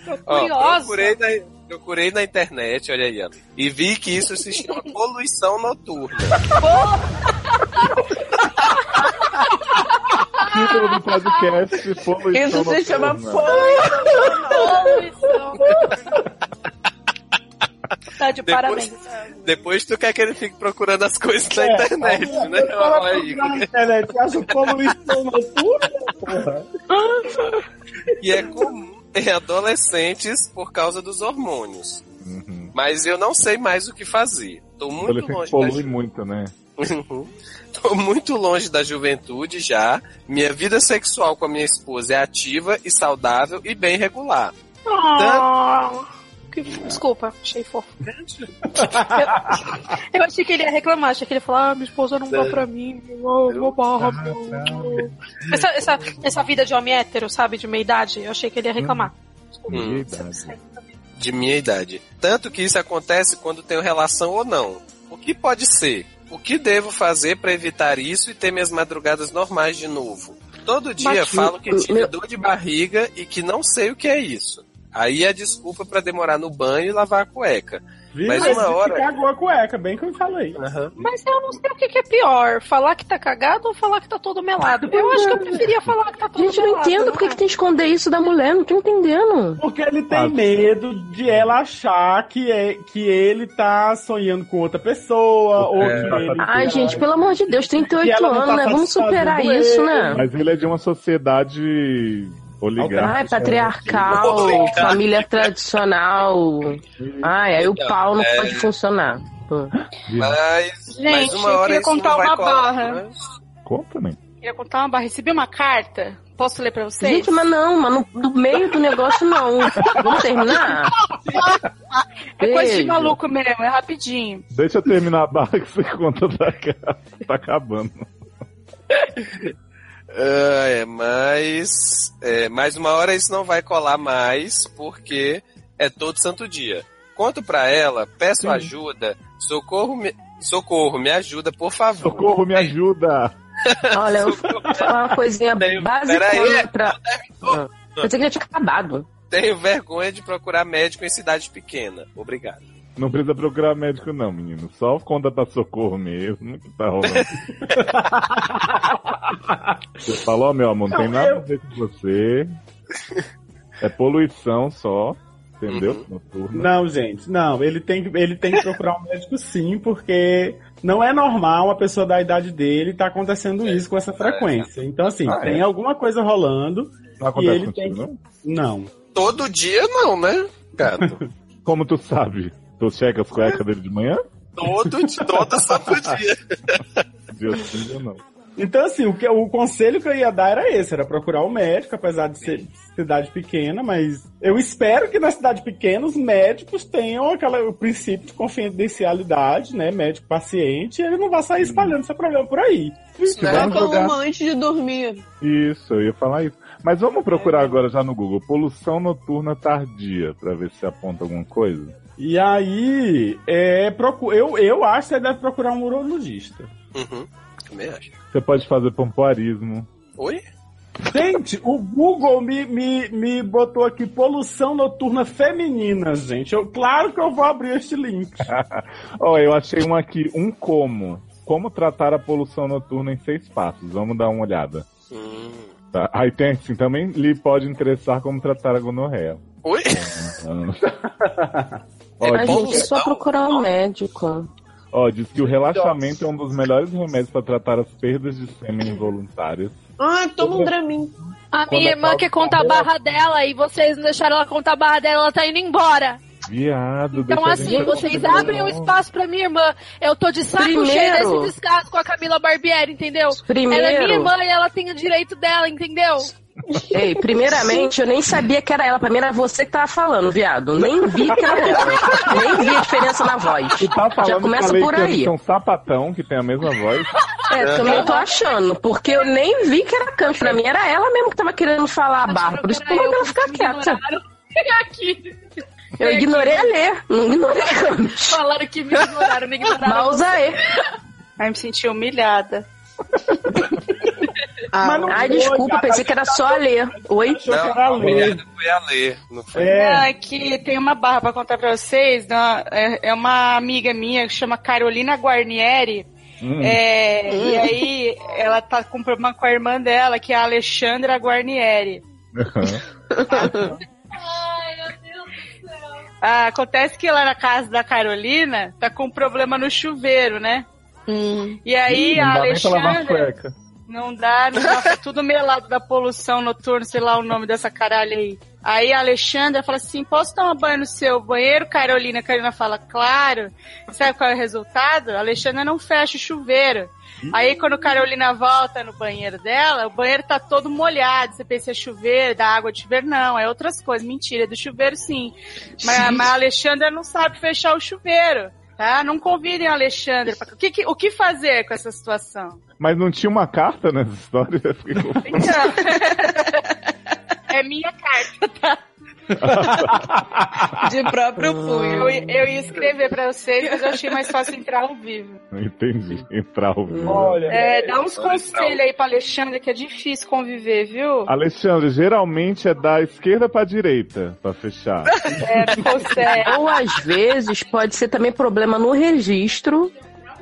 [SPEAKER 5] Tô
[SPEAKER 8] Ó,
[SPEAKER 5] curiosa.
[SPEAKER 8] procurei, na, procurei na internet, olha aí, ó, e vi que isso se chama poluição noturna.
[SPEAKER 6] Título do podcast Poluição
[SPEAKER 7] Isso se chama
[SPEAKER 6] Noturna.
[SPEAKER 5] Poluição. tá de
[SPEAKER 8] Depois-
[SPEAKER 5] parabéns.
[SPEAKER 8] Depois tu quer que ele fique procurando as coisas
[SPEAKER 4] É,
[SPEAKER 8] na
[SPEAKER 1] É,
[SPEAKER 8] internet, né?
[SPEAKER 4] Eu tava
[SPEAKER 8] Olha aí.
[SPEAKER 4] procurando na internet, eu acho poluição noturna, porra.
[SPEAKER 8] é E é comum em adolescentes por causa dos hormônios.
[SPEAKER 6] Uhum.
[SPEAKER 8] Mas eu não sei mais o que fazer. Tô
[SPEAKER 6] Ele
[SPEAKER 8] muito
[SPEAKER 6] fica-
[SPEAKER 8] longe da
[SPEAKER 6] polui muito, né?
[SPEAKER 8] Uhum. Tô muito longe da juventude já. Minha vida sexual com a minha esposa é ativa e saudável e bem regular.
[SPEAKER 5] Oh, que- Desculpa, achei fofo. Eu, eu achei que ele ia reclamar, achei que ele ia falar, ah, minha esposa não dá pra mim, meu, meu barra, meu. Essa, essa, essa vida de homem hétero, sabe, de meia idade, eu achei que ele ia reclamar.
[SPEAKER 8] Hum. De minha idade. Tanto que isso acontece quando tenho relação ou não. O que pode ser? O que devo fazer pra evitar isso e ter minhas madrugadas normais de novo? Todo dia
[SPEAKER 3] Mas,
[SPEAKER 8] falo que
[SPEAKER 3] eu-
[SPEAKER 8] tive
[SPEAKER 3] eu-
[SPEAKER 8] dor de barriga e que não sei o que é isso. Aí é desculpa pra demorar no banho e lavar a cueca.
[SPEAKER 4] Viu?
[SPEAKER 8] Mas
[SPEAKER 4] Mas
[SPEAKER 8] uma
[SPEAKER 4] você
[SPEAKER 8] hora.
[SPEAKER 4] Cagou a cueca, bem que eu falei.
[SPEAKER 5] Mas eu não sei o que, que é pior, falar que tá cagado ou falar que tá todo melado. Eu acho que eu preferia falar que tá todo
[SPEAKER 3] Gente, eu não
[SPEAKER 5] melado.
[SPEAKER 3] entendo por que que tem que esconder isso da mulher, não tô entendendo.
[SPEAKER 4] Porque ele tem
[SPEAKER 8] Ah,
[SPEAKER 4] medo de ela achar que, é, que ele tá sonhando com outra pessoa, ou
[SPEAKER 6] É.
[SPEAKER 4] que ele...
[SPEAKER 3] Ai, gente, pelo amor de Deus,
[SPEAKER 4] E
[SPEAKER 3] 38
[SPEAKER 4] ela não
[SPEAKER 3] anos,
[SPEAKER 4] tá
[SPEAKER 3] né? Vamos
[SPEAKER 4] satisfazendo
[SPEAKER 3] superar
[SPEAKER 4] ele.
[SPEAKER 3] isso, né?
[SPEAKER 6] Mas ele é de uma sociedade oligárquica.
[SPEAKER 3] Ai, patriarcal, família tradicional. Ai, aí o pau não
[SPEAKER 8] É.
[SPEAKER 3] pode funcionar. Pô.
[SPEAKER 8] Mas, mas
[SPEAKER 11] Gente,
[SPEAKER 8] uma
[SPEAKER 11] eu
[SPEAKER 8] hora
[SPEAKER 11] queria
[SPEAKER 8] isso não
[SPEAKER 11] contar
[SPEAKER 8] vai
[SPEAKER 11] uma
[SPEAKER 8] colar,
[SPEAKER 11] barra.
[SPEAKER 8] né?
[SPEAKER 6] Conta, né?
[SPEAKER 11] Queria contar uma barra. Recebi uma carta. Posso ler pra vocês?
[SPEAKER 3] Gente, mas não, mas no, no meio do negócio não. Vamos terminar?
[SPEAKER 11] é coisa de
[SPEAKER 3] beijo.
[SPEAKER 11] maluco mesmo, é rapidinho.
[SPEAKER 6] Deixa eu terminar a barra que você conta pra cá. Tá acabando.
[SPEAKER 8] Ah, é, mas. É, mais uma hora isso não vai colar mais, porque é todo santo dia. Conto pra ela, peço ajuda, socorro me, socorro, me ajuda, por favor.
[SPEAKER 6] Socorro, me ajuda!
[SPEAKER 3] Olha, eu vou falar uma coisinha
[SPEAKER 8] Tem- peraí. é
[SPEAKER 3] básica pra. Ah, Eu pensei que já
[SPEAKER 8] tipo-
[SPEAKER 3] tinha acabado.
[SPEAKER 8] Tenho vergonha de procurar médico em cidade pequena. Obrigado.
[SPEAKER 6] Não precisa procurar médico, não, menino. Só conta pra socorro mesmo que tá rolando. você falou, meu amor, não tem
[SPEAKER 4] Não,
[SPEAKER 6] nada
[SPEAKER 4] eu-
[SPEAKER 6] a ver com você. É poluição só, entendeu? Noturna.
[SPEAKER 4] Uhum. Não, gente, não. Ele tem, que- ele tem que procurar um médico sim, porque não é normal a pessoa da idade dele tá acontecendo isso com essa frequência. Então, assim,
[SPEAKER 6] É. Ah, é.
[SPEAKER 4] tem alguma coisa rolando.
[SPEAKER 6] Não acontece
[SPEAKER 4] E ele
[SPEAKER 6] contigo,
[SPEAKER 4] tem-
[SPEAKER 6] não?
[SPEAKER 4] Não.
[SPEAKER 8] Todo dia não, né, gato?
[SPEAKER 6] Como tu sabe? Tu checa as cuecas dele de manhã?
[SPEAKER 8] Todo dia, todo santo dia.
[SPEAKER 6] Deus sim ou não.
[SPEAKER 4] Então, assim, o, que, o conselho que eu ia dar era esse, era procurar o médico, apesar de ser cidade pequena, mas eu espero que na cidade pequena os médicos tenham aquela, o princípio de confidencialidade, né? Médico-paciente, ele não vai sair espalhando seu problema por aí.
[SPEAKER 8] Isso
[SPEAKER 4] um
[SPEAKER 8] não é
[SPEAKER 6] Vamos
[SPEAKER 7] Toca
[SPEAKER 6] jogar.
[SPEAKER 7] uma antes de dormir.
[SPEAKER 6] Isso, eu ia falar isso. Mas vamos procurar agora já no Google. Poluição noturna tardia, pra ver se aponta alguma coisa.
[SPEAKER 4] E aí, é, procu- eu, eu acho que você deve procurar um urologista.
[SPEAKER 8] Uhum, também acho.
[SPEAKER 6] Você pode fazer pompoarismo.
[SPEAKER 8] Oi?
[SPEAKER 4] Gente, o Google me, me, me botou aqui poluição noturna feminina, gente. Eu, claro que eu vou abrir este link.
[SPEAKER 6] Ó, eu achei um aqui, um como. Como tratar a poluição noturna em seis passos. Vamos dar uma olhada.
[SPEAKER 8] Hum.
[SPEAKER 6] Tá? Aí tem assim, também lhe pode interessar como tratar a gonorreia.
[SPEAKER 8] Oi?
[SPEAKER 6] Ah. Ó,
[SPEAKER 3] Ai,
[SPEAKER 8] bom
[SPEAKER 3] gente, é só
[SPEAKER 8] sinal.
[SPEAKER 3] procurar um médico.
[SPEAKER 6] Ó, diz que o relaxamento é um dos melhores remédios para tratar as perdas de sêmen involuntárias.
[SPEAKER 7] Ah, toma um Dramin.
[SPEAKER 5] A
[SPEAKER 6] Quando
[SPEAKER 5] minha irmã
[SPEAKER 6] acaba-
[SPEAKER 5] quer contar a barra dela e vocês não deixaram ela contar a barra dela, ela tá indo embora.
[SPEAKER 6] Viado,
[SPEAKER 5] Então,
[SPEAKER 6] deixa a gente
[SPEAKER 5] assim, vocês
[SPEAKER 6] terminar.
[SPEAKER 5] abrem um espaço pra minha irmã. Eu tô de saco
[SPEAKER 3] Primeiro-
[SPEAKER 5] cheio desse descaso com a Camila Barbieri, entendeu? Ela é minha
[SPEAKER 3] Primeiro.
[SPEAKER 5] irmã e ela tem o direito dela, entendeu?
[SPEAKER 3] Ei, primeiramente, eu nem sabia que era ela. Pra mim era você que tava falando, viado. Nem vi que era ela. Nem vi a diferença na voz.
[SPEAKER 6] Tu tá falando
[SPEAKER 3] Já
[SPEAKER 6] que a
[SPEAKER 3] começa
[SPEAKER 6] Lady
[SPEAKER 3] por
[SPEAKER 6] Gaga
[SPEAKER 3] aí.
[SPEAKER 6] é um sapatão que tem a mesma voz.
[SPEAKER 3] É, também eu tô achando, porque eu nem vi que era canto. Pra mim era ela mesmo que tava querendo falar a barra. Por isso que eu mandei ela ficar quieta.
[SPEAKER 5] Aqui.
[SPEAKER 3] Eu ignorei a ler, É? não ignorei a Camis.
[SPEAKER 5] Falaram que me ignoraram, me ignoraram.
[SPEAKER 3] Mausaê.
[SPEAKER 11] Aí me senti humilhada.
[SPEAKER 4] Mas não
[SPEAKER 3] Ah, Ai,
[SPEAKER 4] foi,
[SPEAKER 3] desculpa,
[SPEAKER 4] gata,
[SPEAKER 3] pensei que era só a ler. Oi?
[SPEAKER 4] achou que era
[SPEAKER 8] não,
[SPEAKER 4] ler.
[SPEAKER 8] não foi a ler, não foi.
[SPEAKER 4] É.
[SPEAKER 11] Não, é que tem uma barra pra contar pra vocês. da- é, é uma amiga minha que chama Carolina Guarnieri.
[SPEAKER 6] Hum.
[SPEAKER 11] É, E aí ela tá com problema com a irmã dela, que é a Alexandra Guarnieri. Ah, acontece que lá na casa da Carolina tá com problema no um chuveiro, né? E aí
[SPEAKER 6] Não
[SPEAKER 11] a
[SPEAKER 6] Hum, dá nem pra lavar a
[SPEAKER 11] Alexandra.
[SPEAKER 6] cueca.
[SPEAKER 11] Não dá, não dá. Foi tudo melado da poluição noturna, sei lá o nome dessa caralho aí. Aí a Alexandra fala assim: posso tomar banho no seu banheiro, Carolina? A Carolina fala, claro. Sabe qual é o resultado? A Alexandra não fecha o chuveiro. Aí quando a Carolina volta no banheiro dela, o banheiro tá todo molhado. Você pensa, é chuveiro, da água de chuveiro? Não, é outras coisas. Mentira, é do chuveiro sim. Mas, mas a Alexandra não sabe fechar o chuveiro. Tá? Não convidem a Alexandra. pra- O que, que- o que fazer com essa situação?
[SPEAKER 6] Mas não tinha uma carta nessa história? Eu fiquei confuso.
[SPEAKER 11] Então, é minha carta, tá?
[SPEAKER 7] De próprio punho.
[SPEAKER 11] Eu,
[SPEAKER 6] Ah,
[SPEAKER 11] eu ia escrever pra vocês, mas eu achei mais fácil entrar ao vivo.
[SPEAKER 6] Entendi. Entrar ao vivo.
[SPEAKER 11] É, dá uns
[SPEAKER 8] Então,
[SPEAKER 11] conselhos aí pra Alexandra, que é difícil conviver, viu?
[SPEAKER 6] Alexandre, geralmente é da esquerda pra direita, pra fechar.
[SPEAKER 7] Ah,
[SPEAKER 11] É, consegue.
[SPEAKER 3] Ou às vezes pode ser também problema no registro,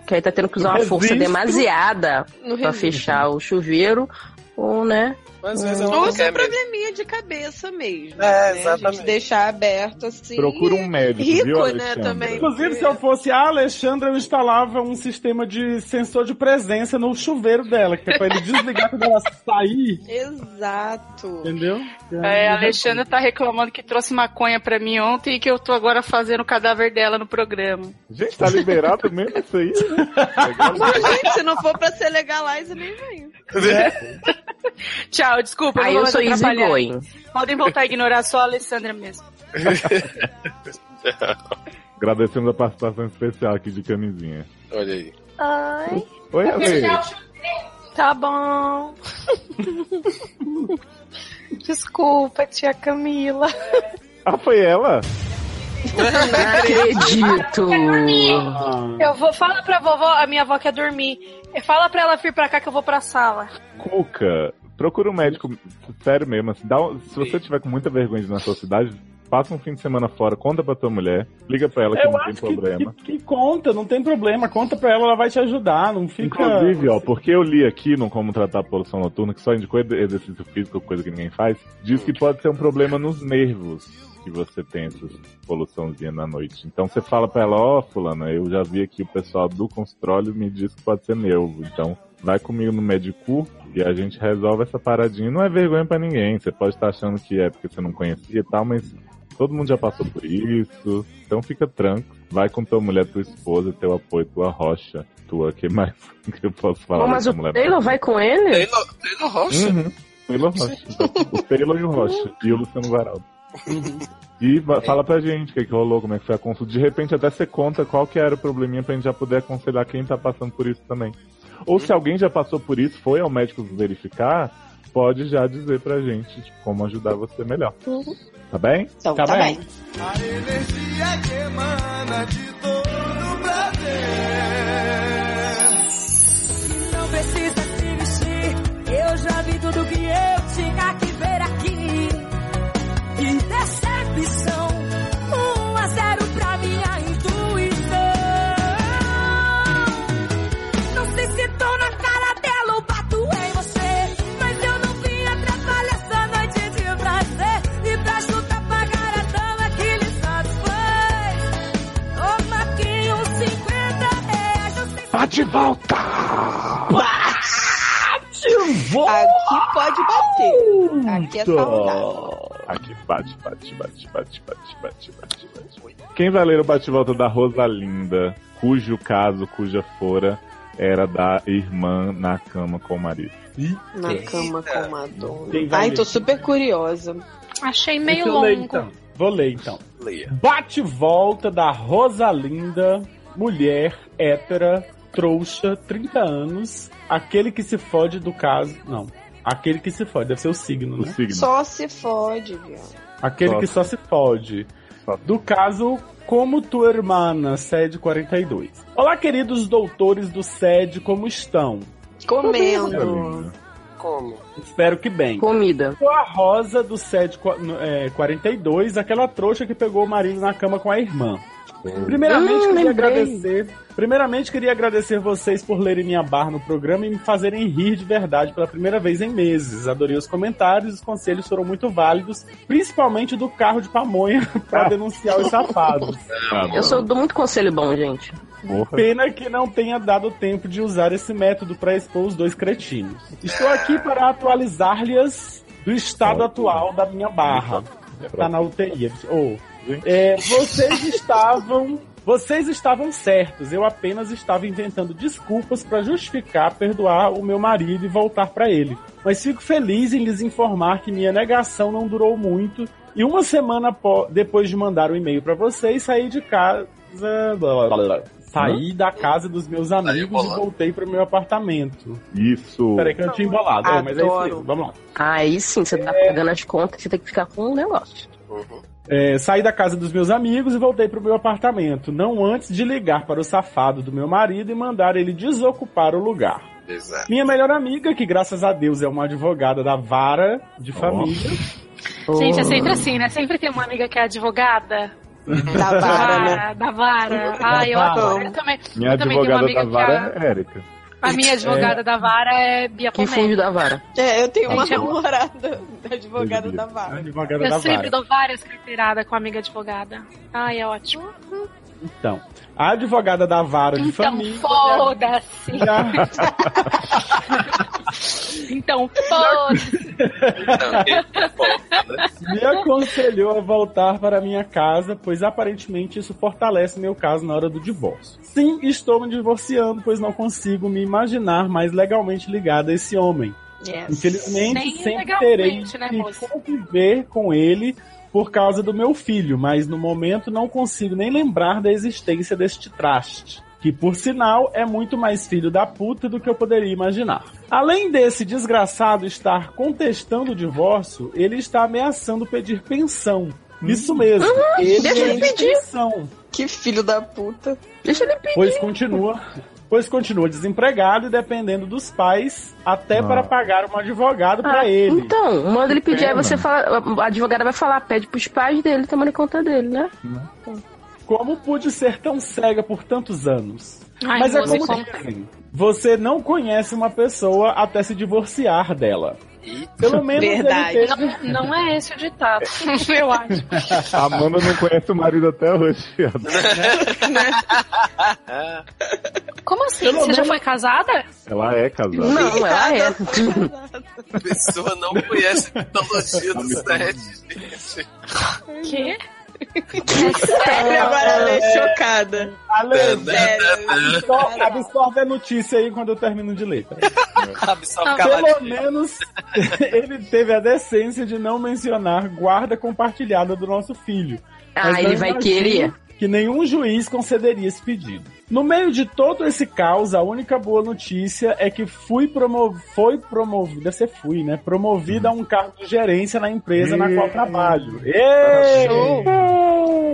[SPEAKER 3] que aí tá tendo que usar uma
[SPEAKER 6] No
[SPEAKER 3] força
[SPEAKER 6] registro?
[SPEAKER 3] demasiada
[SPEAKER 7] No
[SPEAKER 3] pra
[SPEAKER 7] registro.
[SPEAKER 3] fechar o chuveiro, ou né?
[SPEAKER 8] Às vezes ela
[SPEAKER 7] Ou
[SPEAKER 8] não
[SPEAKER 7] isso é
[SPEAKER 8] quer mesmo.
[SPEAKER 7] probleminha de cabeça mesmo.
[SPEAKER 8] É,
[SPEAKER 7] né? A
[SPEAKER 8] exatamente.
[SPEAKER 7] gente deixar aberto assim.
[SPEAKER 6] Procura um médico,
[SPEAKER 7] rico,
[SPEAKER 6] viu,
[SPEAKER 7] né,
[SPEAKER 6] Alexandre?
[SPEAKER 7] também.
[SPEAKER 4] Inclusive, se eu fosse a Alexandra, eu instalava um sistema de sensor de presença no chuveiro dela, que é pra ele desligar quando ela sair,
[SPEAKER 7] Exato.
[SPEAKER 4] entendeu?
[SPEAKER 11] É, a Alexandra tá reclamando que trouxe maconha pra mim ontem e que eu tô agora fazendo o cadáver dela no programa.
[SPEAKER 6] Gente, tá liberado mesmo isso aí?
[SPEAKER 7] Mas, gente, se não for pra ser legalize, nem vem. É.
[SPEAKER 11] Tchau, desculpa,
[SPEAKER 3] aí
[SPEAKER 11] não
[SPEAKER 3] eu
[SPEAKER 11] vou
[SPEAKER 3] sou
[SPEAKER 11] mais
[SPEAKER 3] easy
[SPEAKER 11] atrapalhar.
[SPEAKER 3] going.
[SPEAKER 11] Podem voltar a ignorar só a Alessandra mesmo.
[SPEAKER 6] Agradecemos a participação especial aqui de camisinha.
[SPEAKER 8] Olha aí.
[SPEAKER 5] Ai,
[SPEAKER 6] Oi, Ale.
[SPEAKER 5] tá bom. Desculpa, tia Camila.
[SPEAKER 6] Ah, foi ela?
[SPEAKER 3] Não acredito.
[SPEAKER 5] Eu vou, fala pra vovó, a minha avó quer dormir. Fala pra ela vir pra cá que eu vou pra sala.
[SPEAKER 6] Cuca, procura um médico, sério mesmo. Assim, dá um- se você tiver com muita vergonha de ir na sua cidade, passa um fim de semana fora, conta pra tua mulher, liga pra ela que
[SPEAKER 4] Eu
[SPEAKER 6] não tem
[SPEAKER 4] acho que,
[SPEAKER 6] problema.
[SPEAKER 4] que- que conta, não tem problema. Conta pra ela, ela vai te ajudar, não fica...
[SPEAKER 6] Inclusive, ó, porque eu li aqui no Como Tratar a Poluição Noturna, que só indicou ed- exercício físico, coisa que ninguém faz, diz que pode ser um problema nos nervos que você tem essa poluiçãozinha na noite. Então você fala pra ela, ó, fulana, eu já vi aqui o pessoal do consultório me diz que pode ser nervo, então vai comigo no médico e a gente resolve essa paradinha. Não é vergonha pra ninguém, você pode estar achando que é porque você não conhecia e tal, mas todo mundo já passou por isso, então fica tranquilo. Vai com tua mulher, tua esposa, teu apoio, tua rocha, tua, que mais que eu posso falar?
[SPEAKER 3] Bom, mas
[SPEAKER 6] dessa
[SPEAKER 3] o
[SPEAKER 6] mulher?
[SPEAKER 3] Taylor vai com ele?
[SPEAKER 8] Taylor, Taylor Rocha?
[SPEAKER 6] Uhum. Taylor Rocha. o Taylor e o Rocha. E o Luciano Varaldo. E va- fala pra gente o que, que rolou, como é que foi a consulta. De repente até você conta qual que era o probleminha pra gente já poder aconselhar quem tá passando por isso também. Ou se alguém já passou por isso, foi ao médico verificar, pode já dizer pra gente tipo, como ajudar você melhor. Tá bem?
[SPEAKER 7] Então,
[SPEAKER 4] Tá
[SPEAKER 7] tá,
[SPEAKER 4] bem.
[SPEAKER 7] bem.
[SPEAKER 1] A energia que emana de todo o prazer. Não precisa se vestir, eu já vi tudo que eu tinha que ver aqui. Que decepção, 1 a 0 pra minha intuição. Não sei se tô na cara dela ou bato em você, mas eu não vim atrapalhar essa noite de prazer. E pra ajudar a pagar a dama que lhe satisfaz, ô Marquinhos, 50 reais, eu sei
[SPEAKER 6] Bate e volta!
[SPEAKER 7] Aqui pode bater. Aqui é saudável.
[SPEAKER 6] Aqui, bate, bate, bate, bate, bate, bate, bate, bate. Quem vai ler o bate-volta da Rosalinda, cujo caso, cuja fora, era da irmã na cama com o marido.
[SPEAKER 7] Na cama
[SPEAKER 8] Eita.
[SPEAKER 7] com Madonna.
[SPEAKER 4] Quem vai
[SPEAKER 7] Ai,
[SPEAKER 4] ler?
[SPEAKER 7] tô super curiosa.
[SPEAKER 5] Achei meio
[SPEAKER 4] Deixa eu ler,
[SPEAKER 5] longo.
[SPEAKER 4] então. Vou ler, então.
[SPEAKER 8] Leia.
[SPEAKER 4] Bate-volta da Rosalinda, mulher, hétera, trouxa, 30 anos, aquele que se fode do caso... Não, aquele que se fode, deve ser o signo,
[SPEAKER 6] O
[SPEAKER 4] né?
[SPEAKER 6] signo.
[SPEAKER 7] Só se fode, viado.
[SPEAKER 4] Aquele
[SPEAKER 6] Só.
[SPEAKER 4] que só se fode.
[SPEAKER 6] Só.
[SPEAKER 4] Do caso Como Tua Hermana, sede 42. Olá, queridos doutores do SED, como estão?
[SPEAKER 7] Comendo.
[SPEAKER 6] Rosalinda.
[SPEAKER 8] Como?
[SPEAKER 4] Espero que bem.
[SPEAKER 3] Comida.
[SPEAKER 4] Sou a Rosa do SED qua- no- é, 42, aquela trouxa que pegou o marido na cama com a irmã. Primeiramente, queria
[SPEAKER 3] Hum, lembrei.
[SPEAKER 4] agradecer. Primeiramente, queria agradecer vocês por lerem minha barra no programa e me fazerem rir de verdade pela primeira vez em meses. Adorei os comentários, os conselhos foram muito válidos, principalmente do carro de pamonha pra denunciar os safados.
[SPEAKER 6] Ah,
[SPEAKER 3] Eu sou, dou muito conselho bom, gente.
[SPEAKER 4] Pena que não tenha dado tempo de usar esse método para expor os dois cretinos. Estou aqui para atualizar-lhes do estado atual da minha barra. Tá na UTI. Oh. É, vocês estavam. Vocês estavam certos, eu apenas estava inventando desculpas para justificar perdoar o meu marido e voltar para ele. Mas fico feliz em lhes informar que minha negação não durou muito e uma semana apó- depois de mandar o e-mail para vocês, saí de casa. blá, blá, blá. Saí da casa dos meus amigos e voltei pro meu apartamento.
[SPEAKER 6] Isso.
[SPEAKER 4] Peraí que eu tinha embolado, é, mas é isso
[SPEAKER 3] Adoro.
[SPEAKER 4] mesmo. Vamos lá.
[SPEAKER 3] Aí sim, você
[SPEAKER 5] É.
[SPEAKER 3] tá pagando as contas, você tem que ficar com um negócio.
[SPEAKER 4] É, saí da casa dos meus amigos e voltei pro meu apartamento, não antes de ligar para o safado do meu marido e mandar ele desocupar o lugar.
[SPEAKER 8] Exato.
[SPEAKER 4] Minha melhor amiga, que graças a Deus é uma advogada da vara de família.
[SPEAKER 5] Gente, é
[SPEAKER 4] Oh.
[SPEAKER 5] sempre assim, né? Sempre tem uma amiga que é advogada.
[SPEAKER 7] Da vara, né?
[SPEAKER 5] Ah, Da vara. Ah, eu
[SPEAKER 4] vara.
[SPEAKER 5] adoro. Eu também,
[SPEAKER 6] Minha
[SPEAKER 5] eu também tenho
[SPEAKER 6] advogada
[SPEAKER 5] uma amiga
[SPEAKER 6] da vara é Érica.
[SPEAKER 5] que é... A minha advogada da vara é Bia
[SPEAKER 3] Quem
[SPEAKER 5] Pomé.
[SPEAKER 3] funde da vara?
[SPEAKER 7] É, eu tenho uma
[SPEAKER 5] Gente, é-
[SPEAKER 7] namorada da advogada da vara.
[SPEAKER 4] Advogada da
[SPEAKER 5] Eu sempre
[SPEAKER 4] vara.
[SPEAKER 5] dou várias carteiradas com a amiga advogada. Ai, é ótimo.
[SPEAKER 4] Então, a advogada da vara de
[SPEAKER 5] Então
[SPEAKER 4] família.
[SPEAKER 5] foda-se.
[SPEAKER 4] já-
[SPEAKER 5] Então foda-se.
[SPEAKER 8] Então, quem- bom, né?
[SPEAKER 4] me aconselhou a voltar para minha casa, pois aparentemente isso fortalece meu caso na hora do divórcio. Sim, estou me divorciando, pois não consigo me imaginar mais legalmente ligada a esse homem. Infelizmente,
[SPEAKER 5] Nem
[SPEAKER 4] sempre terei
[SPEAKER 5] legalmente, né, moço?
[SPEAKER 4] que conviver com ele por causa do meu filho, mas no momento não consigo nem lembrar da existência deste traste. Que, por sinal, é muito mais filho da puta do que eu poderia imaginar. Além desse desgraçado estar contestando o divórcio, ele está ameaçando pedir pensão. Isso mesmo. ele
[SPEAKER 3] deixa ele
[SPEAKER 4] é de
[SPEAKER 3] pedir.
[SPEAKER 4] pensão.
[SPEAKER 7] Que filho da puta.
[SPEAKER 3] Deixa ele pedir.
[SPEAKER 4] Pois continua. Pois continua desempregado e dependendo dos pais, até
[SPEAKER 6] Ah.
[SPEAKER 4] para pagar um advogado para
[SPEAKER 3] Ah,
[SPEAKER 4] ele.
[SPEAKER 3] Então, manda ele pedir, aí
[SPEAKER 6] Pena.
[SPEAKER 3] você fala, a advogada vai falar, pede pros pais dele tomando conta dele, né?
[SPEAKER 4] Como pude ser tão cega por tantos anos?
[SPEAKER 5] Ai,
[SPEAKER 4] Mas é
[SPEAKER 5] moço,
[SPEAKER 4] como
[SPEAKER 5] como-
[SPEAKER 4] dizem, você não conhece uma pessoa até se divorciar dela. Pelo menos
[SPEAKER 7] Verdade.
[SPEAKER 4] ele teve...
[SPEAKER 5] Não, não é esse o ditado, eu acho.
[SPEAKER 6] A Amanda não conhece o marido até hoje.
[SPEAKER 5] né? Como assim? Você já foi casada?
[SPEAKER 6] Ela é casada.
[SPEAKER 3] Não, ela é.
[SPEAKER 8] A pessoa não conhece a mitologia
[SPEAKER 4] é
[SPEAKER 8] do sete, gente.
[SPEAKER 4] Uhum.
[SPEAKER 5] Que?
[SPEAKER 7] Sério, agora ela é chocada.
[SPEAKER 4] Ale,
[SPEAKER 7] Sério.
[SPEAKER 4] absor- absorve a notícia aí quando eu termino de ler.
[SPEAKER 8] Absolve
[SPEAKER 4] Pelo
[SPEAKER 8] caladinho.
[SPEAKER 4] menos ele teve a decência de não mencionar guarda compartilhada do nosso filho. Mas
[SPEAKER 3] Ah, ele
[SPEAKER 4] eu
[SPEAKER 3] vai
[SPEAKER 4] imagino
[SPEAKER 3] querer.
[SPEAKER 4] Que nenhum juiz concederia esse pedido. No meio de todo esse caos, a única boa notícia é que fui promo foi promovida, deve ser fui, né? Promovida a um cargo de gerência na empresa na qual trabalho. Ê!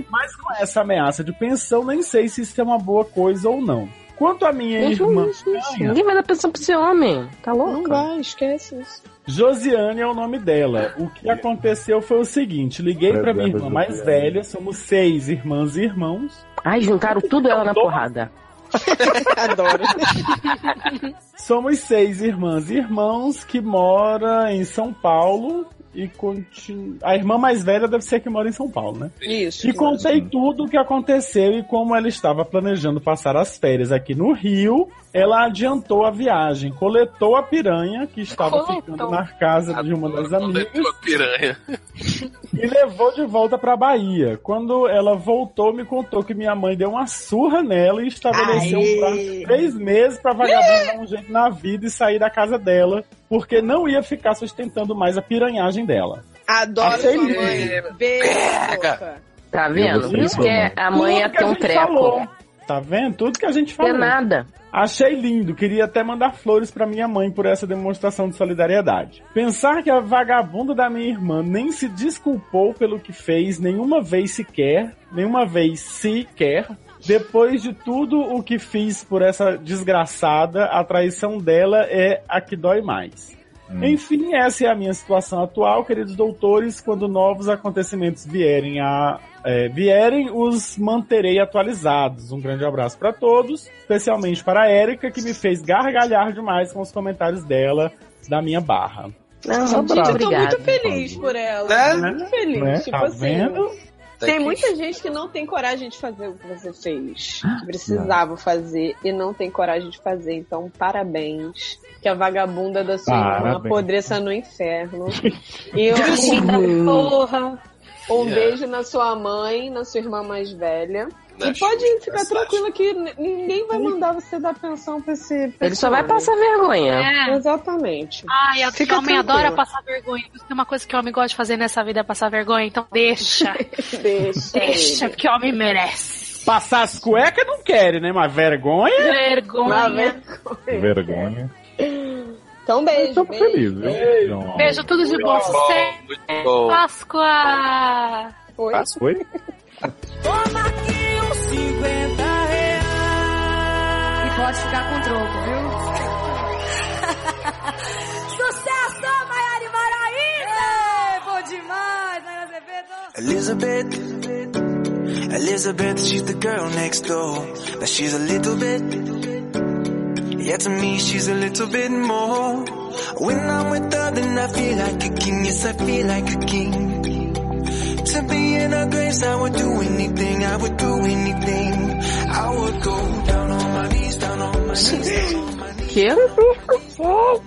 [SPEAKER 4] Mas com essa ameaça de pensão, nem sei se isso é uma boa coisa ou não. Quanto a minha
[SPEAKER 3] Gente,
[SPEAKER 4] irmã,
[SPEAKER 3] não existe. Ninguém vai dar pensão pra esse homem. Tá
[SPEAKER 7] Não
[SPEAKER 3] louco?
[SPEAKER 7] vai, esquece isso.
[SPEAKER 4] Josiane é o nome dela. O que aconteceu foi o seguinte: liguei pra minha irmã mais velha, somos seis irmãs e irmãos. Então,
[SPEAKER 3] Ai, juntaram tudo ela na
[SPEAKER 4] Tô-
[SPEAKER 3] porrada.
[SPEAKER 7] Adoro.
[SPEAKER 4] Somos seis irmãs e irmãos que mora em São Paulo e continu... a irmã mais velha deve ser que mora em São Paulo, né?
[SPEAKER 7] Isso.
[SPEAKER 4] E contei tudo o que aconteceu e como ela estava planejando passar as férias aqui no Rio. Ela adiantou a viagem, coletou a piranha que estava
[SPEAKER 5] Coletou.
[SPEAKER 4] ficando na casa de uma das
[SPEAKER 8] Adoro quando é
[SPEAKER 4] amigas.
[SPEAKER 8] tua piranha.
[SPEAKER 4] e levou de volta pra Bahia. Quando ela voltou, me contou que minha mãe deu uma surra nela e estabeleceu
[SPEAKER 7] Aê.
[SPEAKER 4] um prazo de três meses pra vagabundo dar um jeito na vida e sair da casa dela, porque não ia ficar sustentando mais a piranhagem dela.
[SPEAKER 7] Adoro sua
[SPEAKER 4] Aceitei.
[SPEAKER 7] mãe. Beijo, boca.
[SPEAKER 3] Tá vendo? Por
[SPEAKER 6] gostei,
[SPEAKER 3] isso que é- a mãe é
[SPEAKER 4] Tudo que a
[SPEAKER 3] tão
[SPEAKER 4] gente falou.
[SPEAKER 3] treco.
[SPEAKER 4] Tá vendo? Tudo que a gente
[SPEAKER 3] É
[SPEAKER 4] falou.
[SPEAKER 3] nada.
[SPEAKER 4] Achei lindo, queria até mandar flores pra minha mãe por essa demonstração de solidariedade. Pensar que a vagabunda da minha irmã nem se desculpou pelo que fez, nenhuma vez sequer, nenhuma vez sequer. Depois de tudo o que fiz por essa desgraçada, a traição dela é a que dói mais.
[SPEAKER 6] Hum.
[SPEAKER 4] Enfim, essa é a minha situação atual, queridos doutores. Quando novos acontecimentos vierem a é, vierem, os manterei atualizados. Um grande abraço para todos, especialmente para a Érica, que me fez gargalhar demais com os comentários dela da minha barra.
[SPEAKER 3] Não,
[SPEAKER 4] Só
[SPEAKER 3] muito
[SPEAKER 4] bravo.
[SPEAKER 7] Ah, Gente, eu tô
[SPEAKER 3] obrigada.
[SPEAKER 7] então. muito feliz por ela.
[SPEAKER 8] Né?
[SPEAKER 7] Muito feliz.
[SPEAKER 6] Né?
[SPEAKER 7] Tipo
[SPEAKER 4] Tá
[SPEAKER 7] assim.
[SPEAKER 4] vendo?
[SPEAKER 8] Até
[SPEAKER 7] Tem
[SPEAKER 8] que-
[SPEAKER 7] muita gente que não tem coragem de fazer o que você fez, que precisava fazer e não tem coragem de fazer. Então, parabéns. Que a vagabunda da sua irmã
[SPEAKER 6] Parabéns.
[SPEAKER 7] apodreça no inferno. E
[SPEAKER 5] Filho da
[SPEAKER 7] um,
[SPEAKER 5] porra.
[SPEAKER 7] um
[SPEAKER 8] Yeah.
[SPEAKER 7] beijo na sua mãe, na sua irmã mais velha.
[SPEAKER 8] Né,
[SPEAKER 7] e pode
[SPEAKER 8] gente,
[SPEAKER 7] ficar
[SPEAKER 8] essa-
[SPEAKER 7] tranquila que n- ninguém vai mandar você dar pensão pra esse.
[SPEAKER 3] Ele só vai
[SPEAKER 7] personagem.
[SPEAKER 3] passar vergonha.
[SPEAKER 5] É.
[SPEAKER 7] Exatamente.
[SPEAKER 5] Ai, a
[SPEAKER 7] Fica
[SPEAKER 5] homem
[SPEAKER 7] tranquila.
[SPEAKER 5] adora passar vergonha. Tem uma coisa que o homem gosta de fazer nessa vida é passar vergonha, então deixa.
[SPEAKER 7] Deixa.
[SPEAKER 5] deixa, porque o homem merece.
[SPEAKER 4] Passar as cuecas não querem, né? Mas vergonha?
[SPEAKER 7] Uma
[SPEAKER 5] Vergonha.
[SPEAKER 7] vergonha.
[SPEAKER 6] Vergonha.
[SPEAKER 7] Então, beijo.
[SPEAKER 6] Estamos
[SPEAKER 7] beijo.
[SPEAKER 6] felizes, viu? João?
[SPEAKER 5] Beijo, tudo de bom.
[SPEAKER 8] Muito
[SPEAKER 5] Sucesso.
[SPEAKER 8] bom, muito bom.
[SPEAKER 5] Páscoa.
[SPEAKER 7] Oi.
[SPEAKER 6] Oi?
[SPEAKER 1] Toma aqui uns 50 reais. E pode ficar com troco, viu? Sucesso, Maiara e Maraíza! Bom demais, Maiara Azevedo!
[SPEAKER 12] Elizabeth, Elizabeth, she's the girl next door. But she's a little bit, yeah, to me, she's a little bit more. When I'm with her, then I feel like a king, yes, I feel like a king. To be in her grace, I would do anything, I would do anything. I would go down on my knees, down on my knees. down on my knees.
[SPEAKER 3] Que?
[SPEAKER 6] um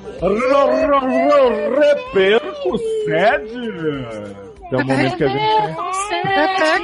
[SPEAKER 6] Repercussede! É o momento que a gente.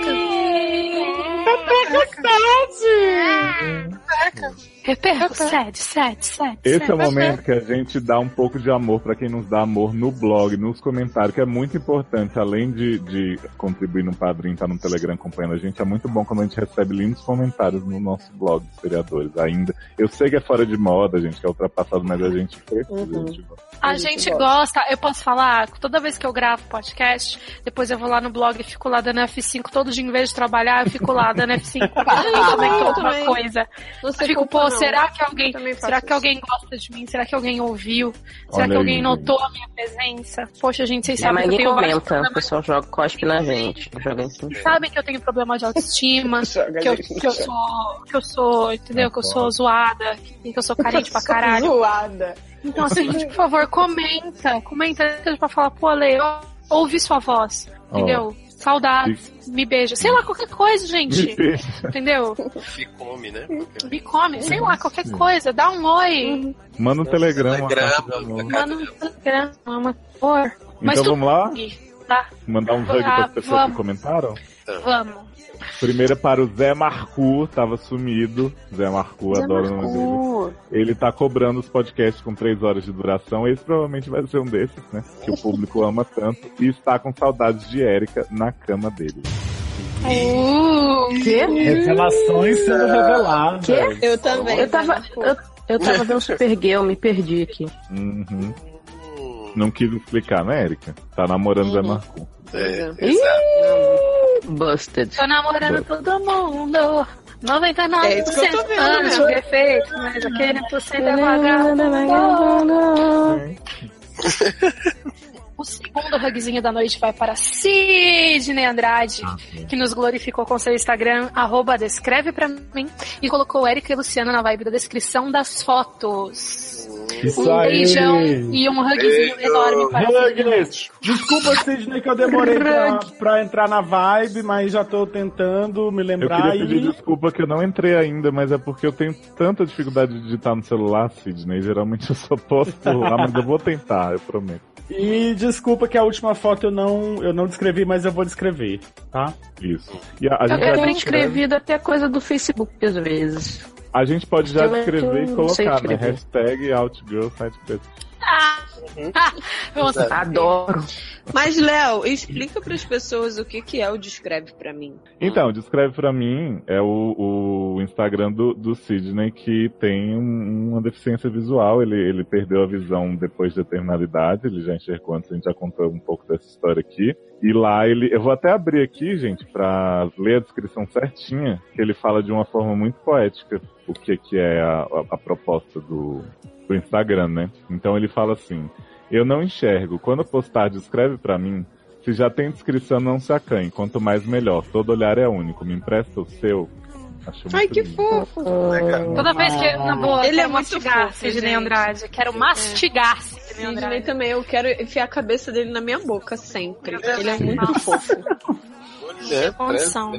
[SPEAKER 5] Reperco, É sede, sede, sede.
[SPEAKER 6] Esse é o momento que a gente dá um pouco de amor pra quem nos dá amor no blog, nos comentários, que é muito importante. Além de, de contribuir no padrinho, estar no Telegram acompanhando a gente, é muito bom quando a gente recebe lindos comentários no nosso blog dos vereadores ainda. Eu sei que é fora de moda, gente, que é ultrapassado, mas a gente precisa.
[SPEAKER 7] Uhum.
[SPEAKER 6] gente.
[SPEAKER 5] A
[SPEAKER 7] gente
[SPEAKER 5] gente
[SPEAKER 7] gosta.
[SPEAKER 5] gosta, eu posso falar, toda vez que eu gravo podcast, depois eu vou lá no blog e fico lá dando F5, todo dia em vez de trabalhar, eu fico lá dando F5 porque alguém comentou alguma
[SPEAKER 7] também.
[SPEAKER 5] coisa.
[SPEAKER 7] Não
[SPEAKER 5] Eu
[SPEAKER 7] se
[SPEAKER 5] fico,
[SPEAKER 7] culpa,
[SPEAKER 5] pô,
[SPEAKER 7] não.
[SPEAKER 5] será que alguém,
[SPEAKER 7] Também faço
[SPEAKER 5] será que
[SPEAKER 7] isso.
[SPEAKER 5] alguém gosta de mim? Será que alguém ouviu? Será
[SPEAKER 6] Olha
[SPEAKER 5] que alguém
[SPEAKER 6] aí,
[SPEAKER 5] notou a minha presença? Poxa, gente, vocês
[SPEAKER 3] É,
[SPEAKER 5] sabem
[SPEAKER 3] mas
[SPEAKER 5] que eu
[SPEAKER 3] ninguém
[SPEAKER 5] tenho vários
[SPEAKER 3] comenta. O
[SPEAKER 5] problemas.
[SPEAKER 3] pessoal joga cospe na gente. Joga em cima.
[SPEAKER 5] Sabem que eu tenho problema de autoestima,
[SPEAKER 7] Joga
[SPEAKER 5] que eu,
[SPEAKER 7] ali.
[SPEAKER 5] que eu sou, que eu sou, entendeu? Que eu sou
[SPEAKER 6] Foda.
[SPEAKER 5] zoada, que eu sou carente pra caralho.
[SPEAKER 7] Zoada.
[SPEAKER 5] Então, assim, gente, por favor, comenta. Comenta pra falar, pô, Ale, ouvi sua voz.
[SPEAKER 6] Ó.
[SPEAKER 5] Entendeu? Saudades. Me beija. Sei lá, qualquer coisa, gente. entendeu?
[SPEAKER 8] Se come, né?
[SPEAKER 5] Me come. Sei lá, qualquer coisa. Dá um
[SPEAKER 7] Uhum.
[SPEAKER 5] oi.
[SPEAKER 6] Manda um Telegram. uma
[SPEAKER 8] Telegram,
[SPEAKER 6] carta de amor.
[SPEAKER 8] manda
[SPEAKER 5] Manda um Instagram. Uma cor. Mas
[SPEAKER 6] Então
[SPEAKER 5] tu-
[SPEAKER 6] vamos lá?
[SPEAKER 5] Tá,
[SPEAKER 6] Mandar um hug
[SPEAKER 5] Ah,
[SPEAKER 6] para as pessoas
[SPEAKER 5] vamos.
[SPEAKER 6] que comentaram?
[SPEAKER 8] Tá.
[SPEAKER 5] vamos.
[SPEAKER 6] Primeira é para o Zé Marcu, tava sumido. Zé Marcu, adoro o nome dele. Ele tá cobrando os podcasts com três horas de duração. Esse provavelmente vai ser um desses, né? Que o público ama tanto. E está com saudades de Érica na cama dele.
[SPEAKER 5] Uh,
[SPEAKER 3] Que?
[SPEAKER 4] Revelações sendo reveladas.
[SPEAKER 3] Que?
[SPEAKER 7] Eu também.
[SPEAKER 3] Eu tava. Eu, eu tava vendo Supergirl, me perdi aqui.
[SPEAKER 6] Uhum. Não quis explicar, né, Érica? Tá namorando Zé Marco.
[SPEAKER 8] É,
[SPEAKER 3] Ih!
[SPEAKER 8] exato.
[SPEAKER 3] Busted.
[SPEAKER 5] tô namorando todo mundo. 99%
[SPEAKER 7] É isso que eu tô vendo,
[SPEAKER 5] anos,
[SPEAKER 7] né?
[SPEAKER 5] perfeito, mas aquele por cento é vagabundo. O segundo rugzinho da noite vai para Sidney Andrade, que nos glorificou com seu Instagram, arroba descreve pra mim, e colocou Erika e Luciana na vibe da descrição das fotos.
[SPEAKER 4] Isso
[SPEAKER 5] Um
[SPEAKER 4] aí.
[SPEAKER 5] beijão e um rugzinho
[SPEAKER 8] Beijo.
[SPEAKER 5] enorme para Sidney.
[SPEAKER 4] Hugs. Desculpa, Sidney, que eu demorei pra, pra entrar na vibe, mas já tô tentando me
[SPEAKER 6] Eu
[SPEAKER 4] lembrar
[SPEAKER 6] queria pedir
[SPEAKER 4] e.
[SPEAKER 6] desculpa que eu não entrei ainda, mas é porque eu tenho tanta dificuldade de digitar no celular, Sidney. Geralmente eu só posto lá, mas eu vou tentar, eu prometo.
[SPEAKER 4] E desculpa que a última foto eu não, eu não descrevi, mas eu vou descrever, tá?
[SPEAKER 6] Isso. E a, a
[SPEAKER 3] Eu
[SPEAKER 6] gente, vai
[SPEAKER 3] tenho
[SPEAKER 6] descrever-
[SPEAKER 3] escrevido até coisa do Facebook às vezes.
[SPEAKER 6] a gente pode já
[SPEAKER 3] Eu não
[SPEAKER 6] descrever e
[SPEAKER 3] sei
[SPEAKER 6] colocar, né?
[SPEAKER 3] escrever.
[SPEAKER 6] Hashtag OutGirlSiteQuest.
[SPEAKER 5] Vamos
[SPEAKER 8] Exato.
[SPEAKER 3] Adoro.
[SPEAKER 7] Mas, Léo, explica pras pessoas o que, que é o Descreve pra mim.
[SPEAKER 6] Então, descreve pra mim é o, o Instagram do, do Sidney que tem um- uma deficiência visual. Ele, ele perdeu a visão depois de determinada idade. Ele já enxergou antes, a gente já contou um pouco dessa história aqui. E lá ele. Eu vou até abrir aqui, gente, pra ler a descrição certinha, que ele fala de uma forma muito poética o que, que é a, a- a proposta do, do Instagram, né? Então ele fala assim: Eu não enxergo. Quando postar, descreve pra mim. Se já tem descrição, não se acanhe. Quanto mais, melhor. Todo olhar é único. Me empresta o seu. Acho
[SPEAKER 7] Ai,
[SPEAKER 6] muito
[SPEAKER 7] que
[SPEAKER 6] lindo.
[SPEAKER 7] fofo.
[SPEAKER 5] Toda vez que, na boa, quero
[SPEAKER 7] Ele é muito
[SPEAKER 5] mastigar
[SPEAKER 7] fofo,
[SPEAKER 5] Sidney
[SPEAKER 7] gente.
[SPEAKER 5] Andrade. Quero mastigar Sidney
[SPEAKER 7] Sidney
[SPEAKER 5] Andrade.
[SPEAKER 7] é também, eu quero enfiar a cabeça dele na minha boca sempre. Ele é muito fofo.
[SPEAKER 8] É,
[SPEAKER 5] condição.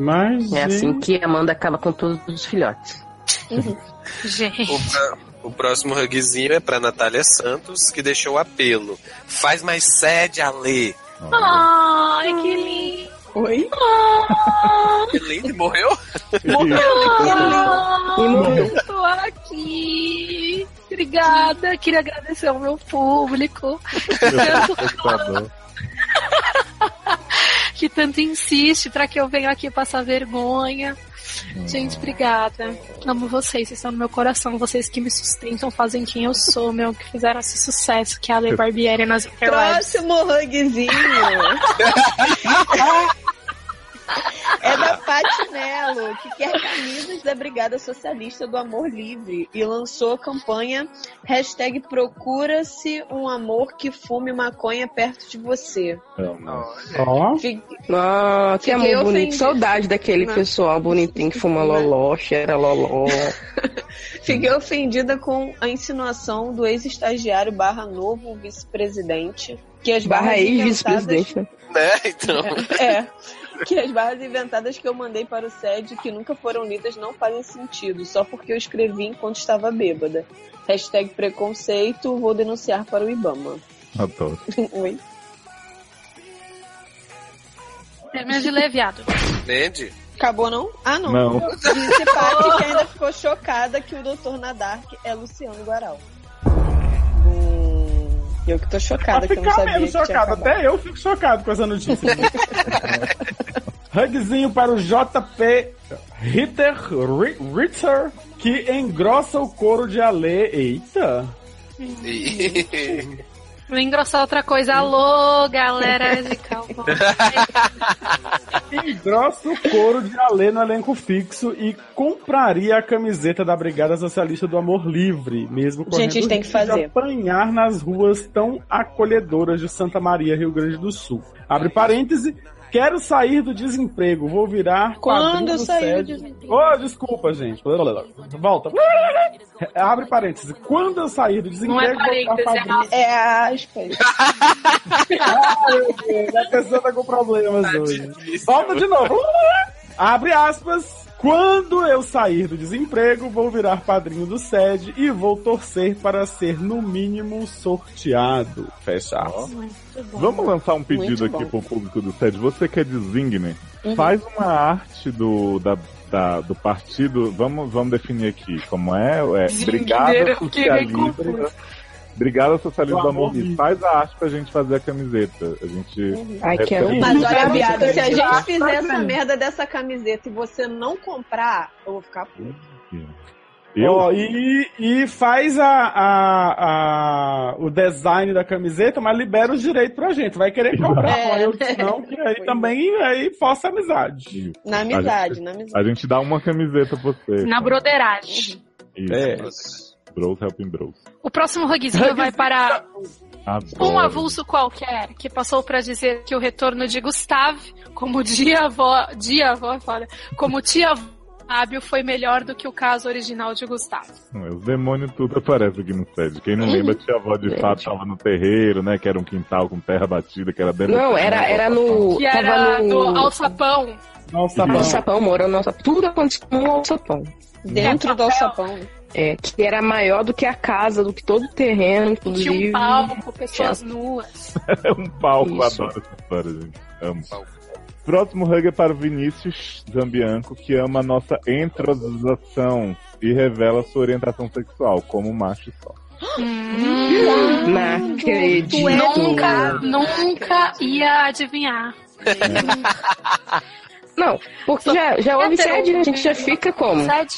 [SPEAKER 4] Mas.
[SPEAKER 3] É assim
[SPEAKER 8] gente.
[SPEAKER 3] que Amanda acaba com todos os filhotes.
[SPEAKER 7] Uhum.
[SPEAKER 5] Gente.
[SPEAKER 8] O, pra- o próximo rugzinho é pra Natália Santos, que deixou o apelo. Faz mais sede, Ale.
[SPEAKER 5] Ai, que lindo. Ah.
[SPEAKER 7] Oi?
[SPEAKER 8] Que lindo, morreu?
[SPEAKER 5] Ah. Eu tô aqui. Obrigada. Queria agradecer ao meu público
[SPEAKER 1] tá
[SPEAKER 5] que tanto insiste pra que eu venha aqui passar vergonha. Gente, obrigada. Amo vocês, vocês estão no meu coração. Vocês que me sustentam, fazem quem eu sou, meu, que fizeram esse sucesso, que é a Lei Barbieri nas interwebs.
[SPEAKER 7] Próximo rugzinho. É da Paty Mello, que quer camisas da Brigada Socialista do Amor Livre e lançou a campanha hashtag Procura-se um amor que fume maconha perto de você.
[SPEAKER 4] Ó.
[SPEAKER 3] Ah, que
[SPEAKER 7] Fiquei
[SPEAKER 3] amor bonito.
[SPEAKER 7] ofendida.
[SPEAKER 3] Saudade daquele
[SPEAKER 7] Não.
[SPEAKER 3] pessoal bonitinho que fuma loló, cheira loló.
[SPEAKER 7] Fiquei ofendida com a insinuação do ex-estagiário barra novo vice-presidente que as barras
[SPEAKER 3] Barra
[SPEAKER 7] inventadas-
[SPEAKER 3] ex-vice-presidente. né?
[SPEAKER 8] Né? Então.
[SPEAKER 7] É. Que as barras inventadas que eu mandei para o SED que nunca foram lidas não fazem sentido, só porque eu escrevi enquanto estava bêbada. Hashtag preconceito, vou denunciar para o Ibama.
[SPEAKER 6] Adoro.
[SPEAKER 7] Oi.
[SPEAKER 5] Termina de ler, viado.
[SPEAKER 8] Entende?
[SPEAKER 7] Acabou não? Ah, não.
[SPEAKER 6] Não.
[SPEAKER 7] Disse Paty que ainda ficou chocada que o Dr. Nadark é Luciano Guaral. Eu que tô chocada
[SPEAKER 4] Pra
[SPEAKER 7] que eu não
[SPEAKER 4] ficar
[SPEAKER 7] sabia.
[SPEAKER 4] mesmo
[SPEAKER 7] que tinha
[SPEAKER 4] chocado.
[SPEAKER 7] acabado.
[SPEAKER 4] Até eu fico chocado com essa notícia. Rugzinho para o JP Ritter, Ri- Ritter, que engrossa o couro de Alê. Eita!
[SPEAKER 6] É
[SPEAKER 5] Vou engrossar é outra coisa. Alô, galera de Calvão.
[SPEAKER 4] Engrossa o couro de Alê no elenco fixo e compraria a camiseta da Brigada Socialista do Amor Livre, mesmo com
[SPEAKER 7] Gente, a gente tem que fazer.
[SPEAKER 4] apanhar nas ruas tão acolhedoras de Santa Maria, Rio Grande do Sul. Abre parêntese. Quero sair do desemprego, vou virar quadrinho
[SPEAKER 7] Quando eu
[SPEAKER 4] do
[SPEAKER 7] saí
[SPEAKER 4] Sede.
[SPEAKER 7] de
[SPEAKER 4] Oh, desculpa, gente. Volta. Abre parênteses. Quando eu sair do
[SPEAKER 5] Não é
[SPEAKER 4] desemprego, vou
[SPEAKER 3] tá
[SPEAKER 5] parênteses, é
[SPEAKER 4] pra
[SPEAKER 5] aspas.
[SPEAKER 7] É aspas.
[SPEAKER 4] família. A pessoa tá com problemas hoje.
[SPEAKER 3] é
[SPEAKER 4] Volta de novo. Abre aspas. Quando eu sair do desemprego, vou virar padrinho do SED e vou torcer para ser, no mínimo, um sorteado. Fecha aspas.
[SPEAKER 5] Muito bom.
[SPEAKER 6] Vamos lançar um pedido
[SPEAKER 7] Muito bom.
[SPEAKER 6] aqui pro público do SED. Você que é de Zingner,
[SPEAKER 7] Uhum.
[SPEAKER 6] faz uma arte do, da, da- do partido. Vamos, vamos definir aqui como é. é
[SPEAKER 5] Zingner,
[SPEAKER 6] Brigada
[SPEAKER 5] eu fiquei meio
[SPEAKER 6] Socialista. Brigada Socialista
[SPEAKER 4] Do
[SPEAKER 6] do Amor
[SPEAKER 4] Amor
[SPEAKER 6] Livre.
[SPEAKER 4] Livre.
[SPEAKER 6] Faz a arte pra gente fazer a camiseta. A gente.
[SPEAKER 7] Uhum.
[SPEAKER 3] Ai,
[SPEAKER 6] É,
[SPEAKER 3] quero
[SPEAKER 6] tem-
[SPEAKER 3] um.
[SPEAKER 7] Mas olha, viado, se a gente
[SPEAKER 4] Graças
[SPEAKER 7] fizer
[SPEAKER 4] a
[SPEAKER 7] essa
[SPEAKER 4] Deus.
[SPEAKER 7] merda dessa camiseta e você não comprar, eu vou ficar puta.
[SPEAKER 6] Eu?
[SPEAKER 4] Ó, e, e faz a, a- a- o design da camiseta, mas libera os direitos pra gente. Vai querer cobrar,
[SPEAKER 7] É.
[SPEAKER 4] mas eu disse não, que aí
[SPEAKER 7] Pois é.
[SPEAKER 4] também aí força a amizade.
[SPEAKER 7] Na amizade, na amizade.
[SPEAKER 6] A gente dá uma camiseta pra você.
[SPEAKER 5] Na broderagem.
[SPEAKER 6] Isso.
[SPEAKER 4] É.
[SPEAKER 6] Bros helping bros. Tá
[SPEAKER 5] O próximo rugzinho vai para
[SPEAKER 6] Adoro.
[SPEAKER 5] um avulso qualquer que passou pra dizer que o retorno de Gustavo, como dia avó, dia avó, é foda, como tia avó Fábio foi melhor do que o caso original de Gustavo.
[SPEAKER 6] Os demônios tudo aparece aqui no sede. Quem não lembra, tinha avó de fato tava no terreiro, né? Que era um quintal com terra batida, que era dentro
[SPEAKER 3] Não, era, era no.
[SPEAKER 5] Que
[SPEAKER 3] Tava
[SPEAKER 5] era
[SPEAKER 3] no.
[SPEAKER 5] do alçapão.
[SPEAKER 4] Nossa,
[SPEAKER 3] No
[SPEAKER 4] bom.
[SPEAKER 3] alçapão, morando no alçapão. Tudo aconteceu no alçapão.
[SPEAKER 7] Dentro do alçapão.
[SPEAKER 3] É, que era maior do que a casa, do que todo o terreno,
[SPEAKER 5] Tinha
[SPEAKER 3] inclusive.
[SPEAKER 5] um palco, pessoas nuas.
[SPEAKER 6] É um palco. Eu
[SPEAKER 3] Isso.
[SPEAKER 6] Adoro essa história, gente. Amo. Próximo hug é para o Vinícius Zambianco, que ama a nossa entrosação e revela sua orientação sexual como macho só.
[SPEAKER 3] Não Hum. acredito.
[SPEAKER 5] Hum. Nunca, nunca ia adivinhar.
[SPEAKER 3] Não, porque já, já houve sede, né? a gente já fica como?
[SPEAKER 5] Sede?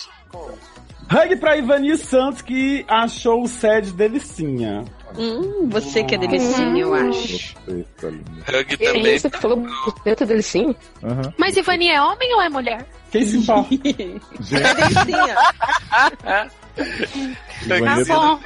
[SPEAKER 4] Hug pra Ivani Santos que achou o sede delicinha.
[SPEAKER 7] Hum, você que é delicinha, eu acho.
[SPEAKER 6] Você está lindo.
[SPEAKER 8] Hug
[SPEAKER 3] Que
[SPEAKER 8] também.
[SPEAKER 3] Uhum. isso? Falou dentro dele sim?
[SPEAKER 6] Aham.
[SPEAKER 5] Mas Ivani é homem ou é mulher?
[SPEAKER 4] Quem se importa?
[SPEAKER 7] É delicinha.
[SPEAKER 5] Tá
[SPEAKER 6] Ivani-
[SPEAKER 5] bom.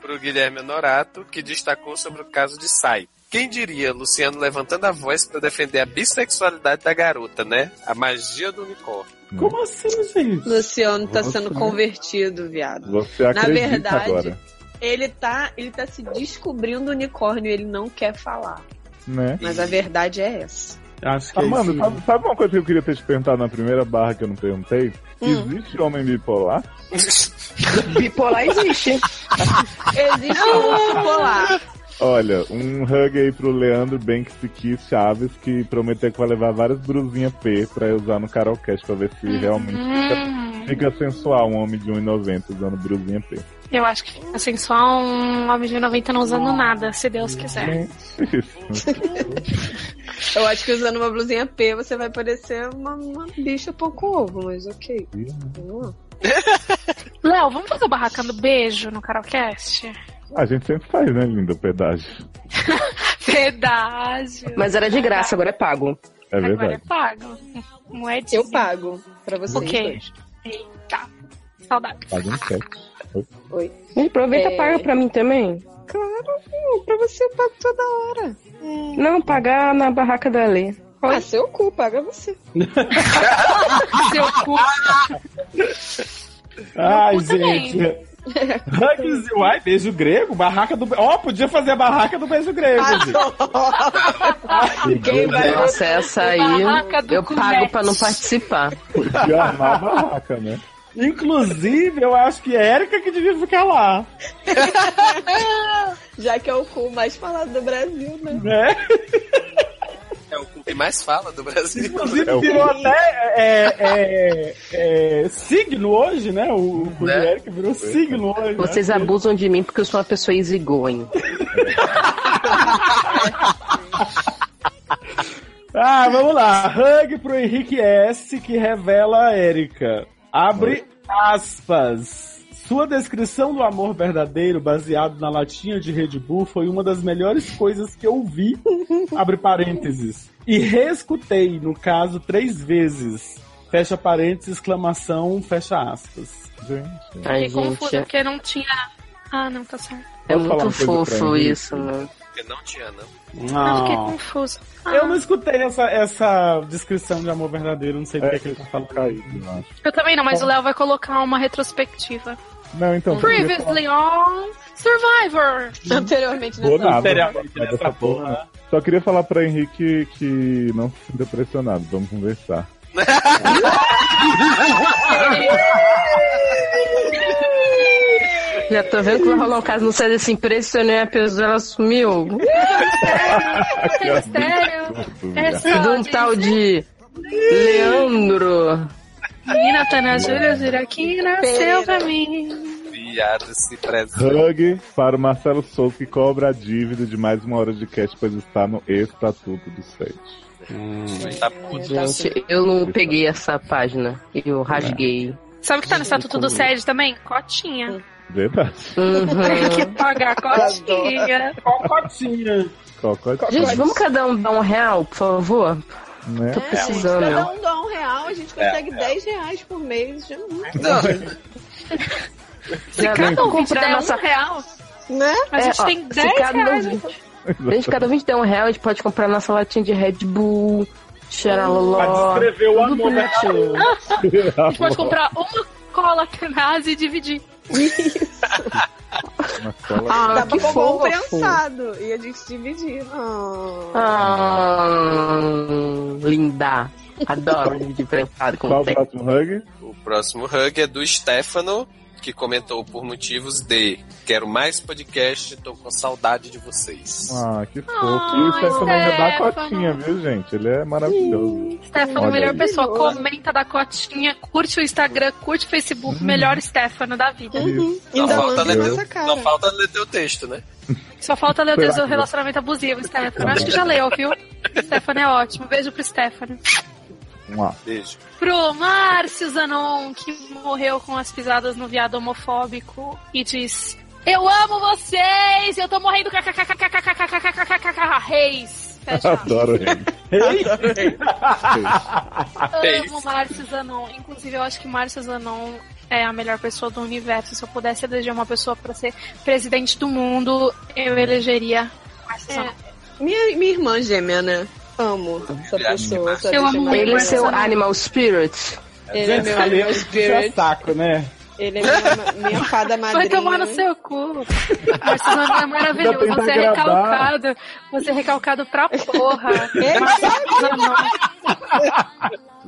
[SPEAKER 8] Pro Guilherme Norato, que destacou sobre o caso de Sai. Quem diria, Luciano levantando a voz pra defender a bissexualidade da garota, né? A magia do unicórnio.
[SPEAKER 4] Como assim, gente?
[SPEAKER 7] Luciano tá
[SPEAKER 6] Nossa,
[SPEAKER 7] sendo
[SPEAKER 6] né?
[SPEAKER 7] convertido, viado.
[SPEAKER 6] Você acredita
[SPEAKER 7] verdade,
[SPEAKER 6] agora,
[SPEAKER 7] Ele tá, ele tá se descobrindo unicórnio, ele não quer falar.
[SPEAKER 6] né?
[SPEAKER 7] Mas a verdade é essa.
[SPEAKER 4] Acho que
[SPEAKER 6] Ah,
[SPEAKER 4] é
[SPEAKER 6] mano,
[SPEAKER 4] isso.
[SPEAKER 6] sabe, sabe uma coisa que eu queria ter te perguntado na primeira barra que eu não perguntei?
[SPEAKER 7] Hum.
[SPEAKER 6] Existe homem bipolar?
[SPEAKER 3] Bipolar existe. Ah,
[SPEAKER 7] Existe um bipolar.
[SPEAKER 6] Olha, um hug aí pro Leandro Banksy Kiss Chaves, que prometeu que vai levar várias brusinhas P pra eu usar no Carolcast pra ver se realmente
[SPEAKER 5] Hum,
[SPEAKER 6] fica sensual um homem de 1,90 usando brusinha P.
[SPEAKER 5] eu acho que fica sensual um homem de 90 não usando nada, se Deus quiser.
[SPEAKER 7] Eu acho que usando uma blusinha P você vai parecer uma, uma bicha pouco ovo, mas ok. Vamos lá.
[SPEAKER 5] Léo, vamos fazer o barracando beijo no Carolcast?
[SPEAKER 6] A gente sempre faz, né, linda? Pedágio.
[SPEAKER 5] Verdade.
[SPEAKER 3] Mas era de graça, agora é pago.
[SPEAKER 6] É
[SPEAKER 5] Agora é
[SPEAKER 6] verdade.
[SPEAKER 5] pago. Moedinha.
[SPEAKER 7] Eu pago pra vocês
[SPEAKER 5] Ok.
[SPEAKER 7] dois.
[SPEAKER 5] Eita. Saudade.
[SPEAKER 6] Paga um cheque.
[SPEAKER 7] Oi.
[SPEAKER 3] Aproveita
[SPEAKER 7] É.
[SPEAKER 3] e paga pra mim também.
[SPEAKER 7] Claro, filho, pra você eu pago toda hora.
[SPEAKER 3] Não, pagar na barraca da Lê.
[SPEAKER 7] Ah, seu cu, paga você.
[SPEAKER 5] Seu cu.
[SPEAKER 4] Ai,
[SPEAKER 5] cu também.
[SPEAKER 4] gente. Hugs e uai, beijo grego, barraca do. Ó, podia fazer a barraca do beijo grego,
[SPEAKER 3] Ah,
[SPEAKER 4] gente.
[SPEAKER 7] Quem vai
[SPEAKER 3] Nossa, essa aí
[SPEAKER 5] Barraca do
[SPEAKER 3] eu
[SPEAKER 5] Cumex.
[SPEAKER 3] pago pra não participar.
[SPEAKER 6] E armar a barraca, né?
[SPEAKER 4] Inclusive, eu acho que é a Erika que devia ficar lá.
[SPEAKER 7] Já que é o cu mais falado do Brasil, né?
[SPEAKER 4] Né?
[SPEAKER 8] É o que tem mais fala do Brasil.
[SPEAKER 4] Inclusive,
[SPEAKER 6] É o-
[SPEAKER 4] virou até é, é, é, signo hoje, né? O, o cu de
[SPEAKER 8] Né?
[SPEAKER 4] Erika virou signo hoje. né?
[SPEAKER 3] Vocês abusam de mim porque eu sou uma pessoa easygoing.
[SPEAKER 4] Ah, vamos lá. Hug pro Henrique S. que revela a Érica. Abre aspas. Sua descrição do amor verdadeiro baseado na latinha de Red Bull foi uma das melhores coisas que eu vi. Abre parênteses. E reescutei, no caso, três vezes. Fecha parênteses, exclamação, fecha aspas.
[SPEAKER 6] Gente.
[SPEAKER 3] Ai,
[SPEAKER 5] Fiquei confusa
[SPEAKER 4] é.
[SPEAKER 3] gente,
[SPEAKER 5] porque não tinha. Ah, não, tá certo.
[SPEAKER 3] é
[SPEAKER 6] Posso falar
[SPEAKER 3] muito
[SPEAKER 6] uma coisa pra
[SPEAKER 3] fofo
[SPEAKER 6] mim?
[SPEAKER 3] isso, né?
[SPEAKER 8] Porque não tinha, não.
[SPEAKER 5] Eu fiquei
[SPEAKER 4] Não.
[SPEAKER 5] confusa. Ah,
[SPEAKER 4] Ah. Eu não escutei essa, essa descrição de amor verdadeiro, não sei
[SPEAKER 6] É
[SPEAKER 4] porque que ele tá falando.
[SPEAKER 6] Caído, eu acho.
[SPEAKER 5] eu também não, mas o Léo vai colocar uma retrospectiva.
[SPEAKER 6] Não, então. eu queria falar-
[SPEAKER 5] Previously on Survivor.
[SPEAKER 7] Anteriormente
[SPEAKER 6] Vou
[SPEAKER 7] nessa
[SPEAKER 6] nada,
[SPEAKER 4] Seriamente,
[SPEAKER 6] mas
[SPEAKER 4] nessa
[SPEAKER 6] essa porra,
[SPEAKER 4] porra.
[SPEAKER 6] né? Só queria falar pra Henrique que não se sinta pressionado, vamos conversar.
[SPEAKER 3] Já tô vendo que vai rolar um caso no César assim, pressionei a pessoa, ela sumiu.
[SPEAKER 5] É sério? É
[SPEAKER 3] De
[SPEAKER 5] só,
[SPEAKER 3] um
[SPEAKER 5] gente.
[SPEAKER 3] tal de Leandro.
[SPEAKER 5] Menina Tana Júlia Juraquim nasceu pra mim.
[SPEAKER 8] Viado, se preza.
[SPEAKER 6] Hug para o Marcelo Souza que cobra a dívida de mais uma hora de cast, pois está no estatuto do site.
[SPEAKER 4] Hum.
[SPEAKER 8] Tá puto.
[SPEAKER 3] Gente, eu não peguei essa página. Eu rasguei.
[SPEAKER 5] Sabe o que tá no estatuto do SED também? Cotinha.
[SPEAKER 6] Verdade.
[SPEAKER 5] Tem
[SPEAKER 3] Uhum.
[SPEAKER 5] que pagar cotinha.
[SPEAKER 4] um Cocotinha.
[SPEAKER 6] Cocote,
[SPEAKER 3] Gente, vamos cada um dar um real, por favor?
[SPEAKER 6] né?
[SPEAKER 3] Tô precisando.
[SPEAKER 7] É, Cada um dá um real, a gente consegue 10 reais por mês. Já é não-
[SPEAKER 3] Se
[SPEAKER 5] Cada ouvinte der um real,
[SPEAKER 7] Né?
[SPEAKER 5] a gente
[SPEAKER 3] É, ó,
[SPEAKER 5] tem
[SPEAKER 3] se
[SPEAKER 5] 10
[SPEAKER 3] cada
[SPEAKER 5] reais.
[SPEAKER 3] ouvinte- Gente, cada 20 der um real, a gente pode comprar nossa latinha de Red Bull,
[SPEAKER 4] Pra
[SPEAKER 3] xeraloló.
[SPEAKER 4] descrever o
[SPEAKER 3] Tudo
[SPEAKER 4] amor verdadeiro.
[SPEAKER 5] A gente pode comprar uma cola Tenaz e dividir.
[SPEAKER 6] Uma cola.
[SPEAKER 3] Ah,
[SPEAKER 7] Dá
[SPEAKER 3] que
[SPEAKER 7] pra comprar um
[SPEAKER 3] fofo.
[SPEAKER 7] prensado e a gente dividir. Ah.
[SPEAKER 3] Ah, linda. Adoro de prensado
[SPEAKER 6] Qual
[SPEAKER 3] com
[SPEAKER 6] o
[SPEAKER 3] tem.
[SPEAKER 6] próximo hug?
[SPEAKER 8] O próximo hug é do Stefano, que comentou por motivos de quero mais podcast, tô com saudade de vocês.
[SPEAKER 6] Ah, que fofo.
[SPEAKER 5] Ai,
[SPEAKER 6] e o Stefano ainda dá
[SPEAKER 5] Stefano.
[SPEAKER 6] cotinha, viu, gente? Ele é maravilhoso.
[SPEAKER 5] Stefano,
[SPEAKER 6] Olha
[SPEAKER 5] melhor
[SPEAKER 6] aí.
[SPEAKER 5] pessoa. Comenta da cotinha, curte o Instagram, curte o Facebook, melhor Stefano da vida.
[SPEAKER 6] Isso.
[SPEAKER 7] Uhum. Ainda
[SPEAKER 8] Não, falta
[SPEAKER 7] manda
[SPEAKER 8] ler,
[SPEAKER 7] nessa
[SPEAKER 8] teu,
[SPEAKER 7] cara.
[SPEAKER 8] não falta ler teu texto, né?
[SPEAKER 5] Só falta ler o
[SPEAKER 6] Será
[SPEAKER 5] Deus do
[SPEAKER 6] que-
[SPEAKER 5] relacionamento abusivo, Stefano. Acho que já leu, viu? Stefano é ótimo. Beijo pro Stefano.
[SPEAKER 6] Uma-
[SPEAKER 8] Beijo.
[SPEAKER 5] Pro Márcio Zanon, que morreu com as pisadas no viado homofóbico e diz: Eu amo vocês! Eu tô morrendo kkkkkkkkkkkkkkkkkk reis. Fecha.
[SPEAKER 6] Adoro ele.
[SPEAKER 1] Ah, é
[SPEAKER 5] Amo Márcio Zanon. Inclusive, eu acho que Márcio Zanon é a melhor pessoa do universo. Se eu pudesse eleger uma pessoa pra ser presidente do mundo, eu elegeria
[SPEAKER 3] É.
[SPEAKER 5] Márcio Zanon.
[SPEAKER 7] Minha, minha irmã gêmea, né? Amo essa
[SPEAKER 8] Obrigado,
[SPEAKER 7] pessoa. Essa
[SPEAKER 5] Eu
[SPEAKER 7] bicha
[SPEAKER 3] é
[SPEAKER 5] amo
[SPEAKER 7] maravilhosa.
[SPEAKER 3] Ele é seu animal spirit.
[SPEAKER 7] Ele é meu
[SPEAKER 4] Gente,
[SPEAKER 7] animal
[SPEAKER 4] é
[SPEAKER 7] spirit.
[SPEAKER 4] saco, né?
[SPEAKER 7] Ele é minha, minha fada
[SPEAKER 5] Vai
[SPEAKER 7] madrinha.
[SPEAKER 5] tomar no seu cu. Marcelo é maravilhoso.
[SPEAKER 7] Ainda tenta
[SPEAKER 5] Você é
[SPEAKER 7] agradar.
[SPEAKER 5] recalcado. Você é recalcado pra porra.
[SPEAKER 3] é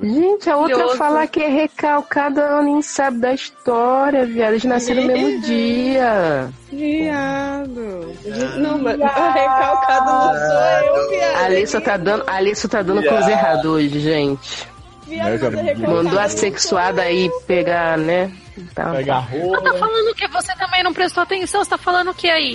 [SPEAKER 3] Gente, a outra
[SPEAKER 5] Curioso.
[SPEAKER 3] fala que é recalcada, ela nem sabe da história, viado. Eles nasceram no mesmo dia.
[SPEAKER 7] Viado. Não, mas recalcado não sou eu, viado.
[SPEAKER 3] A Alissa tá dando, a Alissa tá dando
[SPEAKER 7] Viado.
[SPEAKER 3] cruz errada hoje, gente.
[SPEAKER 7] Viado, mas é recalcado.
[SPEAKER 3] Mandou a sexuada aí pegar, né? Tá.
[SPEAKER 4] Pegar
[SPEAKER 5] Eu tô falando que você também não prestou atenção. Você tá falando o que aí?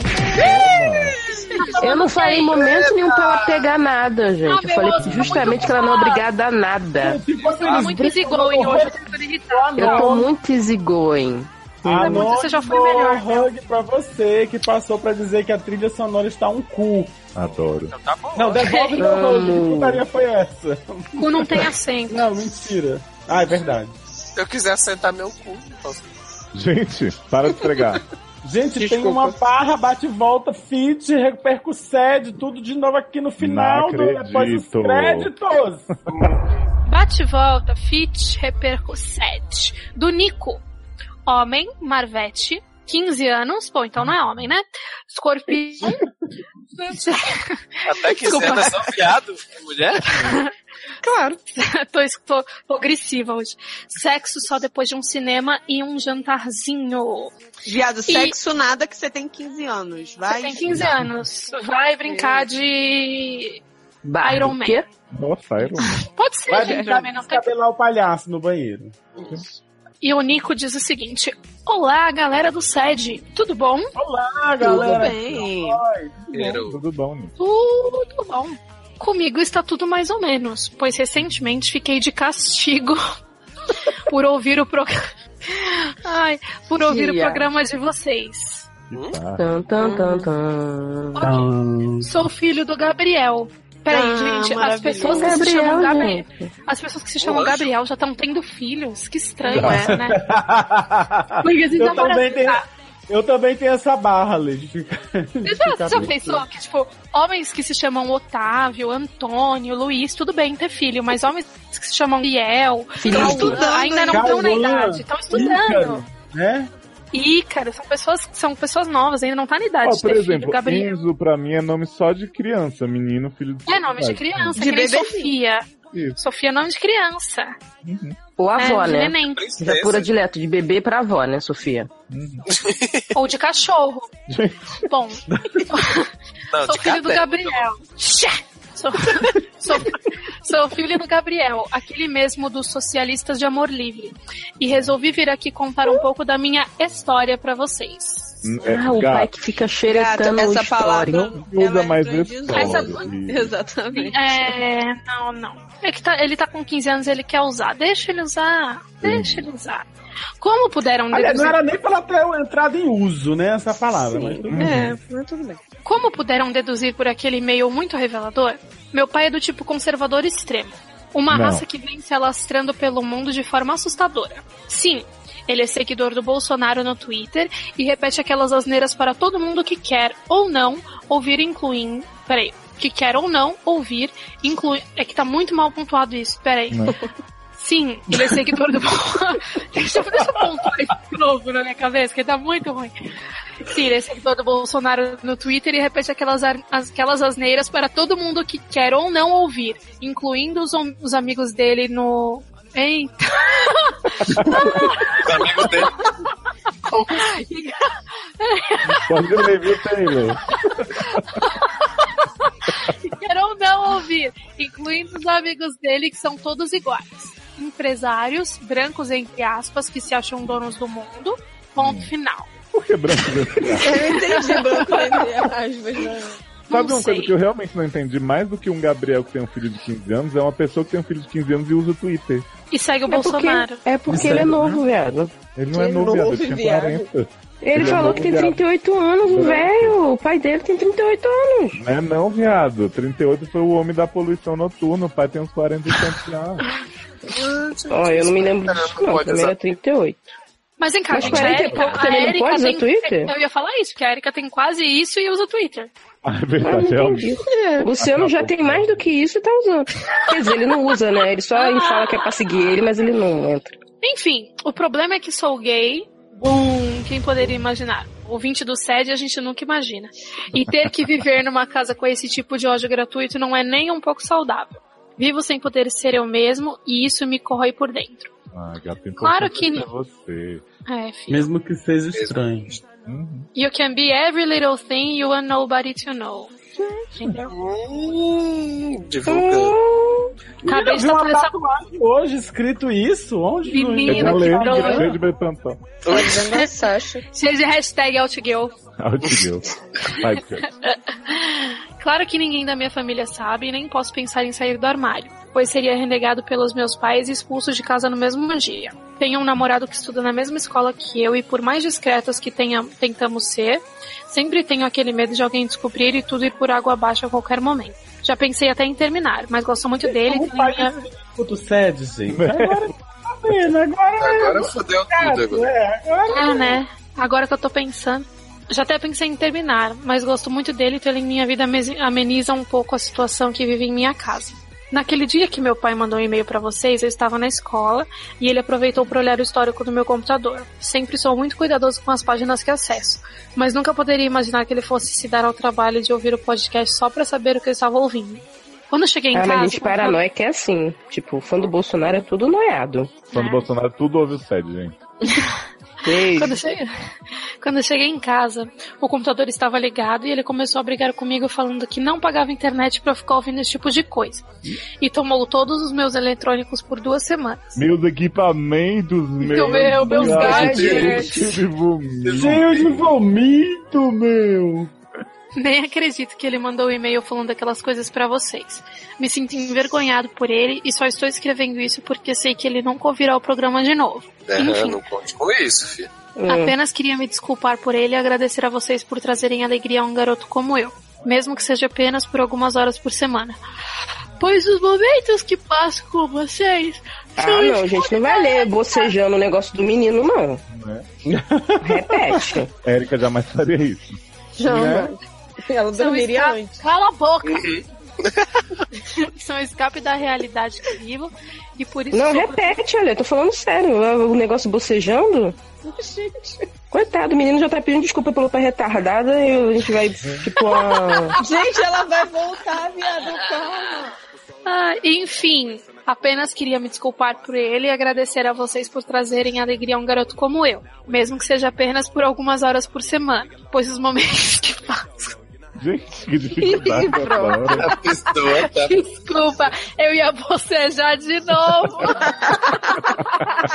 [SPEAKER 3] Eu não falei em
[SPEAKER 5] né,
[SPEAKER 3] momento nenhum pra ela pegar nada, gente. Eu falei que justamente que ela não é obrigada a nada.
[SPEAKER 5] Você
[SPEAKER 4] Ah,
[SPEAKER 5] tá muito easygoing hoje. Eu tô ficando irritada.
[SPEAKER 3] Eu tô muito easygoing.
[SPEAKER 4] Ah, não,
[SPEAKER 5] Você já foi melhor.
[SPEAKER 4] hug pra você que passou pra dizer que a trilha sonora está um cu.
[SPEAKER 6] Adoro.
[SPEAKER 4] Não, devolve meu hug. Que putaria foi essa?
[SPEAKER 5] Cu não tem acento.
[SPEAKER 4] Não, mentira. Ah, é verdade.
[SPEAKER 8] Se eu quiser sentar meu cu, posso.
[SPEAKER 6] Gente, para de pregar.
[SPEAKER 4] Gente, tem uma barra, bate e volta, feat, repercussede, tudo de novo aqui no final,
[SPEAKER 6] Não
[SPEAKER 4] do, depois dos
[SPEAKER 6] acredito.
[SPEAKER 4] créditos.
[SPEAKER 5] Bate e volta, fit, repercussete. Do Nico. Homem, Marvete, 15 anos. Bom, então não é homem, né? Escorpião.
[SPEAKER 8] Até que
[SPEAKER 5] Desculpa.
[SPEAKER 8] senta só viado, mulher.
[SPEAKER 5] claro. tô, tô, tô agressiva hoje. Sexo só depois de um cinema e um jantarzinho.
[SPEAKER 7] Viado,
[SPEAKER 5] E-
[SPEAKER 7] sexo nada que você tem 15 anos, vai. É.
[SPEAKER 5] Você tem 15 anos. Vai brincar de Iron Man.
[SPEAKER 6] Nossa, Iron Man.
[SPEAKER 5] Pode ser,
[SPEAKER 4] Vai
[SPEAKER 5] gente,
[SPEAKER 4] brincar
[SPEAKER 5] também
[SPEAKER 4] de
[SPEAKER 5] não tem
[SPEAKER 4] descabelar o palhaço no banheiro.
[SPEAKER 5] E o Nico diz o seguinte: Olá, galera do SED, tudo bom?
[SPEAKER 4] Olá,
[SPEAKER 5] Tudo
[SPEAKER 4] galera.
[SPEAKER 5] bem.
[SPEAKER 6] Tudo bom, né?
[SPEAKER 5] Tudo bom. Comigo está tudo mais ou menos, pois recentemente fiquei de castigo por ouvir o programa. Ai, por ouvir o
[SPEAKER 3] Tia.
[SPEAKER 5] programa de vocês.
[SPEAKER 3] Tan, tan, tan, tan.
[SPEAKER 5] Sou filho do Gabriel. Peraí,
[SPEAKER 3] Ah,
[SPEAKER 5] gente, as
[SPEAKER 3] maravilhoso.
[SPEAKER 5] pessoas que se
[SPEAKER 3] Gabriel,
[SPEAKER 5] chamam Gabriel.
[SPEAKER 3] gente.
[SPEAKER 5] As pessoas que se chamam
[SPEAKER 3] Lógico.
[SPEAKER 5] Gabriel já estão tendo filhos. Que estranho
[SPEAKER 4] Já.
[SPEAKER 5] é, né? Porque assim,
[SPEAKER 4] eu,
[SPEAKER 5] tá
[SPEAKER 4] também
[SPEAKER 5] maravilhoso.
[SPEAKER 4] tenho, eu também tenho essa barra, Lê, de ficar.
[SPEAKER 5] Você já-
[SPEAKER 4] ficar
[SPEAKER 5] já
[SPEAKER 4] pensando.
[SPEAKER 5] pensou que, tipo, homens que se chamam Otávio, Antônio, Luiz, tudo bem ter filho, mas homens que se chamam Biel,
[SPEAKER 4] Felipe.
[SPEAKER 5] Cauã, ainda não estão na
[SPEAKER 4] Cauã,
[SPEAKER 5] idade, estão estudando.
[SPEAKER 6] Ícaro.
[SPEAKER 4] Né?
[SPEAKER 5] Ícaro, são pessoas, são pessoas novas, ainda não tá na idade
[SPEAKER 6] Ó,
[SPEAKER 5] de
[SPEAKER 6] por
[SPEAKER 5] ter
[SPEAKER 6] exemplo,
[SPEAKER 5] filho. Gabriel.
[SPEAKER 6] Enzo pra mim é nome só de criança, menino, filho de
[SPEAKER 5] É nome de criança,
[SPEAKER 6] De
[SPEAKER 5] que nem
[SPEAKER 6] bebezinho.
[SPEAKER 5] Sofia.
[SPEAKER 6] Isso.
[SPEAKER 5] Sofia é nome de criança.
[SPEAKER 3] Ou avó,
[SPEAKER 5] É, de
[SPEAKER 3] né?
[SPEAKER 5] neném.
[SPEAKER 3] Já pula direto, de bebê pra avó, né, Sofia?
[SPEAKER 5] Ou de cachorro. Bom,
[SPEAKER 3] Não,
[SPEAKER 5] sou
[SPEAKER 3] de
[SPEAKER 5] filho do
[SPEAKER 3] cadela,
[SPEAKER 5] Gabriel. Xé! Sou, sou, sou filho do Gabriel, aquele mesmo dos socialistas de amor livre. E resolvi vir aqui contar um pouco da minha história pra vocês.
[SPEAKER 6] É,
[SPEAKER 3] ah, o
[SPEAKER 6] gato.
[SPEAKER 3] pai que fica xeretando
[SPEAKER 7] Gata,
[SPEAKER 3] o
[SPEAKER 7] essa
[SPEAKER 3] história.
[SPEAKER 7] palavra-
[SPEAKER 6] Usa
[SPEAKER 8] é
[SPEAKER 6] mais esse
[SPEAKER 5] Essa-
[SPEAKER 7] Exatamente.
[SPEAKER 5] É, não, não. É que tá- ele tá com 15 anos e ele quer usar. Deixa ele usar. Deixa ele usar. Como puderam
[SPEAKER 4] Aliás, não
[SPEAKER 5] deduzir-
[SPEAKER 4] era nem pra ela ter entrado em uso, né? Essa palavra. Mas tudo bem.
[SPEAKER 7] É, mas tudo bem.
[SPEAKER 5] Como puderam deduzir por aquele e-mail muito revelador, meu pai é do tipo conservador extremo. Uma
[SPEAKER 10] Não.
[SPEAKER 5] raça que vem se alastrando pelo mundo de forma assustadora. Sim, ele é seguidor do Bolsonaro no Twitter e repete aquelas asneiras para todo mundo que quer ou não ouvir, incluindo. Peraí. Que quer ou não ouvir, inclui. É que tá muito mal pontuado isso, peraí. Sim, ele é seguidor do Bolsonaro. deixa, eu- deixa eu pontuar isso de novo na minha cabeça, que tá muito ruim. Sim, ele é seguidor do Bolsonaro no Twitter e repete aquelas, ar- as- aquelas asneiras para todo mundo que quer ou não ouvir, incluindo os, om- os amigos dele no. Eita!
[SPEAKER 8] Os amigos dele.
[SPEAKER 6] Pode ler, viu, Taylor?
[SPEAKER 5] que quer ou não ouvir, incluindo os amigos dele que são todos iguais. Empresários, brancos entre aspas, que se acham donos do mundo.
[SPEAKER 6] Hum.
[SPEAKER 5] Ponto final.
[SPEAKER 6] Por que branco desse gato?
[SPEAKER 7] Eu entendi branco
[SPEAKER 3] né?
[SPEAKER 7] entre aspas, né?
[SPEAKER 6] Sabe
[SPEAKER 5] Não
[SPEAKER 6] uma
[SPEAKER 5] sei.
[SPEAKER 6] coisa que eu realmente não entendi? Mais do que um Gabriel que tem um filho de 15 anos, é uma pessoa que tem um filho de 15 anos e usa o Twitter.
[SPEAKER 5] E segue o
[SPEAKER 3] É porque-
[SPEAKER 5] Bolsonaro.
[SPEAKER 3] É porque
[SPEAKER 5] né?
[SPEAKER 3] ele é novo, viado.
[SPEAKER 6] Ele não é
[SPEAKER 3] Que
[SPEAKER 6] novo, viado,
[SPEAKER 3] novo,
[SPEAKER 6] ele tinha
[SPEAKER 3] viado.
[SPEAKER 6] 40.
[SPEAKER 3] Ele
[SPEAKER 6] é
[SPEAKER 3] falou
[SPEAKER 6] novo,
[SPEAKER 3] que tem
[SPEAKER 6] viado.
[SPEAKER 3] 38 anos, o
[SPEAKER 6] Branco.
[SPEAKER 3] velho. O pai dele tem 38 anos.
[SPEAKER 6] Não é não, viado. 38 foi o homem da poluição noturna. O pai tem uns 40 e tantos já.
[SPEAKER 3] Ó, eu não me lembro disso, não. é Pra mim era 38.
[SPEAKER 5] Mas vem cá,
[SPEAKER 3] Mas
[SPEAKER 5] gente, a
[SPEAKER 3] 40 e
[SPEAKER 5] Erika,
[SPEAKER 3] pouco
[SPEAKER 5] a
[SPEAKER 3] também não
[SPEAKER 5] Erika
[SPEAKER 3] pode usar
[SPEAKER 5] tem-
[SPEAKER 3] Twitter?
[SPEAKER 5] Eu ia falar isso, que a Erika tem quase isso e usa o Twitter.
[SPEAKER 6] Ah, é
[SPEAKER 3] Ah,
[SPEAKER 6] verdade,
[SPEAKER 3] não
[SPEAKER 6] realmente.
[SPEAKER 3] entendi. O Luciano já tem mais do que isso e tá usando. Quer dizer, ele não usa, né? Ele só fala que é pra seguir ele, mas ele não entra.
[SPEAKER 5] Enfim, o problema é que sou gay, Bum, quem poderia imaginar? Ouvinte do SED a gente nunca imagina. E ter que viver numa casa com esse tipo de ódio gratuito não é nem um pouco saudável. Vivo sem poder ser eu mesmo e isso me corrói por dentro.
[SPEAKER 6] Ah, gato
[SPEAKER 5] Claro
[SPEAKER 6] importante
[SPEAKER 5] que-
[SPEAKER 6] É você.
[SPEAKER 5] É, filho.
[SPEAKER 13] Mesmo que seja estranho.
[SPEAKER 5] You can be every little thing you want nobody to know. Entendeu?
[SPEAKER 4] Menina,
[SPEAKER 5] Acabei
[SPEAKER 4] eu
[SPEAKER 5] de
[SPEAKER 4] vi
[SPEAKER 5] tatuar
[SPEAKER 4] uma
[SPEAKER 5] essa
[SPEAKER 4] tatuagem hoje escrito isso? Onde?
[SPEAKER 5] Menina,
[SPEAKER 4] no
[SPEAKER 5] que
[SPEAKER 4] Instagram?
[SPEAKER 5] doido.
[SPEAKER 6] Cheio de bepantão.
[SPEAKER 5] Seja hashtag outgirl.
[SPEAKER 6] Ai, que Deus. Ai, que Deus.
[SPEAKER 5] Claro que ninguém da minha família sabe e nem posso pensar em sair do armário, pois seria renegado pelos meus pais e expulso de casa no mesmo dia. Tenho um namorado que estuda na mesma escola que eu e por mais discretas que tenha, tentamos ser, sempre tenho aquele medo de alguém descobrir e tudo ir por água abaixo a qualquer momento. Já pensei até em terminar, mas gosto muito dele.
[SPEAKER 13] Como
[SPEAKER 5] e também
[SPEAKER 13] faz
[SPEAKER 5] é-
[SPEAKER 13] Puto sede, gente.
[SPEAKER 4] Agora tá vendo, agora.
[SPEAKER 13] Agora
[SPEAKER 8] fodeu
[SPEAKER 13] tudo agora.
[SPEAKER 4] É, agora.
[SPEAKER 5] É, né? Agora que eu tô pensando. Já até pensei em terminar, mas gosto muito dele, então ele em minha vida amesi- ameniza um pouco a situação que vive em minha casa. Naquele dia que meu pai mandou um e-mail pra vocês, eu estava na escola e ele aproveitou para olhar o histórico do meu computador. Sempre sou muito cuidadoso com as páginas que acesso, mas nunca poderia imaginar que ele fosse se dar ao trabalho de ouvir o podcast só pra saber o que eu estava ouvindo. Quando eu cheguei em
[SPEAKER 3] Ah,
[SPEAKER 5] casa,
[SPEAKER 3] mas gente paranoica é assim. Tipo, fã do Bolsonaro é tudo noiado.
[SPEAKER 6] Fã do Bolsonaro, tudo ouve o sede, gente.
[SPEAKER 5] Quando eu, cheguei, quando eu cheguei em casa, o computador estava ligado e ele começou a brigar comigo falando que não pagava internet pra eu ficar ouvindo esse tipo de coisa. E tomou todos os meus eletrônicos por duas semanas.
[SPEAKER 6] Meus equipamentos, meus,
[SPEAKER 5] meu- meus gadgets.
[SPEAKER 6] Cheio de vomito.
[SPEAKER 4] Cheio de vomito, meu.
[SPEAKER 5] Nem acredito que ele mandou o e-mail falando aquelas coisas pra vocês. Me sinto envergonhado por ele e só estou escrevendo isso porque sei que ele nunca ouvirá o programa de novo.
[SPEAKER 7] Uhum.
[SPEAKER 8] Aham, não conte com isso, filho.
[SPEAKER 3] É.
[SPEAKER 5] Apenas queria me desculpar por ele e agradecer a vocês por trazerem alegria a um garoto como eu, mesmo que seja apenas por algumas horas por semana. Pois os momentos que passo com vocês
[SPEAKER 3] Ah, não, gente, não vai ler bocejando o negócio do menino, não.
[SPEAKER 6] Né?
[SPEAKER 3] Repete.
[SPEAKER 6] Érica jamais faria isso.
[SPEAKER 3] né?
[SPEAKER 6] Né?
[SPEAKER 7] Jamba. Ela dormiria
[SPEAKER 5] esca-
[SPEAKER 7] antes.
[SPEAKER 5] Cala a boca! São escape da realidade que vivo e por isso
[SPEAKER 3] Uhum. Não,
[SPEAKER 5] sou-
[SPEAKER 3] repete, olha, eu tô falando sério. O negócio bocejando. Coitado, o menino já tá pedindo desculpa pelo pai retardada e a gente vai, tipo, a...
[SPEAKER 7] Gente, ela vai voltar, viado, calma.
[SPEAKER 5] Ah, enfim, apenas queria me desculpar por ele e agradecer a vocês por trazerem alegria a um garoto como eu, mesmo que seja apenas por algumas horas por semana, pois os momentos que passo.
[SPEAKER 6] Gente, que dificuldade.
[SPEAKER 5] Pronto.
[SPEAKER 6] agora.
[SPEAKER 8] A pessoa tá
[SPEAKER 5] Desculpa, eu ia bocejar de novo.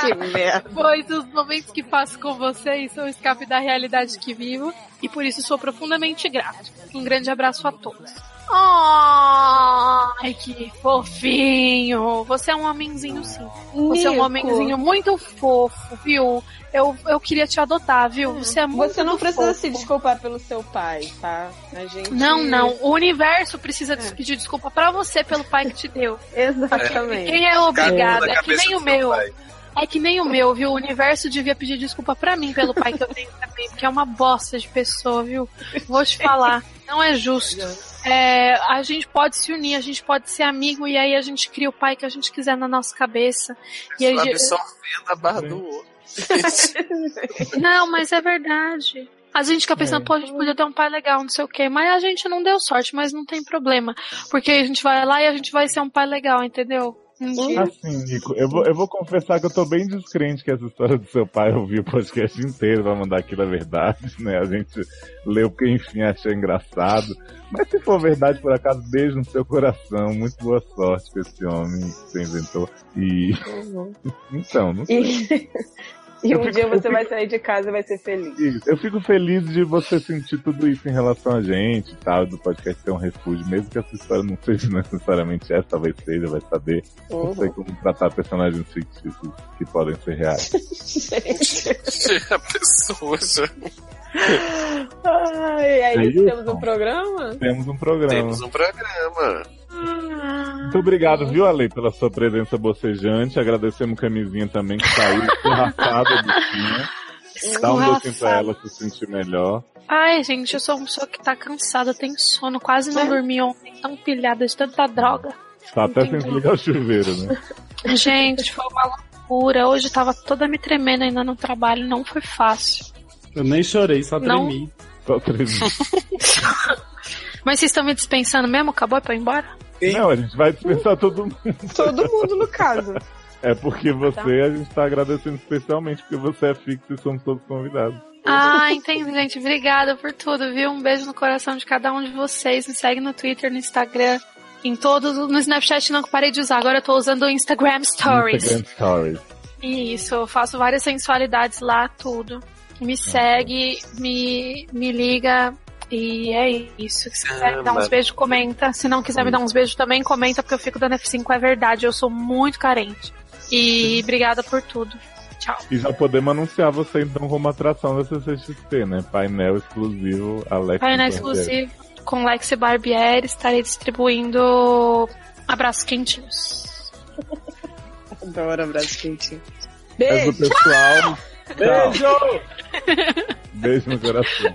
[SPEAKER 7] que merda.
[SPEAKER 5] Pois os momentos que passo com vocês são escape da realidade que vivo e por isso sou profundamente grato. Um grande abraço a todos. Ai, que fofinho! Você é um homenzinho, sim. Você é um
[SPEAKER 7] Nico.
[SPEAKER 5] homenzinho muito fofo, viu? Eu, eu queria te adotar, viu? Você é muito
[SPEAKER 7] Você não precisa
[SPEAKER 5] fofo.
[SPEAKER 7] se desculpar pelo seu pai, tá? A gente. É.
[SPEAKER 5] Não, não. O universo precisa des- pedir desculpa pra você pelo pai que te deu.
[SPEAKER 7] Exatamente.
[SPEAKER 5] Quem é
[SPEAKER 8] cagando
[SPEAKER 5] obrigado?
[SPEAKER 8] na
[SPEAKER 5] É que
[SPEAKER 8] cabeça
[SPEAKER 5] nem
[SPEAKER 8] do
[SPEAKER 5] o
[SPEAKER 8] seu
[SPEAKER 5] meu.
[SPEAKER 8] pai.
[SPEAKER 5] É que nem o meu, viu? O universo devia pedir desculpa pra mim pelo pai que eu tenho também, porque é uma bosta de pessoa, viu? Vou te falar, não é justo. É, a gente pode se unir, a gente pode ser amigo e aí a gente cria o pai que a gente quiser na nossa cabeça. E aí,
[SPEAKER 8] absorvendo a barra do outro.
[SPEAKER 5] não, mas é verdade. A gente fica pensando, pô, a gente podia ter um pai legal, não sei o quê, mas a gente não deu sorte, mas não tem problema. Porque a gente vai lá e a gente vai ser um pai legal, entendeu? Um Mentira.
[SPEAKER 6] Assim, Nico, eu vou, eu vou confessar que eu tô bem descrente que essa história do seu pai eu vi o podcast inteiro pra mandar aquilo a verdade, né? A gente leu porque, enfim, achei engraçado. Mas se for verdade, por acaso, beijo no seu coração. Muito boa sorte com esse homem que você inventou. E. Então, não sei.
[SPEAKER 7] E, e um
[SPEAKER 6] Eu
[SPEAKER 7] dia
[SPEAKER 6] fico-
[SPEAKER 7] você vai sair de casa e vai ser feliz.
[SPEAKER 6] Isso. Eu fico feliz de você sentir tudo isso em relação a gente, tá? Do podcast ser um refúgio, mesmo que essa história não seja necessariamente essa, talvez seja, vai saber. Não sei como tratar personagens fictícios que podem ser reais.
[SPEAKER 8] a pessoa um já...
[SPEAKER 7] Ai, aí
[SPEAKER 6] É isso?
[SPEAKER 7] temos um programa?
[SPEAKER 6] Temos um programa.
[SPEAKER 8] Temos um programa.
[SPEAKER 6] Muito obrigado, viu, Ale, pela sua presença bocejante. Agradecemos Camisinha também, que saiu escorraçada do time. Dá um docinho pra ela se sentir melhor.
[SPEAKER 5] Ai, gente, eu sou uma pessoa que tá cansada, tem sono, quase não dormi ontem, tão pilhada de tanta droga.
[SPEAKER 6] Tá até sem desligar o é chuveiro, né?
[SPEAKER 5] Gente, foi uma loucura. loucura. Hoje eu tava toda me tremendo ainda no trabalho, não foi fácil.
[SPEAKER 13] Eu nem chorei, só
[SPEAKER 5] Não.
[SPEAKER 13] tremi.
[SPEAKER 6] Só tremi.
[SPEAKER 5] Mas vocês estão me dispensando mesmo? Acabou pra ir embora?
[SPEAKER 6] Não, a gente vai dispensar todo mundo.
[SPEAKER 7] Todo mundo, no caso.
[SPEAKER 6] É porque você, a gente tá agradecendo especialmente porque você é fixo e somos todos convidados.
[SPEAKER 5] Ah, entendi, gente. Obrigada por tudo, viu? Um beijo no coração de cada um de vocês. Me segue no Twitter, no Instagram, em todos. No Snapchat não que eu parei de usar, agora eu tô usando o Instagram Stories.
[SPEAKER 6] Instagram Stories.
[SPEAKER 5] Isso, eu faço várias sensualidades lá, tudo.
[SPEAKER 6] Ah,
[SPEAKER 5] Me segue, me, me liga. E é isso. Se quiser me dar uns
[SPEAKER 1] Caramba.
[SPEAKER 5] beijos, comenta. Se não quiser me dar uns beijos também, comenta, porque eu fico dando F5, é verdade. Eu sou muito carente. E obrigada por tudo. Tchau.
[SPEAKER 6] E já podemos anunciar você então como atração da CCXP, né? Painel exclusivo Alex.
[SPEAKER 5] Painel
[SPEAKER 6] Barbieri.
[SPEAKER 5] exclusivo com Lex e Barbieri. Estarei distribuindo abraços quentinhos.
[SPEAKER 7] Adoro abraço quentinho.
[SPEAKER 6] Mas o
[SPEAKER 7] Beijo!
[SPEAKER 6] pessoal.
[SPEAKER 7] Beijo!
[SPEAKER 6] Beijo no coração.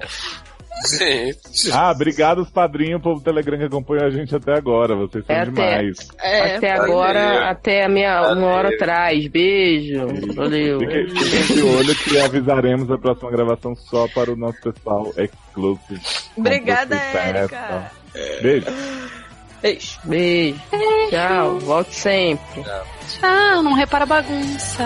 [SPEAKER 8] Gente.
[SPEAKER 6] Ah, obrigado os padrinhos, povo do Telegram que acompanhou a gente até agora. Vocês são
[SPEAKER 3] É até-
[SPEAKER 6] demais.
[SPEAKER 3] até agora, até a minha uma hora atrás. Beijo. Valeu.
[SPEAKER 6] Fiquem fiquem de olho que avisaremos a próxima gravação só para o nosso pessoal exclusive.
[SPEAKER 7] Obrigada,
[SPEAKER 6] Érica. tá? Beijo.
[SPEAKER 7] Beijo.
[SPEAKER 3] Beijo. Tchau. Volte sempre.
[SPEAKER 5] Tchau, não repara a bagunça.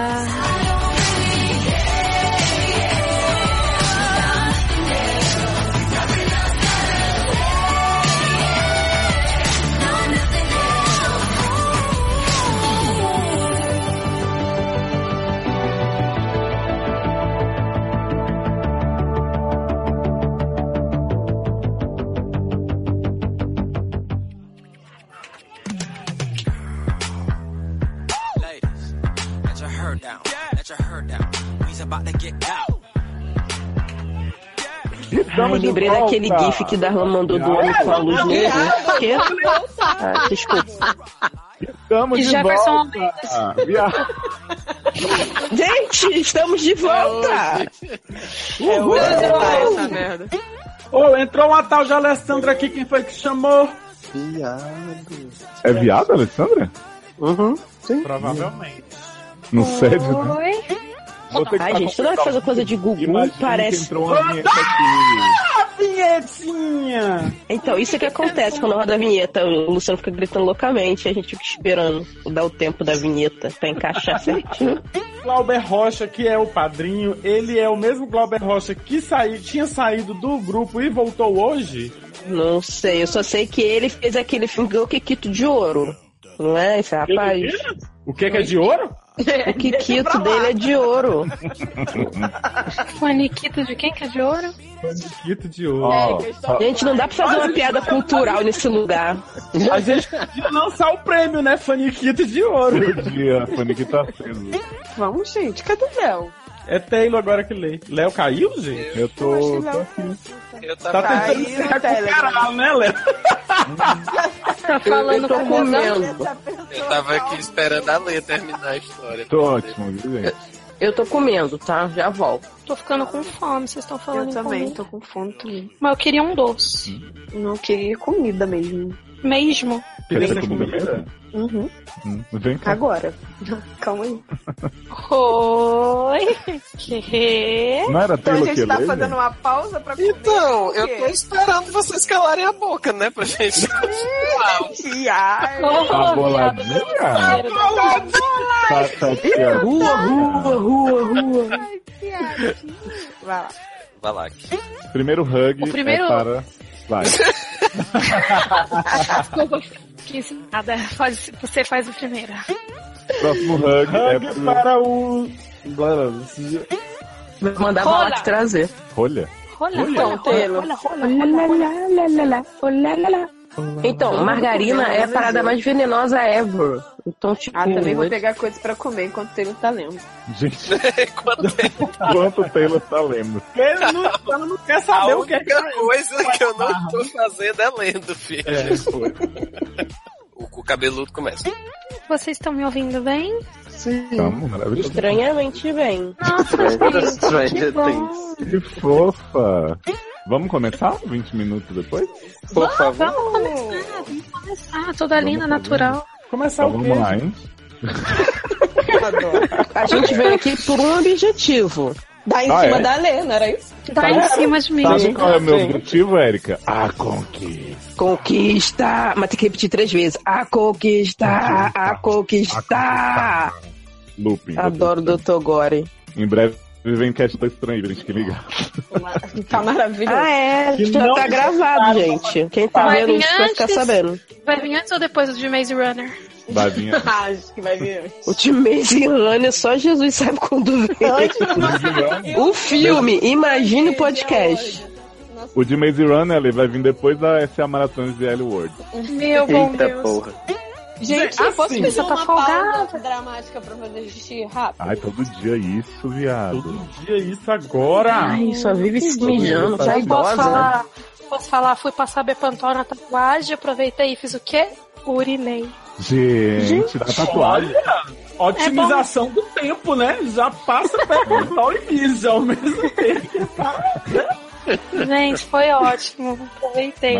[SPEAKER 14] Ladies, let your hair down. Let your hair down. We's about to get out.
[SPEAKER 3] Ai, lembrei daquele gif que Darlan mandou do homem com a luz negra. Que? Ah, desculpa.
[SPEAKER 6] Estamos
[SPEAKER 3] E
[SPEAKER 6] de
[SPEAKER 3] Jefferson
[SPEAKER 6] volta. Ah, viado.
[SPEAKER 3] Gente, estamos de volta!
[SPEAKER 4] É Uhul. Ô, entrou uma tal de Alessandra aqui, quem foi que chamou?
[SPEAKER 2] Viado.
[SPEAKER 6] É viado, Alessandra?
[SPEAKER 2] Uhum, sim.
[SPEAKER 4] Provavelmente.
[SPEAKER 6] Não sei. de- Você que
[SPEAKER 3] Ai,
[SPEAKER 6] tá
[SPEAKER 3] gente, toda hora que faz a coisa de Gugu
[SPEAKER 6] que
[SPEAKER 3] parece.
[SPEAKER 6] entrou uma vinheta
[SPEAKER 4] Ah, vinhetinha!
[SPEAKER 3] Então, isso é que acontece quando roda a vinheta. O Luciano fica gritando loucamente, a gente fica esperando dar o tempo da vinheta pra encaixar certinho.
[SPEAKER 4] Glauber Rocha, que é o padrinho, ele é o mesmo Glauber Rocha que saí, tinha saído do grupo e voltou hoje?
[SPEAKER 3] Não sei, eu só sei que ele fez aquele filme que ganhou o Kikito de Ouro. Não é esse rapaz?
[SPEAKER 4] O que que é de ouro?
[SPEAKER 3] O Kikito dele é de ouro.
[SPEAKER 5] O Aniquito de quem que é de ouro?
[SPEAKER 4] Quito de
[SPEAKER 6] ouro.
[SPEAKER 3] É, Gente, não dá pra fazer uma piada cultural nesse lugar.
[SPEAKER 4] A gente podia lançar o prêmio, né? Faniquito de ouro.
[SPEAKER 6] Bom dia, tá Faniquita Cedo.
[SPEAKER 7] Vamos, gente. Cadê o Léo?
[SPEAKER 4] É Taylor agora que lê. Léo caiu, gente?
[SPEAKER 6] Eu tô.
[SPEAKER 7] Léo
[SPEAKER 8] Eu
[SPEAKER 4] Tá tentando
[SPEAKER 7] Caiu,
[SPEAKER 4] encerrar com o
[SPEAKER 7] Taylor.
[SPEAKER 4] caralho, né, Léo?
[SPEAKER 5] Tá
[SPEAKER 3] falando com comendo.
[SPEAKER 8] Eu tava aqui esperando a Lê terminar a história.
[SPEAKER 6] Tô ótimo, viu, gente?
[SPEAKER 3] Eu tô comendo, tá? Já volto.
[SPEAKER 5] Tô ficando com fome, vocês estão falando
[SPEAKER 7] Eu
[SPEAKER 5] em
[SPEAKER 7] também,
[SPEAKER 5] comida.
[SPEAKER 7] tô com fome também.
[SPEAKER 5] Mas eu queria um doce.
[SPEAKER 7] Não eu queria comida mesmo.
[SPEAKER 5] Mesmo.
[SPEAKER 6] Quer ser comida é mesmo?
[SPEAKER 7] Uhum.
[SPEAKER 6] Hum, Vem cá.
[SPEAKER 7] Agora. Calma aí.
[SPEAKER 5] Oi. Que?
[SPEAKER 6] Não era
[SPEAKER 7] Então a
[SPEAKER 6] Taylor
[SPEAKER 7] gente
[SPEAKER 6] que
[SPEAKER 7] tá
[SPEAKER 6] lê,
[SPEAKER 7] fazendo
[SPEAKER 6] né?
[SPEAKER 7] uma pausa pra comer.
[SPEAKER 8] Então, eu tô
[SPEAKER 7] Por quê?
[SPEAKER 8] esperando vocês calarem a boca, né? Pra gente.
[SPEAKER 7] Gente, ai.
[SPEAKER 6] Tá boladinha? Tá chateada.
[SPEAKER 3] Rua, rua, rua, rua.
[SPEAKER 7] Vai lá.
[SPEAKER 8] Vai lá. aqui.
[SPEAKER 6] Primeiro hug
[SPEAKER 5] O primeiro-
[SPEAKER 6] é para. Vai.
[SPEAKER 5] Desculpa, fiquei sem nada. Faz- você faz o primeiro.
[SPEAKER 6] Próximo hug, é
[SPEAKER 4] Hug
[SPEAKER 6] pro-
[SPEAKER 4] para o...
[SPEAKER 3] Vou mandar
[SPEAKER 5] Rola.
[SPEAKER 3] bala te trazer.
[SPEAKER 6] Olha.
[SPEAKER 5] Rola,
[SPEAKER 3] Olha.
[SPEAKER 5] rola, rola, rola, rola,
[SPEAKER 3] Lá,
[SPEAKER 5] rola.
[SPEAKER 3] lá, lá, lá, lá, lá, lá, lá. Então, margarina é a parada mais venenosa ever. Então, tipo,
[SPEAKER 7] Ah, também vou pegar coisa pra comer enquanto ele tá lendo.
[SPEAKER 6] Gente, quanto Taylor tá lendo?
[SPEAKER 4] Ele
[SPEAKER 3] Tá.
[SPEAKER 4] não, ela não quer
[SPEAKER 8] A
[SPEAKER 4] saber o que é que
[SPEAKER 8] única coisa que eu não tô fazendo é lendo, filho. O, o cabeludo começa.
[SPEAKER 5] Vocês estão me ouvindo bem?
[SPEAKER 3] Sim.
[SPEAKER 6] Estamos maravilhosos.
[SPEAKER 3] estranhamente bem.
[SPEAKER 8] Stranger
[SPEAKER 5] que bom.
[SPEAKER 6] Que fofa. Vamos começar 20 minutos depois?
[SPEAKER 8] Por favor.
[SPEAKER 5] Vamos começar, vamos começar. Toda linda, natural.
[SPEAKER 4] Começar
[SPEAKER 6] Então
[SPEAKER 4] o quê?
[SPEAKER 6] vamos lá, hein?
[SPEAKER 7] Adoro.
[SPEAKER 3] A gente veio aqui por um objetivo.
[SPEAKER 7] Dá em
[SPEAKER 6] Ah,
[SPEAKER 7] cima
[SPEAKER 6] é?
[SPEAKER 7] da Lê, não era isso?
[SPEAKER 5] Tá
[SPEAKER 6] Sabe- Sabe qual é o meu objetivo, Érica? A conquista.
[SPEAKER 3] Conquista. Mas tem que repetir três vezes. A conquista, a conquista.
[SPEAKER 6] Looping.
[SPEAKER 3] Adoro o Dr. Gore.
[SPEAKER 6] Em breve vem enquete da estranha, gente, que ligar.
[SPEAKER 7] Tá maravilhoso.
[SPEAKER 3] Ah, é.
[SPEAKER 7] Que
[SPEAKER 3] já
[SPEAKER 7] não
[SPEAKER 3] tá gravado, gente. Quem tá
[SPEAKER 5] Vai
[SPEAKER 3] vendo
[SPEAKER 5] vir
[SPEAKER 3] isso vai ficar
[SPEAKER 5] antes.
[SPEAKER 3] sabendo.
[SPEAKER 5] Vai vir antes ou depois do de Maze Runner?
[SPEAKER 6] Vai
[SPEAKER 3] é.
[SPEAKER 6] vir.
[SPEAKER 7] acho que vai vir.
[SPEAKER 3] O de Maze Runner, só Jesus sabe quando vem. o filme, imagine o podcast.
[SPEAKER 6] O de Maze Runner ele vai vir depois da essa é a maratona de L World.
[SPEAKER 5] Meu bom Deus.
[SPEAKER 6] porra.
[SPEAKER 7] Gente, eu posso
[SPEAKER 5] Assim.
[SPEAKER 7] pedir
[SPEAKER 5] Você tá
[SPEAKER 7] uma
[SPEAKER 5] folgada?
[SPEAKER 7] pausa dramática pra fazer xixi rápido?
[SPEAKER 6] Ai, todo dia isso, viado. Todo
[SPEAKER 4] dia isso agora.
[SPEAKER 3] Ai, só vive se mijando, tá
[SPEAKER 5] Aí posso
[SPEAKER 6] né?
[SPEAKER 3] idosa.
[SPEAKER 5] falar, posso falar, fui passar Bepantol na tatuagem, aproveitei e fiz o quê? Urinei.
[SPEAKER 6] Gente, dá
[SPEAKER 3] Tá
[SPEAKER 6] tatuagem.
[SPEAKER 4] Olha, otimização do tempo, né? Já passa pega o sol e mija ao mesmo tempo.
[SPEAKER 5] Gente, foi ótimo. Aproveitei.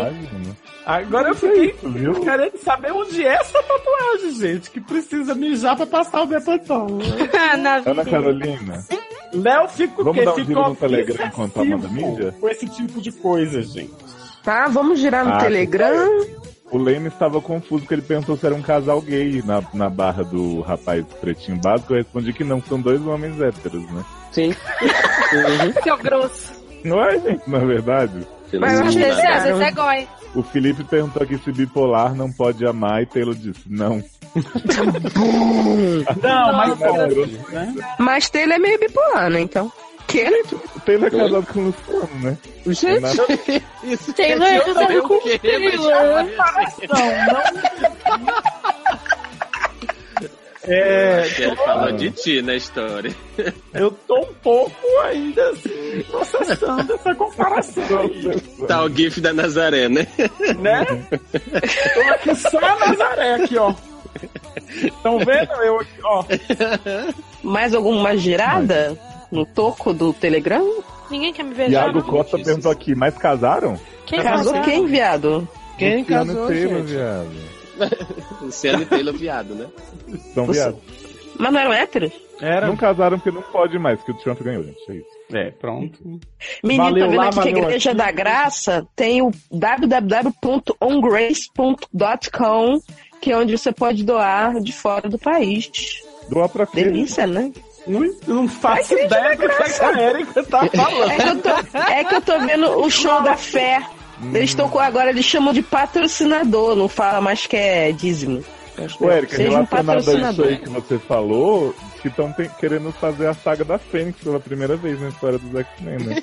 [SPEAKER 4] Agora eu fiquei querendo saber onde é essa tatuagem, gente, que precisa mijar pra passar o né? Bepantol.
[SPEAKER 5] Na
[SPEAKER 6] Ana Carolina,
[SPEAKER 4] Léo, fica o
[SPEAKER 6] vamos
[SPEAKER 4] quê?
[SPEAKER 6] dar um
[SPEAKER 4] Fica
[SPEAKER 6] giro no
[SPEAKER 4] ofensivo
[SPEAKER 6] Telegram enquanto a Amanda mídia?
[SPEAKER 4] com esse tipo de coisa, gente.
[SPEAKER 3] Tá, vamos girar no
[SPEAKER 6] Ah,
[SPEAKER 3] Telegram.
[SPEAKER 6] O Leme estava confuso porque ele perguntou se era um casal gay na, na barra do rapaz pretinho básico. Eu respondi que não, que são dois homens héteros, né?
[SPEAKER 3] Sim.
[SPEAKER 5] Seu é grosso.
[SPEAKER 6] Não é, gente, na verdade?
[SPEAKER 5] Mas às vezes, é, às vezes é goi.
[SPEAKER 6] O Felipe perguntou aqui se bipolar não pode amar e Taylor disse não.
[SPEAKER 4] Não, mas
[SPEAKER 6] Nossa.
[SPEAKER 4] pode, né?
[SPEAKER 3] Mas Taylor é meio bipolar, né? Então. Que?
[SPEAKER 6] Taylor é casado com o Luciano, né?
[SPEAKER 3] Gente, isso
[SPEAKER 5] Taylor é casado com Taylor.
[SPEAKER 4] É.
[SPEAKER 9] Ele falou de ti na história.
[SPEAKER 4] Eu tô um pouco ainda assim, processando essa comparação.
[SPEAKER 9] Tá o gif da Nazaré, né?
[SPEAKER 4] Né? Tô aqui só a Nazaré aqui, ó. Estão vendo? Eu aqui, ó.
[SPEAKER 3] Mais alguma girada no toco do Telegram?
[SPEAKER 5] Ninguém quer me beijar.
[SPEAKER 6] Iago Costa perguntou aqui, mas casaram?
[SPEAKER 5] Quem
[SPEAKER 3] casou
[SPEAKER 5] casou?
[SPEAKER 3] quem, viado?
[SPEAKER 9] Quem
[SPEAKER 6] Luciano
[SPEAKER 9] casou,
[SPEAKER 6] e Taylor,
[SPEAKER 9] gente?
[SPEAKER 6] viado.
[SPEAKER 9] Luciano e Taylor, viado, né?
[SPEAKER 6] São viados.
[SPEAKER 3] Mas não eram héteros?
[SPEAKER 4] Era.
[SPEAKER 6] Não casaram porque não pode mais, porque o Trump ganhou, gente. É isso.
[SPEAKER 4] É, pronto.
[SPEAKER 3] Menino,
[SPEAKER 6] Valeu
[SPEAKER 3] tá vendo
[SPEAKER 6] lá,
[SPEAKER 3] aqui que a
[SPEAKER 6] valeu
[SPEAKER 3] Igreja
[SPEAKER 6] aqui.
[SPEAKER 3] da Graça tem o www.ongrace.com, que é onde você pode doar de fora do país.
[SPEAKER 6] Doar pra quê?
[SPEAKER 3] Delícia, né?
[SPEAKER 4] Não, não faço ideia
[SPEAKER 1] é
[SPEAKER 4] do que essa Erika tá falando.
[SPEAKER 3] É que, eu tô, é que eu tô vendo o show da fé. Eles estão com agora, eles chamam de patrocinador, não fala mais que é dízimo.
[SPEAKER 6] Ô, Érica,
[SPEAKER 3] Seja
[SPEAKER 6] relacionado
[SPEAKER 3] um
[SPEAKER 6] a isso
[SPEAKER 3] patrocinador.
[SPEAKER 6] aí que você falou, que estão querendo fazer a saga da Fênix pela primeira vez na história dos X-Men, né?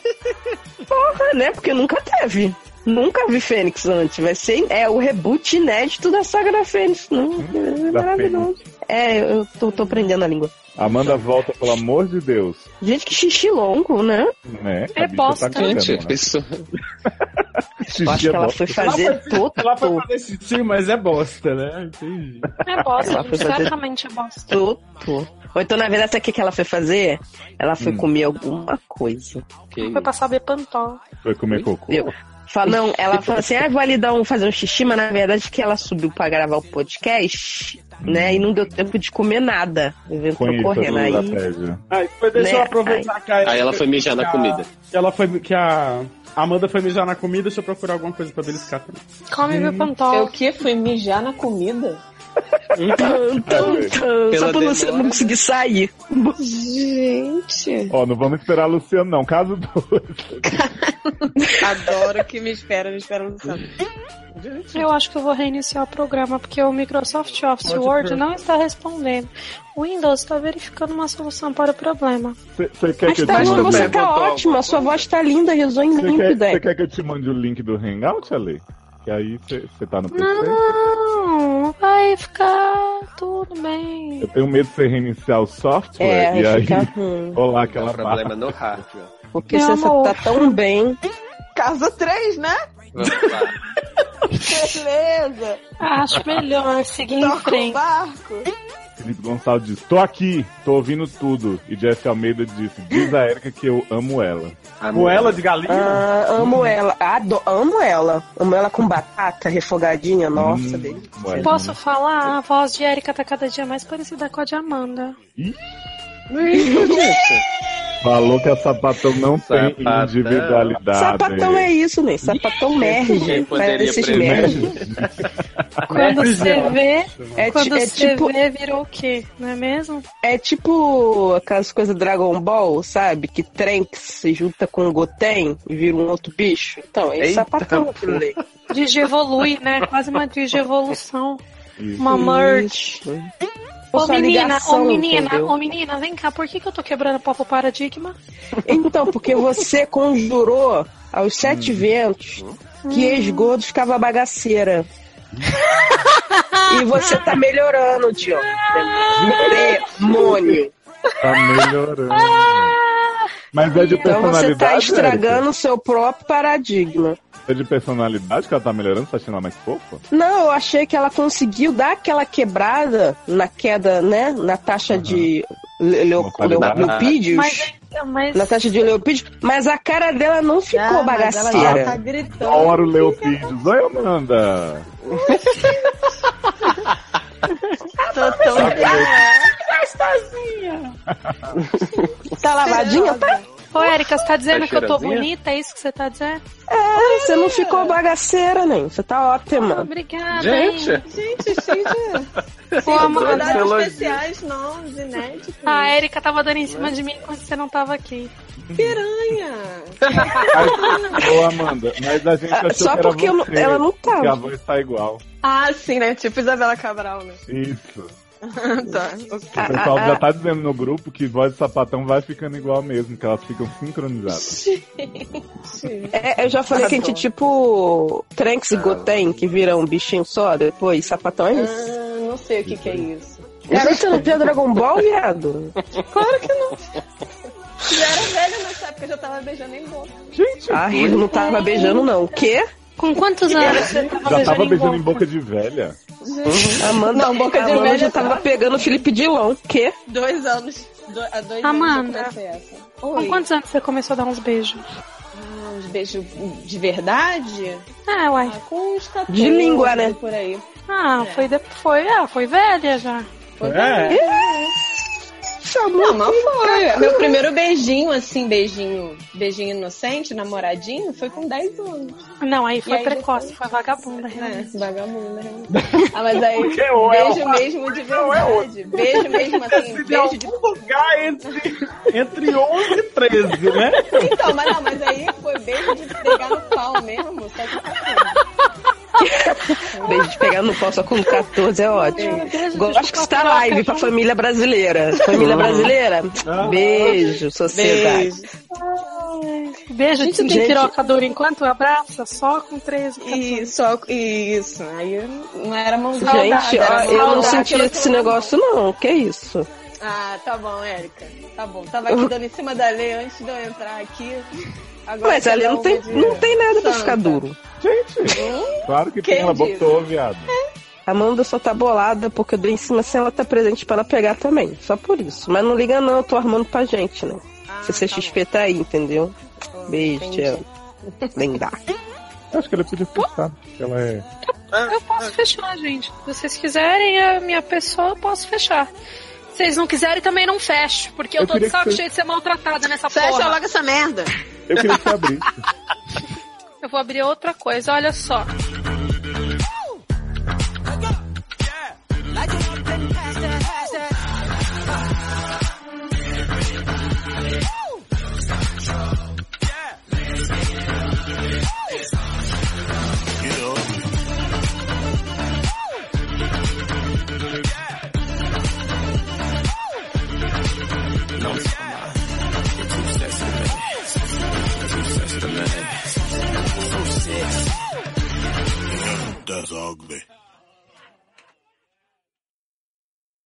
[SPEAKER 3] Porra, né? Porque nunca teve. Nunca vi Fênix antes. Vai ser é o reboot inédito da saga da Fênix. Não, é
[SPEAKER 6] da
[SPEAKER 3] maravilhoso. É, eu tô, tô prendendo a língua.
[SPEAKER 6] Amanda volta, pelo amor de Deus.
[SPEAKER 3] Gente, que xixi longo, né?
[SPEAKER 6] Né?
[SPEAKER 3] É bosta. Gente,
[SPEAKER 6] a pessoa...
[SPEAKER 3] Eu acho que ela foi fazer todo.
[SPEAKER 4] Ela foi fazer esse sim, mas é bosta, né? Entendi.
[SPEAKER 5] É bosta,
[SPEAKER 3] Ela
[SPEAKER 5] gente,
[SPEAKER 3] foi fazer-
[SPEAKER 5] certamente é bosta.
[SPEAKER 3] Toto. Ou então, na verdade, sabe o que que ela foi fazer? Ela foi comer alguma coisa.
[SPEAKER 5] Foi passar Bepantol.
[SPEAKER 6] Foi comer cocô.
[SPEAKER 3] Eu- Fala, não, ela falou assim, ah, vou ali dar um, fazer um xixi, mas na verdade que ela subiu pra gravar o podcast, né? E não deu tempo de comer nada. Inventou
[SPEAKER 6] Conheço
[SPEAKER 3] correndo
[SPEAKER 6] a
[SPEAKER 3] aí.
[SPEAKER 6] estratégia.
[SPEAKER 4] Aí, foi, deixa
[SPEAKER 3] Né?
[SPEAKER 4] eu aproveitar
[SPEAKER 3] Ai.
[SPEAKER 4] que a Erika-
[SPEAKER 9] Aí ela foi mijar na
[SPEAKER 4] que a-
[SPEAKER 9] comida.
[SPEAKER 4] que Ela foi que a Amanda foi mijar na comida, deixa eu procurar alguma coisa pra beliscar também.
[SPEAKER 5] Ah. Come
[SPEAKER 6] Hum.
[SPEAKER 5] meu pantol.
[SPEAKER 7] Eu o quê? Fui mijar na comida?
[SPEAKER 3] Tum, tum, tum.
[SPEAKER 6] Pela
[SPEAKER 3] Então, Só pra você não conseguir sair.
[SPEAKER 7] Gente,
[SPEAKER 6] Ó, não vamos esperar a Luciano, não. Caso dois.
[SPEAKER 7] adoro que me espera, me espera no céu.
[SPEAKER 5] Eu acho que eu vou reiniciar o programa, porque o Microsoft Office
[SPEAKER 6] Pode
[SPEAKER 5] Word
[SPEAKER 6] ver.
[SPEAKER 5] não está respondendo. O Windows está verificando uma solução para o problema.
[SPEAKER 6] Você quer que eu te
[SPEAKER 3] Mas
[SPEAKER 6] mande... um
[SPEAKER 3] você tá ótima, sua voz tá linda, rezou em
[SPEAKER 6] Você quer, você
[SPEAKER 3] límpida.
[SPEAKER 6] quer que eu te mande o link do Hangout, Ale? Que aí você você tá no PC?
[SPEAKER 5] Não, vai ficar tudo bem.
[SPEAKER 6] Eu tenho medo de você reiniciar o software
[SPEAKER 3] É,
[SPEAKER 6] e aí
[SPEAKER 3] fica ruim.
[SPEAKER 6] rolar aquela barra.
[SPEAKER 9] um Problema no hardware.
[SPEAKER 3] Porque
[SPEAKER 5] Meu
[SPEAKER 3] você tá tão bem.
[SPEAKER 7] Casa 3, né?
[SPEAKER 6] Ah,
[SPEAKER 9] Vamos lá.
[SPEAKER 7] Beleza.
[SPEAKER 5] Acho melhor seguir em
[SPEAKER 7] Toca o
[SPEAKER 5] frente.
[SPEAKER 7] barco.
[SPEAKER 6] Felipe Gonçalves diz: Tô aqui, tô ouvindo tudo. E Jeff Almeida disse: Diz a Erika que eu amo ela.
[SPEAKER 4] Moela de galinha?
[SPEAKER 6] Ah,
[SPEAKER 4] Ah,
[SPEAKER 3] amo ela. Ado- amo ela. Amo ela com batata refogadinha. Nossa, delícia.
[SPEAKER 5] Posso falar? A voz de Erika tá cada dia mais parecida com a de Amanda.
[SPEAKER 6] Falou que a sapatão não tem
[SPEAKER 9] Sapatão.
[SPEAKER 6] individualidade.
[SPEAKER 3] Sapatão é isso, né? Sapatão merge.
[SPEAKER 6] Quem poderia
[SPEAKER 3] Parece esses
[SPEAKER 6] prever?
[SPEAKER 3] merge.
[SPEAKER 5] Quando você vê,
[SPEAKER 3] É
[SPEAKER 5] quando
[SPEAKER 3] ti- é
[SPEAKER 5] você
[SPEAKER 3] tipo-
[SPEAKER 5] vê, virou o quê? Não é mesmo?
[SPEAKER 3] É tipo aquelas coisas Dragon Ball, sabe? Que Trunks se junta com o Goten e vira um outro bicho. Então, é
[SPEAKER 5] Eita,
[SPEAKER 3] esse sapatão aquilo ali.
[SPEAKER 5] Digievolui, né? Quase uma digievolução.
[SPEAKER 3] Isso.
[SPEAKER 5] Uma merge. Ô
[SPEAKER 3] Só
[SPEAKER 5] menina, ô
[SPEAKER 3] ligação,
[SPEAKER 5] menina,
[SPEAKER 3] entendeu?
[SPEAKER 5] ô menina, vem cá, por que, que eu tô quebrando o papo paradigma?
[SPEAKER 3] Então, porque você conjurou aos sete ventos que
[SPEAKER 5] Uhum.
[SPEAKER 3] esgoto ficava bagaceira. e você tá melhorando, Diogo. Demônio.
[SPEAKER 6] Tá melhorando. Mas é de
[SPEAKER 3] Ah! Então você tá
[SPEAKER 6] personalidade. Erika?
[SPEAKER 3] estragando o seu próprio paradigma.
[SPEAKER 6] É de personalidade que ela tá melhorando, você tá achando ela mais fofa?
[SPEAKER 3] Não, eu achei que ela conseguiu dar aquela quebrada na queda, né? Na taxa de le- leu-
[SPEAKER 6] Mortalidade.
[SPEAKER 3] leu- leupídios.
[SPEAKER 5] Mas,
[SPEAKER 3] Então,
[SPEAKER 5] é mas
[SPEAKER 3] Na taxa de leupídios. Mas a cara dela não
[SPEAKER 5] Ah,
[SPEAKER 3] ficou bagaceira.
[SPEAKER 5] tá
[SPEAKER 6] Adoro Leopídios. Oi, Amanda.
[SPEAKER 4] Tá
[SPEAKER 3] Tô tão
[SPEAKER 5] Gostosinha!
[SPEAKER 3] Tá lavadinha, tá?
[SPEAKER 5] Ô, Erika, você tá dizendo
[SPEAKER 3] Tá
[SPEAKER 5] que eu tô
[SPEAKER 3] cheirosinha?
[SPEAKER 5] bonita? É isso que você tá dizendo?
[SPEAKER 3] É, você não ficou bagaceira, nem. Você tá ótima.
[SPEAKER 5] Obrigada.
[SPEAKER 3] Gente.
[SPEAKER 5] hein?
[SPEAKER 7] Gente, cheio de.
[SPEAKER 5] Pô, amor,
[SPEAKER 7] Convidados
[SPEAKER 5] elogio.
[SPEAKER 7] especiais, novos, inéditos.
[SPEAKER 5] A Erika tava dando em cima de mim quando você não tava aqui.
[SPEAKER 7] Piranha!
[SPEAKER 6] Ô, Amanda, mas a
[SPEAKER 3] Ah,
[SPEAKER 6] gente achou
[SPEAKER 7] Só
[SPEAKER 6] que era
[SPEAKER 7] porque eu não-
[SPEAKER 6] você,
[SPEAKER 7] ela não tá.
[SPEAKER 6] Que a voz tá igual.
[SPEAKER 7] Ah, sim, né? Tipo Isabela Cabral, né?
[SPEAKER 6] Isso.
[SPEAKER 7] tá.
[SPEAKER 3] Ah,
[SPEAKER 6] O pessoal já tá dizendo no grupo que voz de sapatão vai ficando igual mesmo, que elas ficam sincronizadas.
[SPEAKER 3] É, eu já falei que a gente é tipo Trunks e Goten, que viram um bichinho só depois, sapatões.
[SPEAKER 7] Ah, não sei o que, que é isso.
[SPEAKER 3] Cara, você não viu Dragon Ball, viado?
[SPEAKER 7] Claro que não. Já era velha nessa época, eu já tava beijando em boca.
[SPEAKER 6] Gente,
[SPEAKER 3] Ai, eu Ah, não tava beijando, não. O quê?
[SPEAKER 5] Com quantos
[SPEAKER 7] anos você
[SPEAKER 6] Já tava beijando em boca de velha.
[SPEAKER 3] Amanda,
[SPEAKER 7] Não, boca de
[SPEAKER 3] Amanda
[SPEAKER 7] velha
[SPEAKER 3] já tava pegando o Felipe Dilon. O quê?
[SPEAKER 7] Dois anos. Do, há dois
[SPEAKER 5] Amanda.
[SPEAKER 7] anos eu comecei essa.
[SPEAKER 5] Com quantos anos você começou a dar uns beijos?
[SPEAKER 7] Ah, uns beijos de verdade?
[SPEAKER 5] Ah, uai.
[SPEAKER 7] com uns 14,
[SPEAKER 5] De língua, né?
[SPEAKER 7] Por aí. É.
[SPEAKER 5] Ah, foi, de... foi, ah, foi velha já.
[SPEAKER 7] Foi
[SPEAKER 5] É?
[SPEAKER 7] bem. Chamou não, mas foi. Meu primeiro beijinho, assim, beijinho, beijinho inocente, namoradinho, foi com 10 anos.
[SPEAKER 5] Não, aí foi
[SPEAKER 7] E aí
[SPEAKER 5] precoce, foi vagabunda, realmente.
[SPEAKER 7] vagabunda, Ah, mas aí,
[SPEAKER 5] Porque ou é
[SPEAKER 7] beijo
[SPEAKER 5] uma-
[SPEAKER 7] mesmo de verdade. Beijo mesmo, assim, beijo de...
[SPEAKER 4] lugar entre, entre 11 e 13, né?
[SPEAKER 7] Então, mas não, mas aí foi beijo de pegar no pau mesmo, tá só
[SPEAKER 3] é
[SPEAKER 7] que
[SPEAKER 3] Beijo de pegar no pau só com 14 é ótimo. Gosto que está live pra família brasileira. Família
[SPEAKER 7] Hum.
[SPEAKER 3] brasileira, beijo, sociedade.
[SPEAKER 5] Beijo, gente,
[SPEAKER 7] Gente,
[SPEAKER 5] tem
[SPEAKER 7] gente-
[SPEAKER 5] piroca dura enquanto abraça, Um só com 13.
[SPEAKER 7] Isso, isso. Aí não era mãozinha.
[SPEAKER 3] Gente, ó,
[SPEAKER 7] Saudade,
[SPEAKER 3] eu não
[SPEAKER 7] saudade,
[SPEAKER 3] senti
[SPEAKER 7] eu
[SPEAKER 3] esse negócio, não. Que isso?
[SPEAKER 7] Ah, tá bom, Érica. Tá bom. Tava aqui dando em cima da lei antes de eu entrar aqui. Agora
[SPEAKER 3] Mas ali não tem, não tem nada pra ficar duro.
[SPEAKER 7] Hum?
[SPEAKER 6] Gente, claro que
[SPEAKER 3] Quem
[SPEAKER 6] tem, ela
[SPEAKER 3] disse?
[SPEAKER 6] botou, viado.
[SPEAKER 3] Amanda só tá bolada porque eu dei em cima sem ela tá presente pra ela pegar também. Só por isso. Mas não liga não, eu tô armando pra gente, né? CCXP tá aí, entendeu? Beijo, tchau. Linda.
[SPEAKER 6] Acho que ela podia fechar. que Ela é.
[SPEAKER 5] Eu posso fechar, gente. Se vocês quiserem a minha pessoa, eu posso fechar. Se vocês não quiserem, também não fecho, porque eu,
[SPEAKER 6] Eu
[SPEAKER 5] tô de
[SPEAKER 6] queria que
[SPEAKER 5] saco
[SPEAKER 6] você-
[SPEAKER 5] cheio de ser maltratada nessa
[SPEAKER 7] Fecha
[SPEAKER 5] porra.
[SPEAKER 7] logo essa merda.
[SPEAKER 6] Eu queria que você abrisse.
[SPEAKER 5] Eu vou abrir outra coisa, olha só.